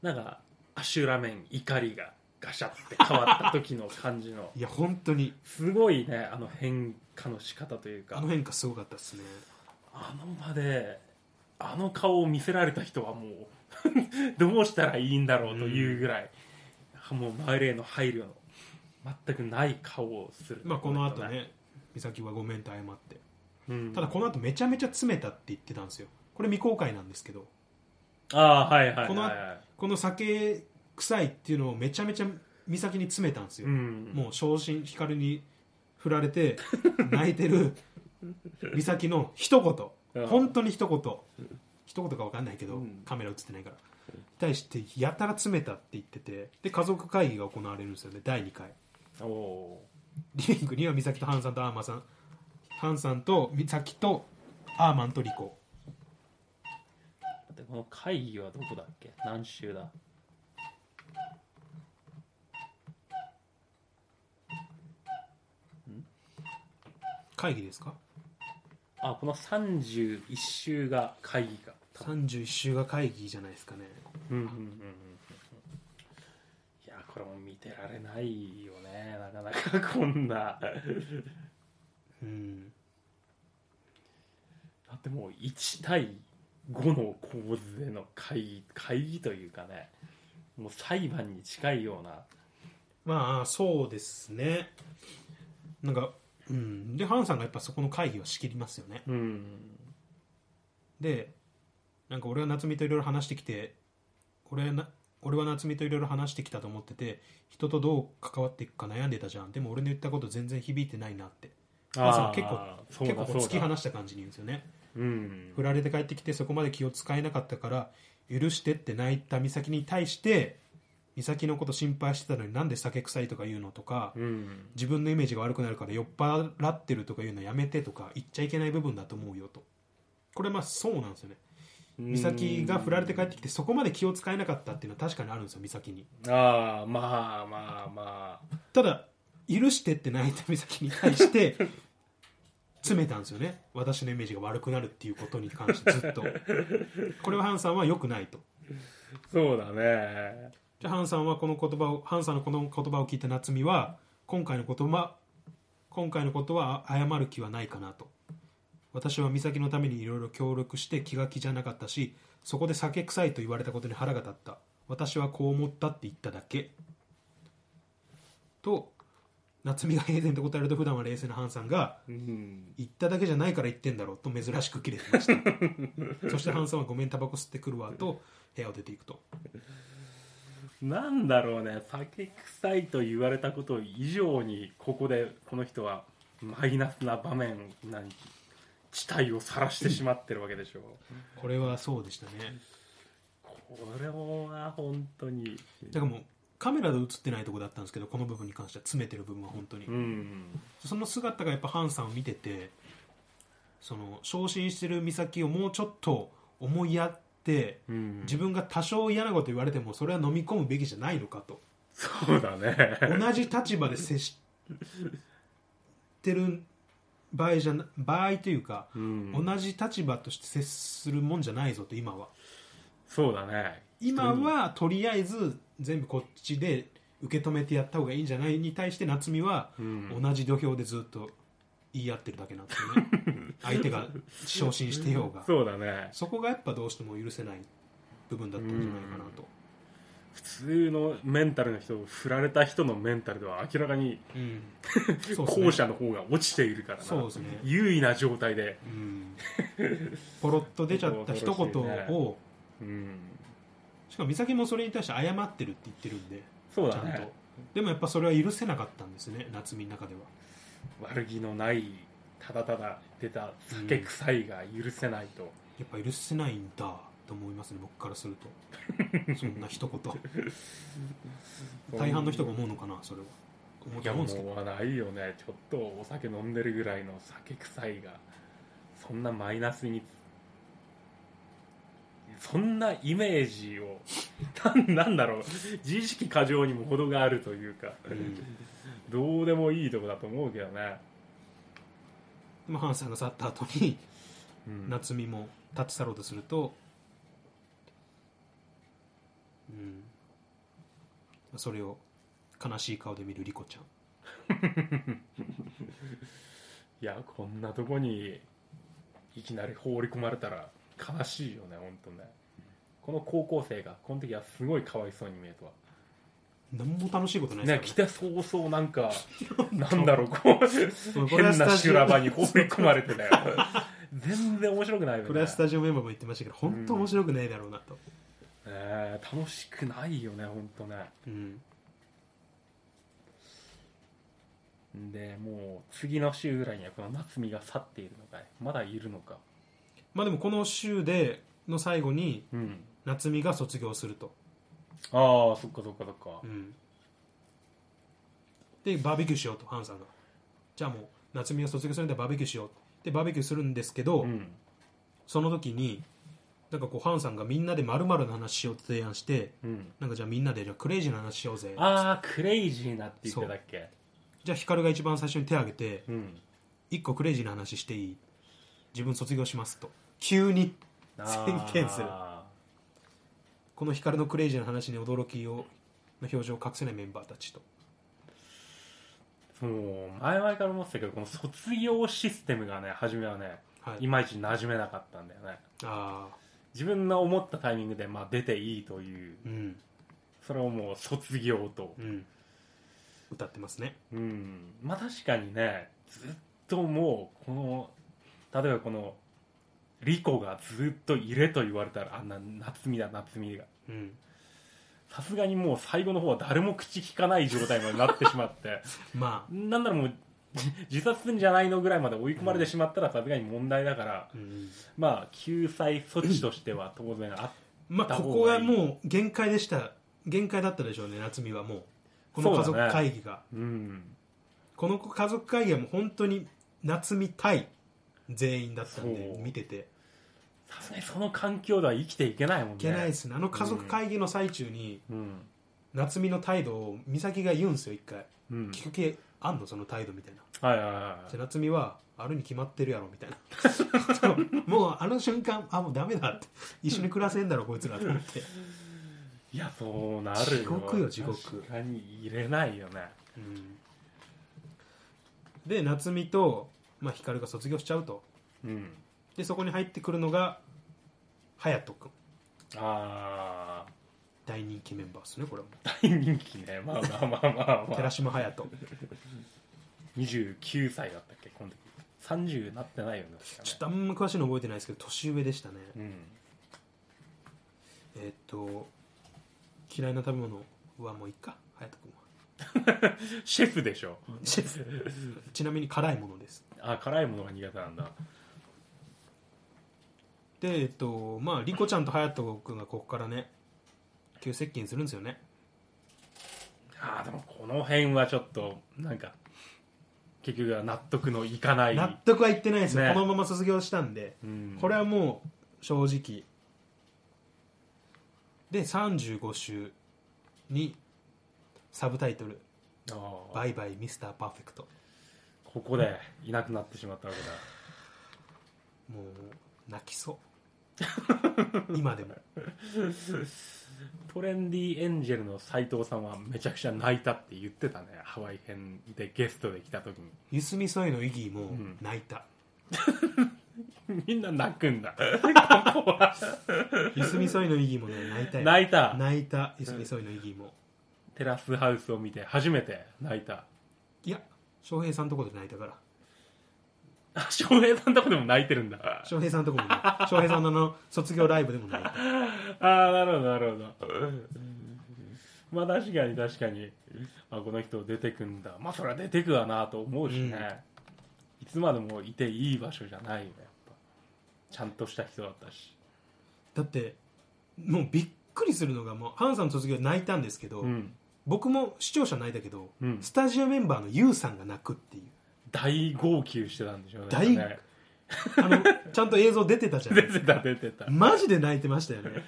Speaker 2: なんかアシュラメン怒りがガシャって変わった時の感じの
Speaker 1: いや本当に
Speaker 2: すごいねあの変化の仕方というか
Speaker 1: あの変化すごかったですね
Speaker 2: あの場であの顔を見せられた人はもう *laughs* どうしたらいいんだろうというぐらい、もう周りへの配慮の全くない顔をする
Speaker 1: まあこの後、ね美咲はごめんと謝って
Speaker 2: うん
Speaker 1: ただこの後めちゃめちゃ詰めたって言ってたんですよこれ未公開なんですけど
Speaker 2: ああはいはいはい、はい、
Speaker 1: このこの酒臭いっていうのをめちゃめちゃ美咲に詰めたんですよ、
Speaker 2: うん、
Speaker 1: もう昇進光に振られ
Speaker 2: *laughs*
Speaker 1: て泣いてる美咲の一
Speaker 2: う
Speaker 1: 言
Speaker 2: ん
Speaker 1: 本当に一言一言か分かんないけど、
Speaker 2: うん
Speaker 1: カメラ映ってないから対してやたら詰めたって言っててで家族会議が行われるんですよね第2回
Speaker 2: おお
Speaker 1: リビングには美咲とハンさんとアーマンさんハンさんと美咲とアーマンとリコ
Speaker 2: ーだってこの会議はどこだっけ何週だ
Speaker 1: 会議ですか
Speaker 2: あこの31週が会議か
Speaker 1: 31週が会議じゃないですかね
Speaker 2: うんうんうんうんうんいやこれも見てられないよねなかなかこんな
Speaker 1: うん
Speaker 2: だってもう1対5の構図での会議会議というかねもう裁判に近いような
Speaker 1: まあそうですねなんかうんでハンさんがやっぱそこの会議を仕切りますよね
Speaker 2: うん
Speaker 1: でなんか俺は夏美といろいろ話してきて俺はな俺は夏美といろいろ話してきたと思ってて人とどう関わっていくか悩んでたじゃんでも俺の言ったこと全然響いてないなってハンさんは結構
Speaker 2: ーそ
Speaker 1: 結
Speaker 2: うだ
Speaker 1: 構こう
Speaker 2: そう
Speaker 1: 突き
Speaker 2: だ
Speaker 1: 放した感じに言うんですよね
Speaker 2: うん
Speaker 1: 振られて帰ってきてそこまで気を使えなかったから許してって泣いた美咲に対して美咲のこと心配してたのになんで酒臭いとか言うのとか
Speaker 2: うん
Speaker 1: 自分のイメージが悪くなるから酔っ払ってるとか言うのやめてとか言っちゃいけない部分だと思うよとこれまあそうなんですよね美咲が振られて帰ってきてそこまで気を使えなかったっていうのは確かにあるんですよ美咲に
Speaker 2: ああまあまあまあ
Speaker 1: ただ許してって泣いた美咲に対して詰めたんですよね私のイメージが悪くなるっていうことに関してずっとこれはハンさんは良くないと
Speaker 2: そうだね
Speaker 1: じゃあハンさんはこの言葉をハンさんのこの言葉を聞いた夏美は今回の言葉今回のことは謝る気はないかなと私は美咲のためにいろいろ協力して気が気じゃなかったしそこで酒臭いと言われたことに腹が立った私はこう思ったって言っただけと夏美が平然と答えると普段は冷静なハンさんが
Speaker 2: うん
Speaker 1: 言っただけじゃないから言ってんだろうと珍しく切れてました *laughs* そしてハンさんはごめんタバコ吸ってくるわと部屋を出ていくと
Speaker 2: なんだろうね酒臭いと言われたこと以上にここでこの人はマイナスな場面な地帯を晒してしまってるわけでしょ
Speaker 1: これはそうでしたね
Speaker 2: これは本当に
Speaker 1: だからもうカメラで映ってないとこだったんですけどこの部分に関しては詰めてる部分は本当に、
Speaker 2: うん
Speaker 1: その姿がやっぱハンさんを見ててその昇進してる美咲をもうちょっと思いやって
Speaker 2: うん
Speaker 1: 自分が多少嫌なこと言われてもそれは飲み込むべきじゃないのかと
Speaker 2: そうだね
Speaker 1: 同じ立場で接してる場合じゃな場合というか、
Speaker 2: うん
Speaker 1: 同じ立場として接するもんじゃないぞと今は
Speaker 2: そうだね
Speaker 1: 今はとりあえず全部こっちで受け止めてやった方がいいんじゃないに対して夏美は
Speaker 2: うん
Speaker 1: 同じ土俵でずっと言い合ってるだけなんですよ
Speaker 2: *laughs*
Speaker 1: ね相手が昇進してようが
Speaker 2: そうだね
Speaker 1: そこがやっぱどうしても許せない部分だったんじゃないかなと、
Speaker 2: 普通のメンタルの人振られた人のメンタルでは明らかに
Speaker 1: うん、そうですね
Speaker 2: 後者の方が落ちているからな
Speaker 1: そうですね
Speaker 2: 優位な状態で、
Speaker 1: うん、ポロッと出ちゃった一言を
Speaker 2: うん、
Speaker 1: しかも美咲もそれに対して謝ってるって言ってるんで
Speaker 2: そう
Speaker 1: ちゃ
Speaker 2: だ
Speaker 1: ん
Speaker 2: ね
Speaker 1: とでもやっぱそれは許せなかったんですね夏美の中では
Speaker 2: 悪気のないただただ出た酒臭いが許せないと、
Speaker 1: やっぱ許せないんだと思いますね僕からすると *laughs* そんな一言大半の人が思うのかなそれは思う
Speaker 2: い
Speaker 1: と
Speaker 2: や
Speaker 1: 思うんで
Speaker 2: も
Speaker 1: すけど
Speaker 2: うはないよねちょっとお酒飲んでるぐらいの酒臭いがそんなマイナスにそんなイメージをなんなんだろう自意識過剰にも程があるというか、
Speaker 1: うん
Speaker 2: どうでもいいとこだと思うけどね、
Speaker 1: まあ、ハンさんが去った後に
Speaker 2: うん
Speaker 1: 夏美も立ち去ろうとすると、うん、それを悲しい顔で見るリコちゃん
Speaker 2: いやこんなとこにいきなり放り込まれたら悲しいよね本当ねこの高校生がこの時はすごいかわいそうに見えたわ
Speaker 1: 何も楽しいことない
Speaker 2: ね
Speaker 1: で
Speaker 2: 来
Speaker 1: す
Speaker 2: て早々なんかなんだろうこう
Speaker 1: これは
Speaker 2: 変
Speaker 1: スタジオ
Speaker 2: な修羅場に放り込まれてたよ全然面白くないよね
Speaker 1: これはスタジオメンバーも言ってましたけど本当面白くないだろうなと、
Speaker 2: ねえ楽しくないよね本当ね
Speaker 1: うん
Speaker 2: でもう次の週ぐらいにはこの夏美が去っているのかいまだいるのか
Speaker 1: まあでもこの週での最後に
Speaker 2: うん
Speaker 1: 夏美が卒業すると、
Speaker 2: ああそっかそっかそっか
Speaker 1: うんでバーベキューしようとハンさんがじゃあもう夏美が卒業するんでバーベキューしようでバーベキューするんですけど、
Speaker 2: うん
Speaker 1: その時になんかこうハンさんがみんなでまるの話しようって提案して
Speaker 2: うん
Speaker 1: なんかじゃあみんなでじゃあクレイジーな話しようぜ
Speaker 2: ああクレイジーなって言ってたっけ
Speaker 1: じゃあヒカルが一番最初に手挙げて
Speaker 2: うん
Speaker 1: 一個クレイジーな話していい自分卒業しますと急に宣言する
Speaker 2: あ
Speaker 1: このヒカルのクレイジーな話に驚きをの表情を隠せないメンバーたちと
Speaker 2: ーもう前々から思ってたけどこの卒業システムがね初めはね
Speaker 1: はい
Speaker 2: いまいち馴染めなかったんだよね
Speaker 1: ああ
Speaker 2: 自分の思ったタイミングで、まあ、出ていいという
Speaker 1: うん
Speaker 2: それをもう卒業と
Speaker 1: うん歌ってますね
Speaker 2: うんまあ確かにねずっともうこの例えばこのリコがずっといれと言われたらあんな夏美だ夏美が
Speaker 1: うん
Speaker 2: さすがにもう最後の方は誰も口聞かない状態までなってし
Speaker 1: *laughs*
Speaker 2: まって
Speaker 1: まあ
Speaker 2: なんならもうじ自殺するんじゃないのぐらいまで追い込まれてしまったらさすがに問題だから、
Speaker 1: うん
Speaker 2: まあ救済措置としては当然あっ
Speaker 1: まあここはもう限界でした限界だったでしょうね夏美はもうこの家
Speaker 2: そう
Speaker 1: 族
Speaker 2: だね
Speaker 1: 会議が、
Speaker 2: うん
Speaker 1: この家族会議はもう本当に夏見対全員だったんで
Speaker 2: そう
Speaker 1: 見てて
Speaker 2: さすがにその環境では生きていけないもんね
Speaker 1: いけないですねあの家族会議の最中に
Speaker 2: うん
Speaker 1: 夏見の態度を美咲が言うんですよ一回
Speaker 2: うん
Speaker 1: 聞く気あんのその態度みたいな
Speaker 2: はいはいは
Speaker 1: じゃあ夏見はあるに決まってるやろみたいな
Speaker 2: *laughs*
Speaker 1: そうもうあの瞬間あもうダメだって一緒に暮らせんだろこいつらと思って、
Speaker 2: いいやそうなるよ
Speaker 1: 地獄よ地獄
Speaker 2: 確かに入れないよね
Speaker 1: うんで夏見と、まあ、光が卒業しちゃうと
Speaker 2: うん
Speaker 1: でそこに入ってくるのが隼人君
Speaker 2: ああ
Speaker 1: 大人気メンバーですねこれも
Speaker 2: 大人気ねまあまあまあまあ、
Speaker 1: *laughs*
Speaker 2: ま
Speaker 1: 寺
Speaker 2: あ、
Speaker 1: 島隼人
Speaker 2: 29歳だったっけこの時30なってないよね確かね
Speaker 1: ちょっとあんま詳しいの覚えてないですけど年上でしたね
Speaker 2: うん
Speaker 1: えーっと嫌いな食べ物はもういいか隼人君は
Speaker 2: シェフでしょ
Speaker 1: シェフちなみに辛いものです
Speaker 2: あ辛いものが苦手なんだ
Speaker 1: でえっとまあ莉子ちゃんと隼人君がここからね急接近するんですよね
Speaker 2: あーでもこの辺はちょっとなんか結局は納得のいかない
Speaker 1: 納得はいってないですよ、
Speaker 2: ね
Speaker 1: このまま卒業したんで、
Speaker 2: うん
Speaker 1: これはもう正直で35週にサブタイトル
Speaker 2: あ
Speaker 1: 「
Speaker 2: ー
Speaker 1: バイバイミスターパーフェクト
Speaker 2: ここでいなくなってしまったわけだ」
Speaker 1: もう泣きそう *laughs* 今でも
Speaker 2: トレンディエンジェルの斎藤さんはめちゃくちゃ泣いたって言ってたねハワイ編でゲストで来た時に *laughs*
Speaker 1: ゆすみそいのイギーも
Speaker 2: ん
Speaker 1: 泣いた、
Speaker 2: みんな泣くんだ
Speaker 1: ゆすみそいのイギーもね泣いたよ
Speaker 2: 泣いた
Speaker 1: 泣いたゆすみそいのイギーも、
Speaker 2: テラスハウスを見て初めて泣いた
Speaker 1: いや翔平さんとこで泣いたから
Speaker 2: あ翔平さんとこでも泣いてるんだあ
Speaker 1: 翔平さんとこもね翔平さんのあの卒業ライブでもない
Speaker 2: あーなるほどなるほどまあ確かに確かにあこの人出てくんだまあそりゃ出てくわなと思うしね、いつまでもいていい場所じゃないよやっぱちゃんとした人だったし
Speaker 1: だってもうびっくりするのがもうハンさんの卒業泣いたんですけど、
Speaker 2: うん
Speaker 1: 僕も視聴者泣いたけど、
Speaker 2: うん
Speaker 1: スタジオメンバーの YOU さんが泣くっていう
Speaker 2: 大号泣してたんでしょうね
Speaker 1: 大
Speaker 2: なんかね
Speaker 1: あ
Speaker 2: *laughs*
Speaker 1: のちゃんと映像出てたじゃない
Speaker 2: 出
Speaker 1: です
Speaker 2: て
Speaker 1: か
Speaker 2: た出てた
Speaker 1: マジで泣いてましたよね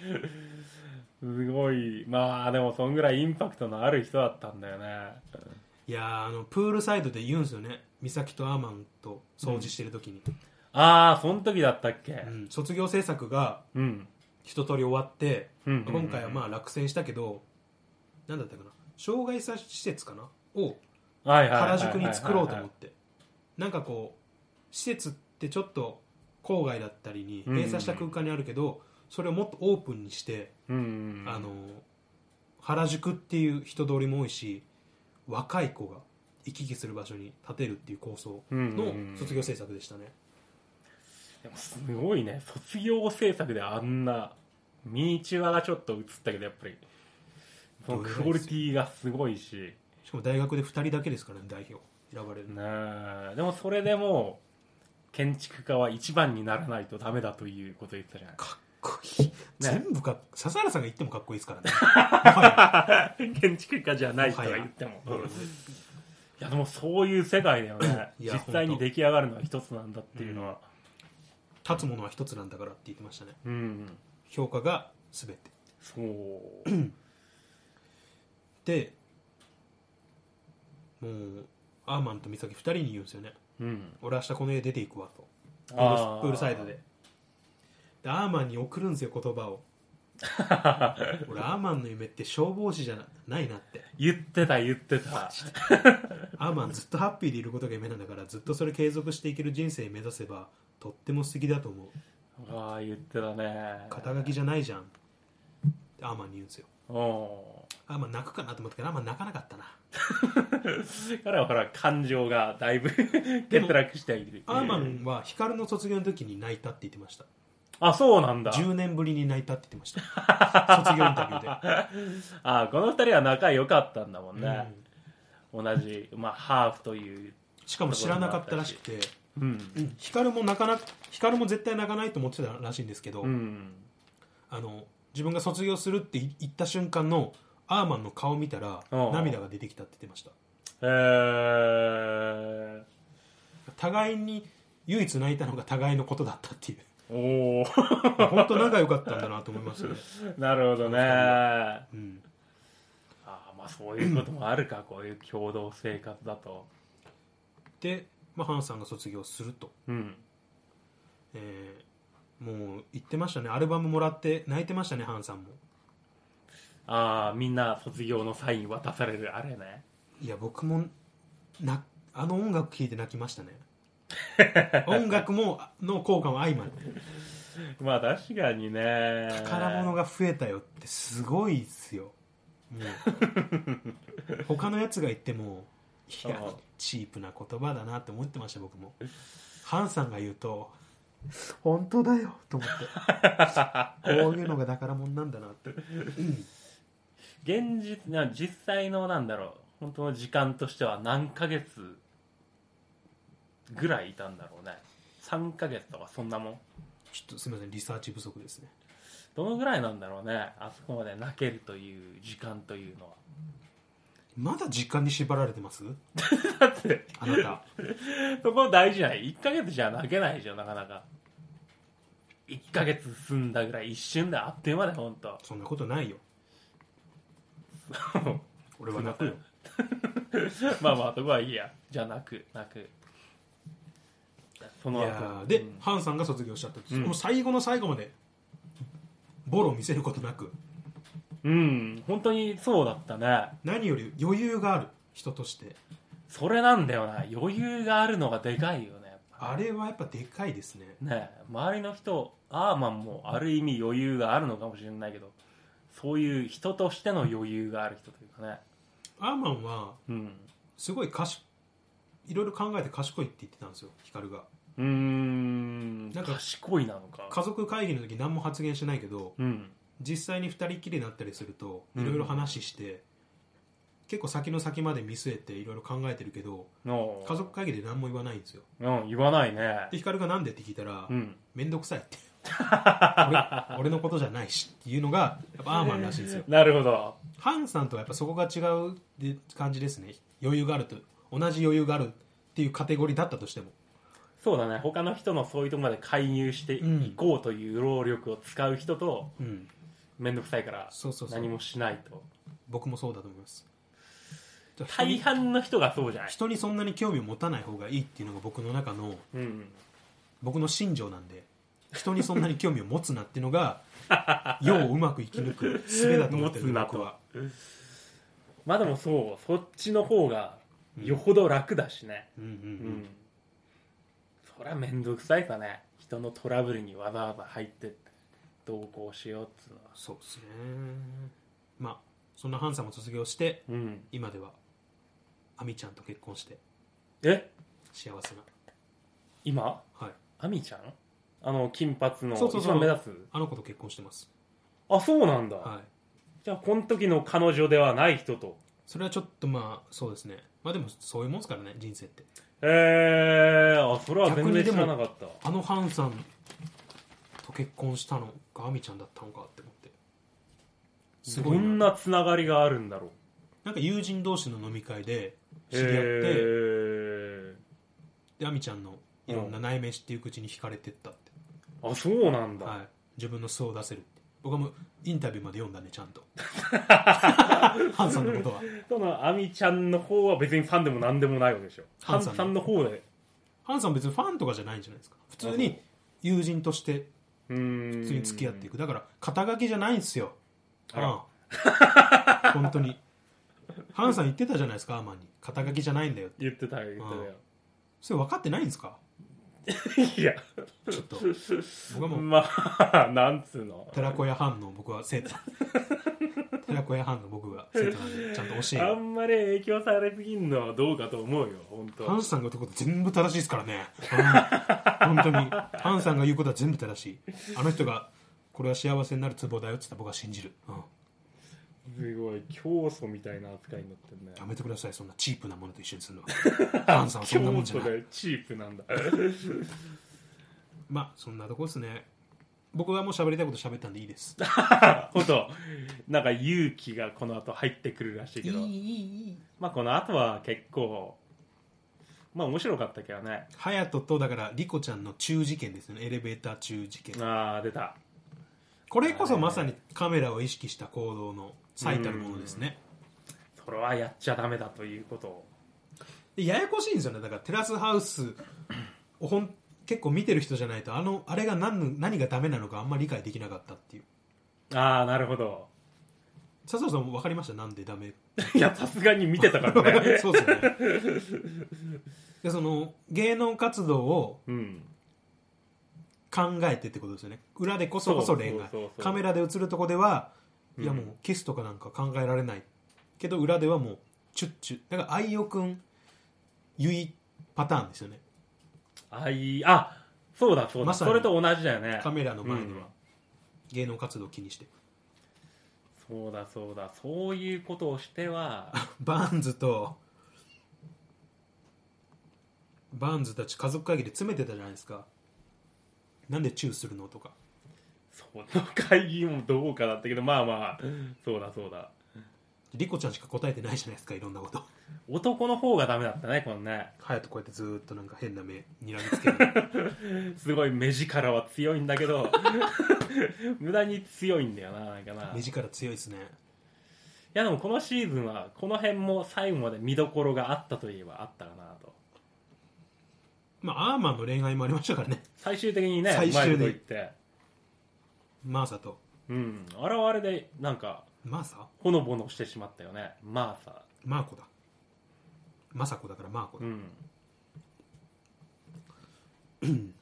Speaker 2: すごいまあでもそんぐらいインパクトのある人だったんだよね
Speaker 1: いやーあのプールサイドで言うんですよね美咲とアーマンと掃除してる時に、
Speaker 2: ああその時だったっけ
Speaker 1: うん卒業制作が
Speaker 2: うん、
Speaker 1: 一通り終わって、
Speaker 2: うんうんうん
Speaker 1: 今回はまあ落選したけど何だったかな障害者施設かなを
Speaker 2: はいはいはいはい
Speaker 1: 原宿に作ろうと思ってなんかこう施設ってちょっと郊外だったりに
Speaker 2: うんうんうん
Speaker 1: 閉鎖した空間にあるけど、それをもっとオープンにして、
Speaker 2: うんうんうん
Speaker 1: あの原宿っていう人通りも多いし若い子が行き来する場所に建てるっていう構想の卒業制作でしたね、
Speaker 2: でもすごいね卒業制作であんなミニチュアがちょっと映ったけどやっぱりそのクオリティがすごいし
Speaker 1: しかも大学で2人だけですからね代表選ばれるの
Speaker 2: ねえでもそれでも建築家は一番にならないとダメだということ言ってたじゃない
Speaker 1: かっこ
Speaker 2: *laughs*
Speaker 1: いい、全部かっ笹原さんが言ってもかっこいいですからね
Speaker 2: *laughs* 建築家じゃない人が言っても、いやでもそういう世界だよね
Speaker 1: いや
Speaker 2: 実際に出来上がるのは一つなんだっていうのは、
Speaker 1: 立つものは一つなんだからって言ってましたね
Speaker 2: うん
Speaker 1: 評価が全て
Speaker 2: そう
Speaker 1: でもうアーマンと美咲2人に言うんですよね
Speaker 2: うん
Speaker 1: 俺明日この家出ていくわとプー
Speaker 2: あ
Speaker 1: ル
Speaker 2: ー
Speaker 1: プールサイドででアーマンに送るんですよ言葉
Speaker 2: *laughs*
Speaker 1: を俺アーマンの夢って消防士じゃなないなって
Speaker 2: 言ってた言ってた
Speaker 1: アーマンずっとハッピーでいることが夢なんだからずっとそれ継続していける人生目指せばとっても素敵だと思う
Speaker 2: ああ言ってたね
Speaker 1: 肩書きじゃないじゃんってアーマンに言うんですよ
Speaker 2: お
Speaker 1: アーマン泣くかなと思ったけどアーマン泣かなかったな
Speaker 2: 彼はほら感情がだいぶ欠落している
Speaker 1: アーマンは光の卒業の時に泣いたって言ってました
Speaker 2: あそうなんだ
Speaker 1: 10年ぶりに泣いたって言って
Speaker 2: *laughs*
Speaker 1: ました卒業インタビューで
Speaker 2: あーこの二人は仲良かったんだもんね、同じ、まあ、ハーフという
Speaker 1: しかも知らなかったらしくて
Speaker 2: うん
Speaker 1: 光も泣かな光も絶対泣かないと思ってたらしいんですけど、
Speaker 2: うん
Speaker 1: あの自分が卒業するって言った瞬間のアーマンの顔見たら
Speaker 2: うん
Speaker 1: 涙が出てきたって言ってました
Speaker 2: えー、
Speaker 1: 互いに唯一泣いたのが互いのことだったっていう
Speaker 2: おお
Speaker 1: 本当仲良かったんだなと思いましたね、
Speaker 2: *laughs* なるほどねあ
Speaker 1: うん、
Speaker 2: あまあそういうこともあるかこういう共同生活だと
Speaker 1: で、まあ、ハンさんが卒業すると
Speaker 2: うん
Speaker 1: えーもう言ってましたねアルバムもらって泣いてましたねハンさんも
Speaker 2: ああみんな卒業のサイン渡されるあれね
Speaker 1: いや僕もなあの音楽聴いて泣きましたね音楽もの効果も相まって
Speaker 2: まあ確かにね
Speaker 1: 宝物が増えたよってすごいっすよも
Speaker 2: *laughs*
Speaker 1: う他のやつが言ってもいや
Speaker 2: うん
Speaker 1: チープな言葉だなって思ってました僕もハンさんが言うと本当だよと思ってこういうのが宝物なんだなって
Speaker 2: 現実な実際のなんだろう本当の時間としては何ヶ月ぐらいいたんだろうね3ヶ月とかそんなもん
Speaker 1: ちょっとすみませんリサーチ不足ですね
Speaker 2: どのぐらいなんだろうねあそこまで泣けるという時間というのは
Speaker 1: まだ時間に縛られてます
Speaker 2: だって
Speaker 1: あなた
Speaker 2: そこ大事じゃない1ヶ月じゃ泣けないでしょなかなか1ヶ月済んだぐらい一瞬であっという間で本当 *laughs*
Speaker 1: そんなことないよ俺はなくよ
Speaker 2: まあまあそこはいいやじゃあ泣く泣くそ
Speaker 1: い
Speaker 2: の
Speaker 1: や
Speaker 2: 後
Speaker 1: ーで、
Speaker 2: うん
Speaker 1: ハンさんが卒業しちゃった、
Speaker 2: うん
Speaker 1: もう最後の最後までボロを見せることなく
Speaker 2: うん本当にそうだったね
Speaker 1: 何より余裕がある人として
Speaker 2: それなんだよな余裕があるのがでかいよねやっぱ
Speaker 1: あれはやっぱでかいですね
Speaker 2: ねえ周りの人アーマンもある意味余裕があるのかもしれないけどそういう人としての余裕がある人というかね
Speaker 1: アーマンは
Speaker 2: うん
Speaker 1: すごい賢いろいろ考えて賢いって言ってたんですよ光が
Speaker 2: うーん
Speaker 1: なんか
Speaker 2: 賢いなのか
Speaker 1: 家族会議の時何も発言しないけど
Speaker 2: うん
Speaker 1: 実際に2人きりになったりすると
Speaker 2: うん
Speaker 1: いろいろ話して、結構先の先まで見据えていろいろ考えてるけど
Speaker 2: の
Speaker 1: 家族会議で何も言わないんですよ
Speaker 2: うん言わないね
Speaker 1: で光がなんでって聞いたら
Speaker 2: うん
Speaker 1: 面倒くさいって *laughs* 俺俺のことじゃないしっていうのがやっぱアーマンらしいんですよ
Speaker 2: なるほど
Speaker 1: ハンさんとはやっぱそこが違うって感じですね余裕があると同じ余裕があるっていうカテゴリーだったとしても
Speaker 2: そうだね他の人のそういうとこまで介入して
Speaker 1: うん
Speaker 2: いこうという労力を使う人と
Speaker 1: うん
Speaker 2: 面倒くさいから
Speaker 1: そうそうそう
Speaker 2: 何もしないと
Speaker 1: 僕もそうだと思います人
Speaker 2: 大
Speaker 1: に
Speaker 2: 半の人がそうじゃない
Speaker 1: 人にそんなに興味を持たない方がいいっていうのが僕の中の
Speaker 2: うん
Speaker 1: 僕の信条なんで人にそんなに興味を持つなっていうの *laughs* が世をうまく生き抜く術だと思ってる
Speaker 2: 持つなと
Speaker 1: 僕は
Speaker 2: まあでもそうそっちの方がよほど楽だしね
Speaker 1: うんうん
Speaker 2: うん、
Speaker 1: うん
Speaker 2: そりゃ面倒くさいかね人のトラブルにわざわざ入ってって同行しようっつうのは
Speaker 1: そうですねまあそんなハンさんも卒業して
Speaker 2: うん
Speaker 1: 今ではアミちゃんと結婚して
Speaker 2: え
Speaker 1: 幸せな
Speaker 2: 今
Speaker 1: はい
Speaker 2: アミちゃんあの金髪の
Speaker 1: そうそうそう
Speaker 2: 一番目立つ
Speaker 1: あの子と結婚してます
Speaker 2: あそうなんだ、
Speaker 1: はい
Speaker 2: じゃあこの時の彼女ではない人と
Speaker 1: それはちょっとまあそうですねまあでもそういうもんですからね人生って
Speaker 2: えー、あそれは全
Speaker 1: 逆に
Speaker 2: 然
Speaker 1: で
Speaker 2: 知
Speaker 1: も
Speaker 2: らなかった
Speaker 1: あのハンさんと結婚したのがアミちゃんだったのかって思ってす
Speaker 2: ど
Speaker 1: ごい
Speaker 2: ん
Speaker 1: な
Speaker 2: なつながりがあるんだろう
Speaker 1: なんか友人同士の飲み会で知り合っ
Speaker 2: へ
Speaker 1: て
Speaker 2: ー
Speaker 1: でアミちゃんのいろんな内面知っていくうちに惹かれてったって、
Speaker 2: あそうなんだ、
Speaker 1: はい、自分の素を出せるって僕はもうインタビューまで読んだねちゃん
Speaker 2: *laughs*
Speaker 1: とハンさんのことは
Speaker 2: そのアミちゃんの方は別にファンでも何でもないわけでしょ
Speaker 1: ハ
Speaker 2: ハ
Speaker 1: ン
Speaker 2: ン
Speaker 1: さん
Speaker 2: さんの方で
Speaker 1: ハンさん別にファンとかじゃないんじゃないですか普通に友人として
Speaker 2: うーん
Speaker 1: 普通に付き合っていくだから肩書きじゃないんですよ
Speaker 2: あら
Speaker 1: うん
Speaker 2: *laughs*
Speaker 1: 本当にハンさん言ってたじゃないですかアーマンに肩書きじゃないんだよって
Speaker 2: 言ってたよ言って
Speaker 1: それ分かってないんですか
Speaker 2: たよいや
Speaker 1: ちょっと僕はもう
Speaker 2: まあなんつうの
Speaker 1: 寺子屋藩の僕は
Speaker 2: *laughs*
Speaker 1: 生徒寺子屋藩の僕が生徒なんでちゃんと教え
Speaker 2: あ
Speaker 1: よ
Speaker 2: んまり影響されすぎんのはどうかと思うよ本
Speaker 1: う
Speaker 2: 当
Speaker 1: ハンさんが言ったこと全部正しいですからね、うん本当にハンさんが言うことは全部正しいあの人がこれは幸せになるツボだよって言ったら僕は信じる、うん
Speaker 2: すごい教祖みたいな扱いになってるね
Speaker 1: やめてくださいそんなチープなものと一緒にするのは
Speaker 2: *laughs*
Speaker 1: ハンさんはそんなもんじゃ
Speaker 2: 教
Speaker 1: な
Speaker 2: 祖
Speaker 1: い
Speaker 2: がチープなんだ
Speaker 1: まあそんなとこですね僕はもう喋りたいこと喋ったんでいいです
Speaker 2: 本当なんか勇気がこの後入ってくるらしいけどまあこの後は結構まあ面白かったけどね
Speaker 1: 隼人とだから莉子ちゃんの中事件ですよねエレベーター中事件
Speaker 2: ああ出た
Speaker 1: これこそまさにカメラを意識した行動の最たるものですね
Speaker 2: それはやっちゃダメだということを
Speaker 1: でややこしいんですよねだからテラスハウスをほん結構見てる人じゃないとあのあれが何の何がダメなのかあんまり理解できなかったっていう
Speaker 2: ああなるほど *laughs*
Speaker 1: 笹生さんも分かりましたなんでダメ
Speaker 2: いやさすがに見てたからね
Speaker 1: *laughs* そうですよねでその芸能活動を
Speaker 2: うん
Speaker 1: 考えてってことですよね裏でこそこそ恋愛
Speaker 2: そうそうそうそう
Speaker 1: カメラで映るとこでは、いや
Speaker 2: うん
Speaker 1: もうキスとかなんか考えられないけど裏ではもうチュッチュだから愛代くんゆいパターンですよね
Speaker 2: あいあそうだそうだ、
Speaker 1: まさに
Speaker 2: それと同じだよね
Speaker 1: カメラの前では、
Speaker 2: うん
Speaker 1: 芸能活動を気にして
Speaker 2: そうだそうだそういうことをしては *laughs*
Speaker 1: バーンズとバーンズたち家族会議で詰めてたじゃないですかなんでチューするのとか
Speaker 2: その会議もどうかだったけどまあまあそうだそうだ
Speaker 1: リコちゃんしか答えてないじゃないですかいろんなこと
Speaker 2: 男の方がダメだったねこのね
Speaker 1: 隼人こうやってずーっとなんか変な目にらみつける
Speaker 2: すごい目力は強いんだけど無駄に強いんだよななんかな
Speaker 1: *laughs*
Speaker 2: い
Speaker 1: 目力強いですね
Speaker 2: やでもこのシーズンはこの辺も最後まで見どころがあったといえばあったかなと
Speaker 1: まあアーマンの恋愛もありましたからね
Speaker 2: 最終的にね
Speaker 1: 最
Speaker 2: うまい
Speaker 1: 終
Speaker 2: こ
Speaker 1: で
Speaker 2: と言って
Speaker 1: マーサと
Speaker 2: うんあれはあれでなんか
Speaker 1: マーサ
Speaker 2: ほのぼのしてしまったよねまあさ
Speaker 1: マーコだマサコだからマーコ
Speaker 2: う
Speaker 1: だ
Speaker 2: ん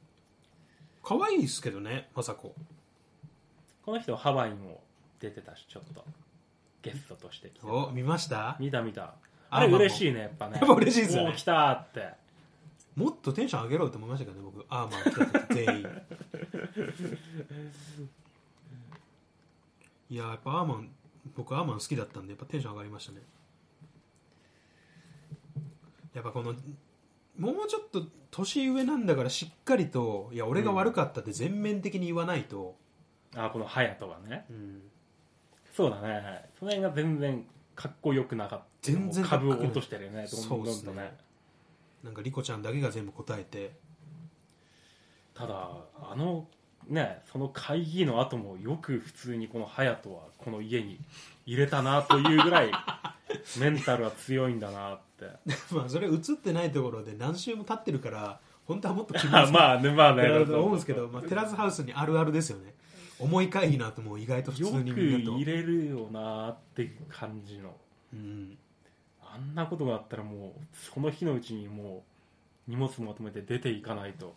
Speaker 1: 可愛いですけどねマサコ
Speaker 2: この人ハワイにも出てたしちょっとゲストとして来て
Speaker 1: お見ました
Speaker 2: 見た見た
Speaker 1: あ
Speaker 2: あれ
Speaker 1: まあ
Speaker 2: 嬉しいねやっぱね
Speaker 1: やっぱ嬉しいっすよね
Speaker 2: おー来たーって
Speaker 1: もっとテンション上げろよと思いましたけどね僕アーマン来た時全員いややっぱアーマン僕アーマン好きだったんでやっぱテンション上がりましたねやっぱこのもうちょっと年上なんだからしっかりといや俺が悪かったって全面的に言わないと、
Speaker 2: あこの隼人はね
Speaker 1: うん
Speaker 2: そうだねその辺が全然かっこよくなかった
Speaker 1: 全然かっこ
Speaker 2: 株
Speaker 1: よ
Speaker 2: を
Speaker 1: くない
Speaker 2: 落としてるよねどんどん
Speaker 1: そう
Speaker 2: ど
Speaker 1: っ
Speaker 2: ん
Speaker 1: す
Speaker 2: と
Speaker 1: ね
Speaker 2: ね
Speaker 1: なんかリコちゃんだけが全部答えて *laughs*
Speaker 2: ただあのねその会議の後もよく普通にこの隼人はこの家に入れたなというぐらいメンタルは強いんだなって
Speaker 1: まあそれ映ってないところで何週も経ってるから本当はもっと気持ち
Speaker 2: *laughs* あ *laughs* まあねまあね
Speaker 1: なるほど思うんですけど、まあ、テラスハウスにあるあるですよね重い会議の後も意外と普
Speaker 2: よ
Speaker 1: 通
Speaker 2: く
Speaker 1: にみんなと
Speaker 2: 入れるよなっていう感じの
Speaker 1: うん、
Speaker 2: あんなことがあったらもうその日のうちにもう荷物まとめて出ていかないと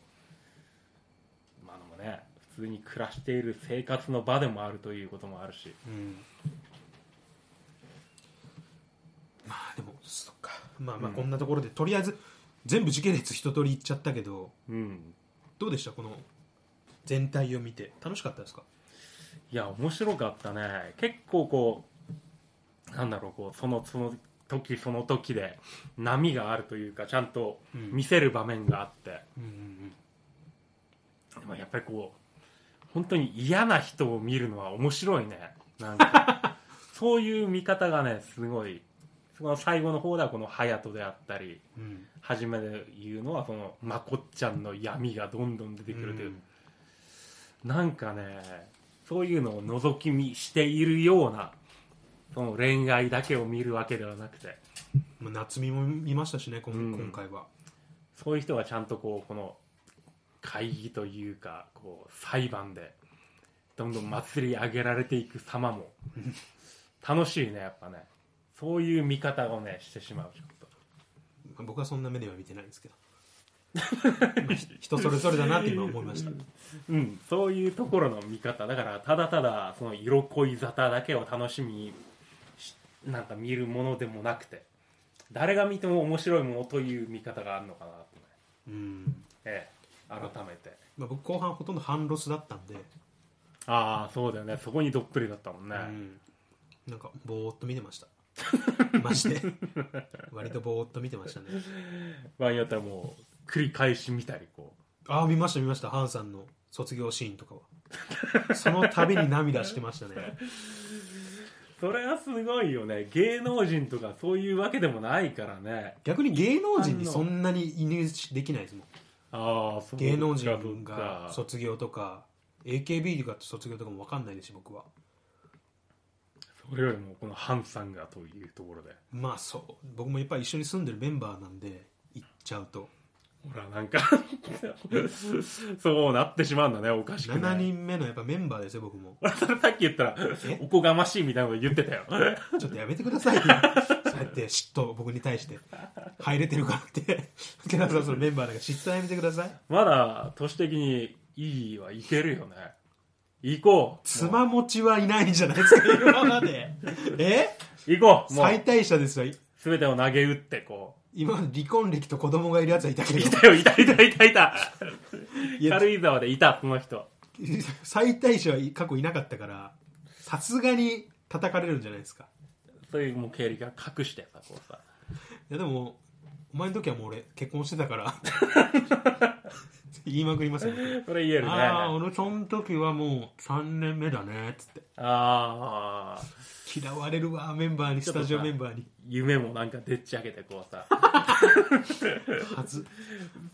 Speaker 2: まあでもね普通に暮らしている生活の場でもあるということもあるし
Speaker 1: うん、まあでもそっかまあまあ
Speaker 2: うん
Speaker 1: こんなところで、とりあえず全部時系列一通り言っちゃったけど
Speaker 2: うん
Speaker 1: どうでしたこの全体を見て楽しかったですか
Speaker 2: いや面白かったね結構こうなんだろうこうそのその時その時で波があるというかちゃんと
Speaker 1: うん
Speaker 2: 見せる場面があって、
Speaker 1: うんうん
Speaker 2: でもやっぱりこう本当に嫌な人を見るのは面白いねなんかそういう見方がねすごいその最後の方ではこの隼人であったり
Speaker 1: うんうん
Speaker 2: 初めで言うのはそのまこっちゃんの闇がどんどん出てくるという、なんかねそういうのを覗き見しているようなその恋愛だけを見るわけではなくて
Speaker 1: まあ、夏美も見ましたしねこん
Speaker 2: うん
Speaker 1: 今回は、
Speaker 2: そういう人がちゃんとこうこの会議というかこう裁判でどんどん祭り上げられていく様も楽しいねやっぱねそういう見方をねしてしまうちょっと
Speaker 1: まあ僕はそんな目では見てないんですけど *laughs* まあひ人それぞれだなって今思いました
Speaker 2: うんそういうところの見方だからただただその色恋沙汰だけを楽しみにしなんか見るものでもなくて誰が見ても面白いものという見方があるのかなとね、
Speaker 1: うん
Speaker 2: ええ、改めて
Speaker 1: まあ、僕後半ほとんど半ロスだったんで、
Speaker 2: ああそうだよねそこにどっぷりだったもんね、
Speaker 1: うんなんかぼーっと見てましたマジで割とぼーっと見てましたね
Speaker 2: 場合によってはもう繰り返し見たりこ
Speaker 1: ああ見ました見ましたハンさんの卒業シーンとかはその度に涙してましたね
Speaker 2: うそれはすごいよね芸能人とかそういうわけでもないからね
Speaker 1: 逆に芸能人にそんなに移入できないですもん
Speaker 2: ああそうか
Speaker 1: 芸能人
Speaker 2: そ
Speaker 1: が
Speaker 2: っか
Speaker 1: 卒業とか AKB とかって卒業とかも分かんないですし僕は
Speaker 2: それよりもこのハンさんがというところで
Speaker 1: まあそう僕もやっぱり一緒に住んでるメンバーなんで行っちゃうと
Speaker 2: ほらなんか *laughs* そうなってしまうんだねおかしく
Speaker 1: 7
Speaker 2: ね
Speaker 1: 人目のやっぱメンバーですよ僕も
Speaker 2: 俺それ *laughs* さっき言ったら
Speaker 1: え
Speaker 2: おこがましいみたいなこと言ってたよ
Speaker 1: ちょっとやめてくださいよそうやって嫉妬僕に対して入れてるからって池田さんそのメンバーなんか嫉妬はやめてください
Speaker 2: まだ年的にいいわいけるよね行こう
Speaker 1: つ
Speaker 2: も
Speaker 1: ま持ちはいないんじゃないですか今までえ
Speaker 2: う行こうもう
Speaker 1: 最大者ですよ
Speaker 2: 全てを投げ打ってこ
Speaker 1: 今まで離婚歴と子供がいるやつはいたけ
Speaker 2: う
Speaker 1: ど
Speaker 2: いたよいたいたいたいた
Speaker 1: いや
Speaker 2: 軽井沢でいたその人
Speaker 1: 最大者は過去いなかったからさすがに叩かれるんじゃないですか
Speaker 2: そういうもう経歴が隠してさこうさ
Speaker 1: いやでもお前の時はもう俺結婚してたから
Speaker 2: *laughs*
Speaker 1: 言いまくりますよ、ね、
Speaker 2: それ言えるね
Speaker 1: ああ俺その時はもう3年目だねっつっ
Speaker 2: ああ
Speaker 1: て嫌われるわメンバーにスタジオメンバーに
Speaker 2: 夢もなんかでっち上げてこうさ
Speaker 1: はず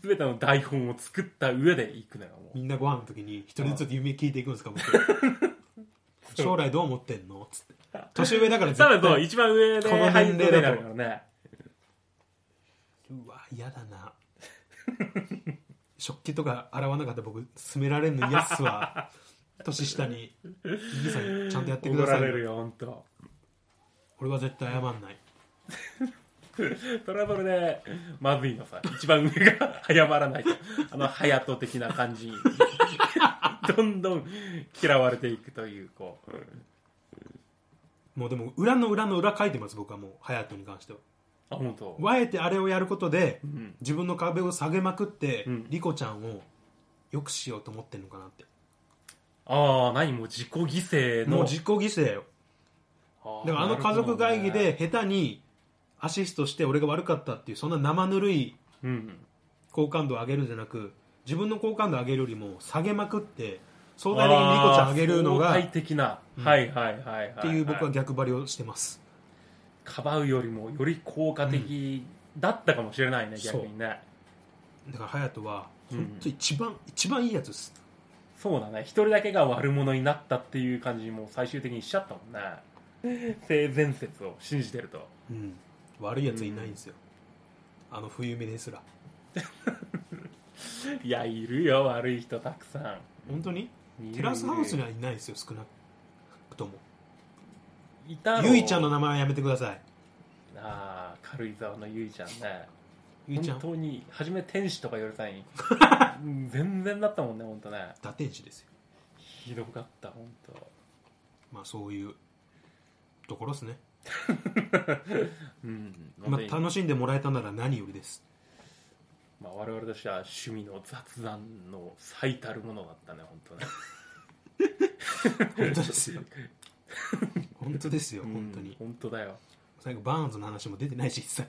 Speaker 2: 全ての台本を作った上で行くのよもう
Speaker 1: みんなご飯の時に一人ずつ夢聞いていくんですか
Speaker 2: *laughs*
Speaker 1: 僕将来どう思ってんのっつって
Speaker 2: *laughs*
Speaker 1: 年上だから
Speaker 2: ただそう一番上で
Speaker 1: この
Speaker 2: 入
Speaker 1: 年齢
Speaker 2: って
Speaker 1: だと
Speaker 2: なるからね
Speaker 1: うわ嫌だな食器とか洗わなかった僕勧められんの嫌っすわ年下に「兄さんちゃんとやってく
Speaker 2: 怒
Speaker 1: ださい
Speaker 2: られ
Speaker 1: よ」
Speaker 2: るよ本当。
Speaker 1: 俺は絶対謝んない
Speaker 2: トラブルでまずいのさ一番上が謝らないとあの隼人的な感
Speaker 1: *laughs*
Speaker 2: じにどんどん嫌われていくというこう
Speaker 1: もうでも裏の裏の裏書いてます僕はもう隼人に関しては
Speaker 2: あ本当
Speaker 1: あえてあれをやることで
Speaker 2: うん
Speaker 1: 自分の壁を下げまくって、
Speaker 2: うん
Speaker 1: リコちゃんをよくしようと思ってんのかなって
Speaker 2: ああ何もう自己犠牲の
Speaker 1: もう自己犠牲よ
Speaker 2: あー
Speaker 1: でもあの家族会議で、下手にアシストして俺が悪かったっていうそんな生ぬるい
Speaker 2: なるほどねうん、
Speaker 1: 好感度を上げるんじゃなく自分の好感度を上げるよりも下げまくって相対的にニコちゃん上げるのが
Speaker 2: あー
Speaker 1: っ
Speaker 2: 相対的な、はいはいはいはい、
Speaker 1: ていう僕は逆張りをしてます
Speaker 2: かばうよりもより効果的だったかもしれないね、
Speaker 1: そう
Speaker 2: 逆にね
Speaker 1: だから隼人は
Speaker 2: うん
Speaker 1: 本当一番、一番いいやつです
Speaker 2: そうだね一人だけが悪者になったっていう感じにもう最終的にしちゃったもんね性善説を信じてると
Speaker 1: うん悪いやついないんですよ、あの冬目ですら
Speaker 2: いやいるよ悪い人たくさん
Speaker 1: 本当に
Speaker 2: いる
Speaker 1: テラスハウスにはいないですよ少なくとも
Speaker 2: いたろ
Speaker 1: ゆいちゃんの名前はやめてください
Speaker 2: ああ軽井沢のゆいちゃんね
Speaker 1: ゆいちゃん
Speaker 2: 本当に初め天使とか言われたのにうん
Speaker 1: *laughs*
Speaker 2: 全然だったもんね本当ね
Speaker 1: 堕天使ですよ
Speaker 2: ひどかった本当
Speaker 1: まあそういうところですね、
Speaker 2: うん
Speaker 1: まあ、
Speaker 2: 本当に
Speaker 1: 楽しんでもらえたなら何よりです
Speaker 2: まあ、我々としては趣味の雑談の最たるものだったね本当ね
Speaker 1: 本当ですよ本当ですよ本当
Speaker 2: うん
Speaker 1: に
Speaker 2: 本当だよ
Speaker 1: 最後バーンズの話も出てないし一切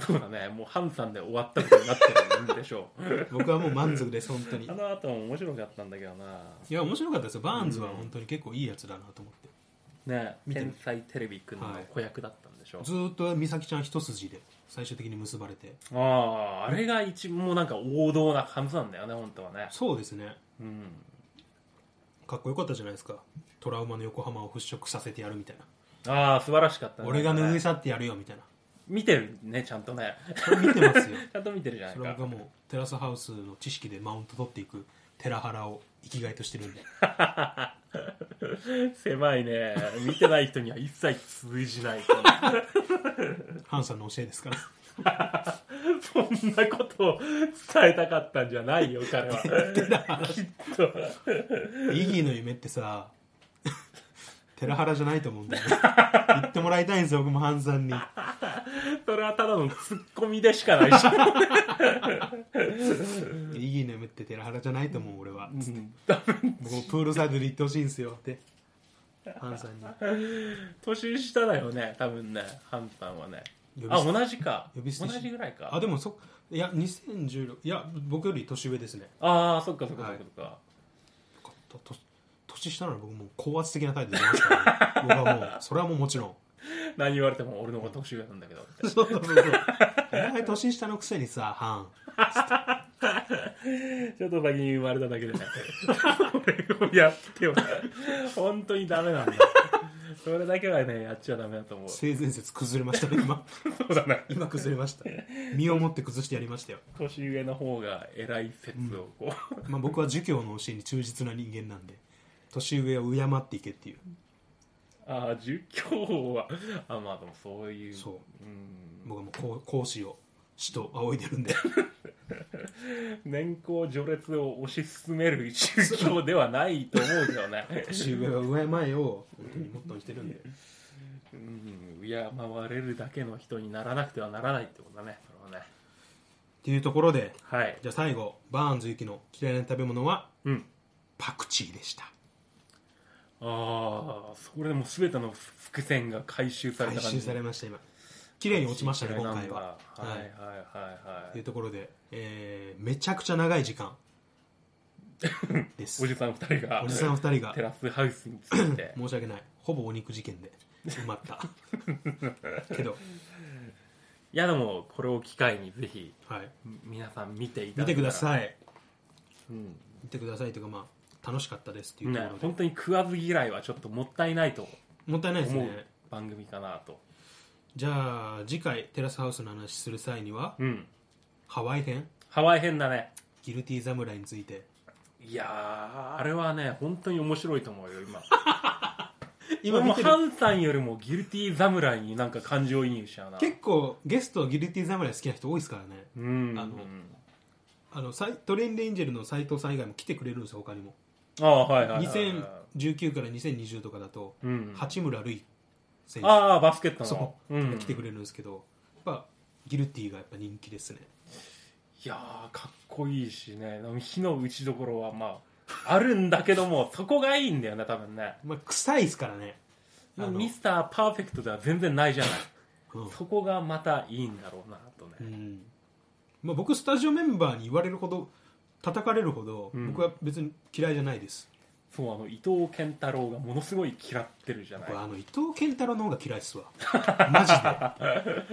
Speaker 2: そうだねもうハンさんで終わったことになってるんでしょう
Speaker 1: 僕はもう満足です本当にい
Speaker 2: *laughs* あの後も面白かったんだけどな
Speaker 1: や面白かったですよバーンズは本当に結構いいやつだなと思って
Speaker 2: ね
Speaker 1: 見てみ
Speaker 2: 天才テレビくんの
Speaker 1: はい
Speaker 2: 子役だったんでしょ、
Speaker 1: ずーっと美咲ちゃん一筋で最終的に結ばれて
Speaker 2: あああれが一もうなんか王道な感じなんだよね本当はね
Speaker 1: そうですね
Speaker 2: うん
Speaker 1: かっこよかったじゃないですかトラウマの横浜を払拭させてやるみたいな
Speaker 2: ああ素晴らしかったね
Speaker 1: 俺が
Speaker 2: なんか
Speaker 1: 拭い
Speaker 2: ね
Speaker 1: 去ってやるよみたいな
Speaker 2: 見てるねちゃんとね
Speaker 1: それ見てますよ
Speaker 2: *laughs* ちゃんと見てるじゃない
Speaker 1: それは
Speaker 2: か
Speaker 1: 僕はもうテラスハウスの知識でマウント取っていく寺原を生きがいとしてるんで
Speaker 2: *laughs* 狭いね見てない人には一切通じない *laughs*
Speaker 1: ハンさんの教えですから
Speaker 2: そんなことを伝えたかったんじゃないよ彼 *laughs* はきっと
Speaker 1: イギーの夢って
Speaker 2: *laughs*
Speaker 1: さ寺原じゃないと思うんだよね言ってもらいたいんですよ僕もハンさんに
Speaker 2: それはただのツッコミでしかないし、
Speaker 1: イギーの夢って寺原じゃないと思う俺は
Speaker 2: うん、多分
Speaker 1: 僕もプールサイドで言ってほしいんですよってハンさんに
Speaker 2: 年下だよね多分ねハンさんはね
Speaker 1: 呼び
Speaker 2: あ
Speaker 1: 捨て
Speaker 2: 同じか
Speaker 1: 呼び捨
Speaker 2: 同
Speaker 1: てし
Speaker 2: じぐらいか
Speaker 1: あでもそいや2016いや僕より年上ですね
Speaker 2: ああそっかそっかそっかそっか、
Speaker 1: とと年下なら僕もう高圧的な態度で出ますから、ね、僕はもうそれはもうもちろん
Speaker 2: 何言われても俺の方が年上なんだけどっ
Speaker 1: *laughs*
Speaker 2: て
Speaker 1: そうそうそうそうお前年下のくせにさハン
Speaker 2: ちょっと先に生まれただけでね俺をやっては本当にダメなんだそれだけはねやっちゃダメだと思うそ
Speaker 1: 性善説崩れましたね今
Speaker 2: うだね
Speaker 1: *laughs* 今崩れました身をもって崩してやりましたよ
Speaker 2: 年上の方が偉い説をこう、
Speaker 1: まあ、僕は儒教の教えに忠実な人間なんで年上を敬っていけっていう
Speaker 2: ああ儒教はあまあでもそういう
Speaker 1: そ
Speaker 2: う
Speaker 1: *laughs*
Speaker 2: ん
Speaker 1: 僕はもう講講師を師と仰いでるんで
Speaker 2: 年功序列を推し進める宗教ではないと思うけどね、
Speaker 1: 年上は上前を本当にモットーにしてるんで
Speaker 2: うん、敬われるだけの人にならなくてはならないってことだねそれはね
Speaker 1: っていうところで
Speaker 2: はい
Speaker 1: じゃあ最後バーンズきの嫌いな食べ物は
Speaker 2: うん
Speaker 1: パクチーでした
Speaker 2: ああそれでもう全ての伏線が回収され
Speaker 1: 回
Speaker 2: た感じ
Speaker 1: 収されました今綺麗に落ちましたね今回は
Speaker 2: はい
Speaker 1: は
Speaker 2: はいはいいはい、
Speaker 1: というところで、えーめちゃくちゃ長い時
Speaker 2: *laughs*
Speaker 1: 間です
Speaker 2: おじさん2人が
Speaker 1: おじさん二人
Speaker 2: *laughs*
Speaker 1: が
Speaker 2: テラスハウスにつ
Speaker 1: *laughs*
Speaker 2: いて
Speaker 1: 申し訳ないほぼお肉事件で埋まった
Speaker 2: *laughs*
Speaker 1: けど、
Speaker 2: いやでもこれを機会にぜひ
Speaker 1: はい、
Speaker 2: み皆さん見ていた
Speaker 1: 見
Speaker 2: だ
Speaker 1: てくだ
Speaker 2: い
Speaker 1: さい
Speaker 2: たら、うん
Speaker 1: 見てくださいというかまあ楽しかったですっていうとこ
Speaker 2: ね
Speaker 1: ろ、で、
Speaker 2: 本当に食わず嫌いはちょっともったいないと
Speaker 1: もったいないです
Speaker 2: 思う
Speaker 1: ね
Speaker 2: 番組かなと、
Speaker 1: じゃあ次回テラスハウスの話する際には
Speaker 2: うん、
Speaker 1: ハワイ編
Speaker 2: ハワイ編だね
Speaker 1: ギルティー侍について
Speaker 2: いやーあれはね本当に面白いと思うよ今
Speaker 1: *laughs* 今
Speaker 2: も
Speaker 1: 見
Speaker 2: う
Speaker 1: て
Speaker 2: ハ
Speaker 1: る
Speaker 2: ンさんよりもギルティー侍になんか感情移入しちゃうな
Speaker 1: 結構ゲストギルティー侍好きな人多いですからね
Speaker 2: うん
Speaker 1: あのあのサイトレンデンジェルの斎藤さん以外も来てくれるんですよ他にも
Speaker 2: ああはいはいはいはい
Speaker 1: 2019から2020とかだと
Speaker 2: うん
Speaker 1: 八村塁選手
Speaker 2: ああバスケットの
Speaker 1: そう、
Speaker 2: うん、
Speaker 1: 来てくれるんですけどやっぱギルティーがやっぱ人気ですね
Speaker 2: いやーかっこいいしね火の打ちどころはまああるんだけどもそこがいいんだよね多分ね
Speaker 1: まあ臭いですからねあの
Speaker 2: ミスターパーフェクトでは全然ないじゃない
Speaker 1: うん
Speaker 2: そこがまたいいんだろうなとね、
Speaker 1: うんまあ、僕スタジオメンバーに言われるほど叩かれるほど、
Speaker 2: うん
Speaker 1: 僕は別に嫌いじゃないです
Speaker 2: そうあの伊藤健太郎がものすごい嫌ってるじゃない
Speaker 1: 僕はあの伊藤健太郎の方が嫌いっすわマ
Speaker 2: *laughs*
Speaker 1: ジ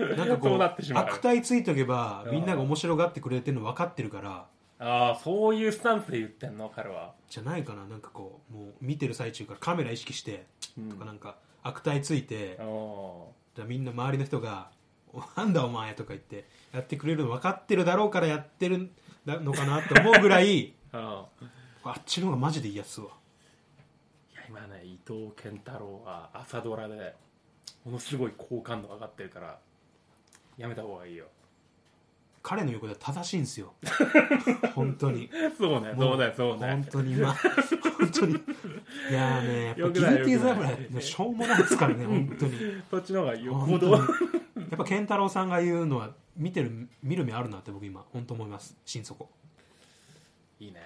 Speaker 1: でなんかこ
Speaker 2: そう
Speaker 1: う
Speaker 2: なってしまう
Speaker 1: 悪態ついとけば
Speaker 2: うん
Speaker 1: みんなが面白がってくれてるの分かってるから
Speaker 2: ああそういうスタンスで言ってんの彼は、
Speaker 1: じゃないかななんかこうもう見てる最中からカメラ意識して
Speaker 2: うん、
Speaker 1: とかなんか悪態ついて
Speaker 2: あー
Speaker 1: じゃあみんな周りの人が「おなんだお前」とか言ってやってくれるの分かってるだろうからやってるんだのかなと思うぐら
Speaker 2: *laughs*
Speaker 1: い
Speaker 2: あー
Speaker 1: あっちの方がマジで嫌っすわ
Speaker 2: いや今ね伊藤健太郎は朝ドラでものすごい好感度上がってるからやめた方がいいよ
Speaker 1: 彼の横では正しいんですよ本当に
Speaker 2: *laughs* そうね
Speaker 1: も
Speaker 2: そうねそう
Speaker 1: 本
Speaker 2: ね
Speaker 1: 当に今本当にいやーねやっぱ
Speaker 2: よ
Speaker 1: ギ
Speaker 2: く
Speaker 1: ル
Speaker 2: ない
Speaker 1: ティー
Speaker 2: よくない
Speaker 1: 侍のしょうもないですからね本当に
Speaker 2: そっちの方がよっぽ
Speaker 1: 本当
Speaker 2: ど
Speaker 1: にやっぱ健太郎さんが言うのは見てる見る目あるなって僕今本当思います心底
Speaker 2: いいね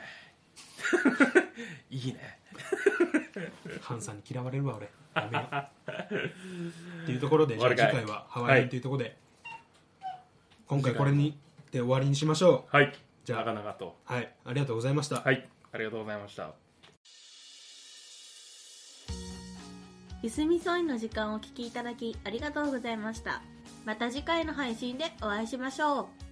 Speaker 2: *laughs* いいね
Speaker 1: ハンさんに嫌われるわ俺やめようっていうところでじゃあ
Speaker 2: 終
Speaker 1: 次
Speaker 2: わりかい
Speaker 1: 回はハワイ編というところで、今回これにで終わりにしましょ
Speaker 2: はい
Speaker 1: じゃあ
Speaker 2: なかなかと
Speaker 1: うはいありがとうございました、
Speaker 2: はいありがとうございました
Speaker 3: ゆすみそいの時間をお聞きいただきありがとうございましたまた次回の配信でお会いしましょう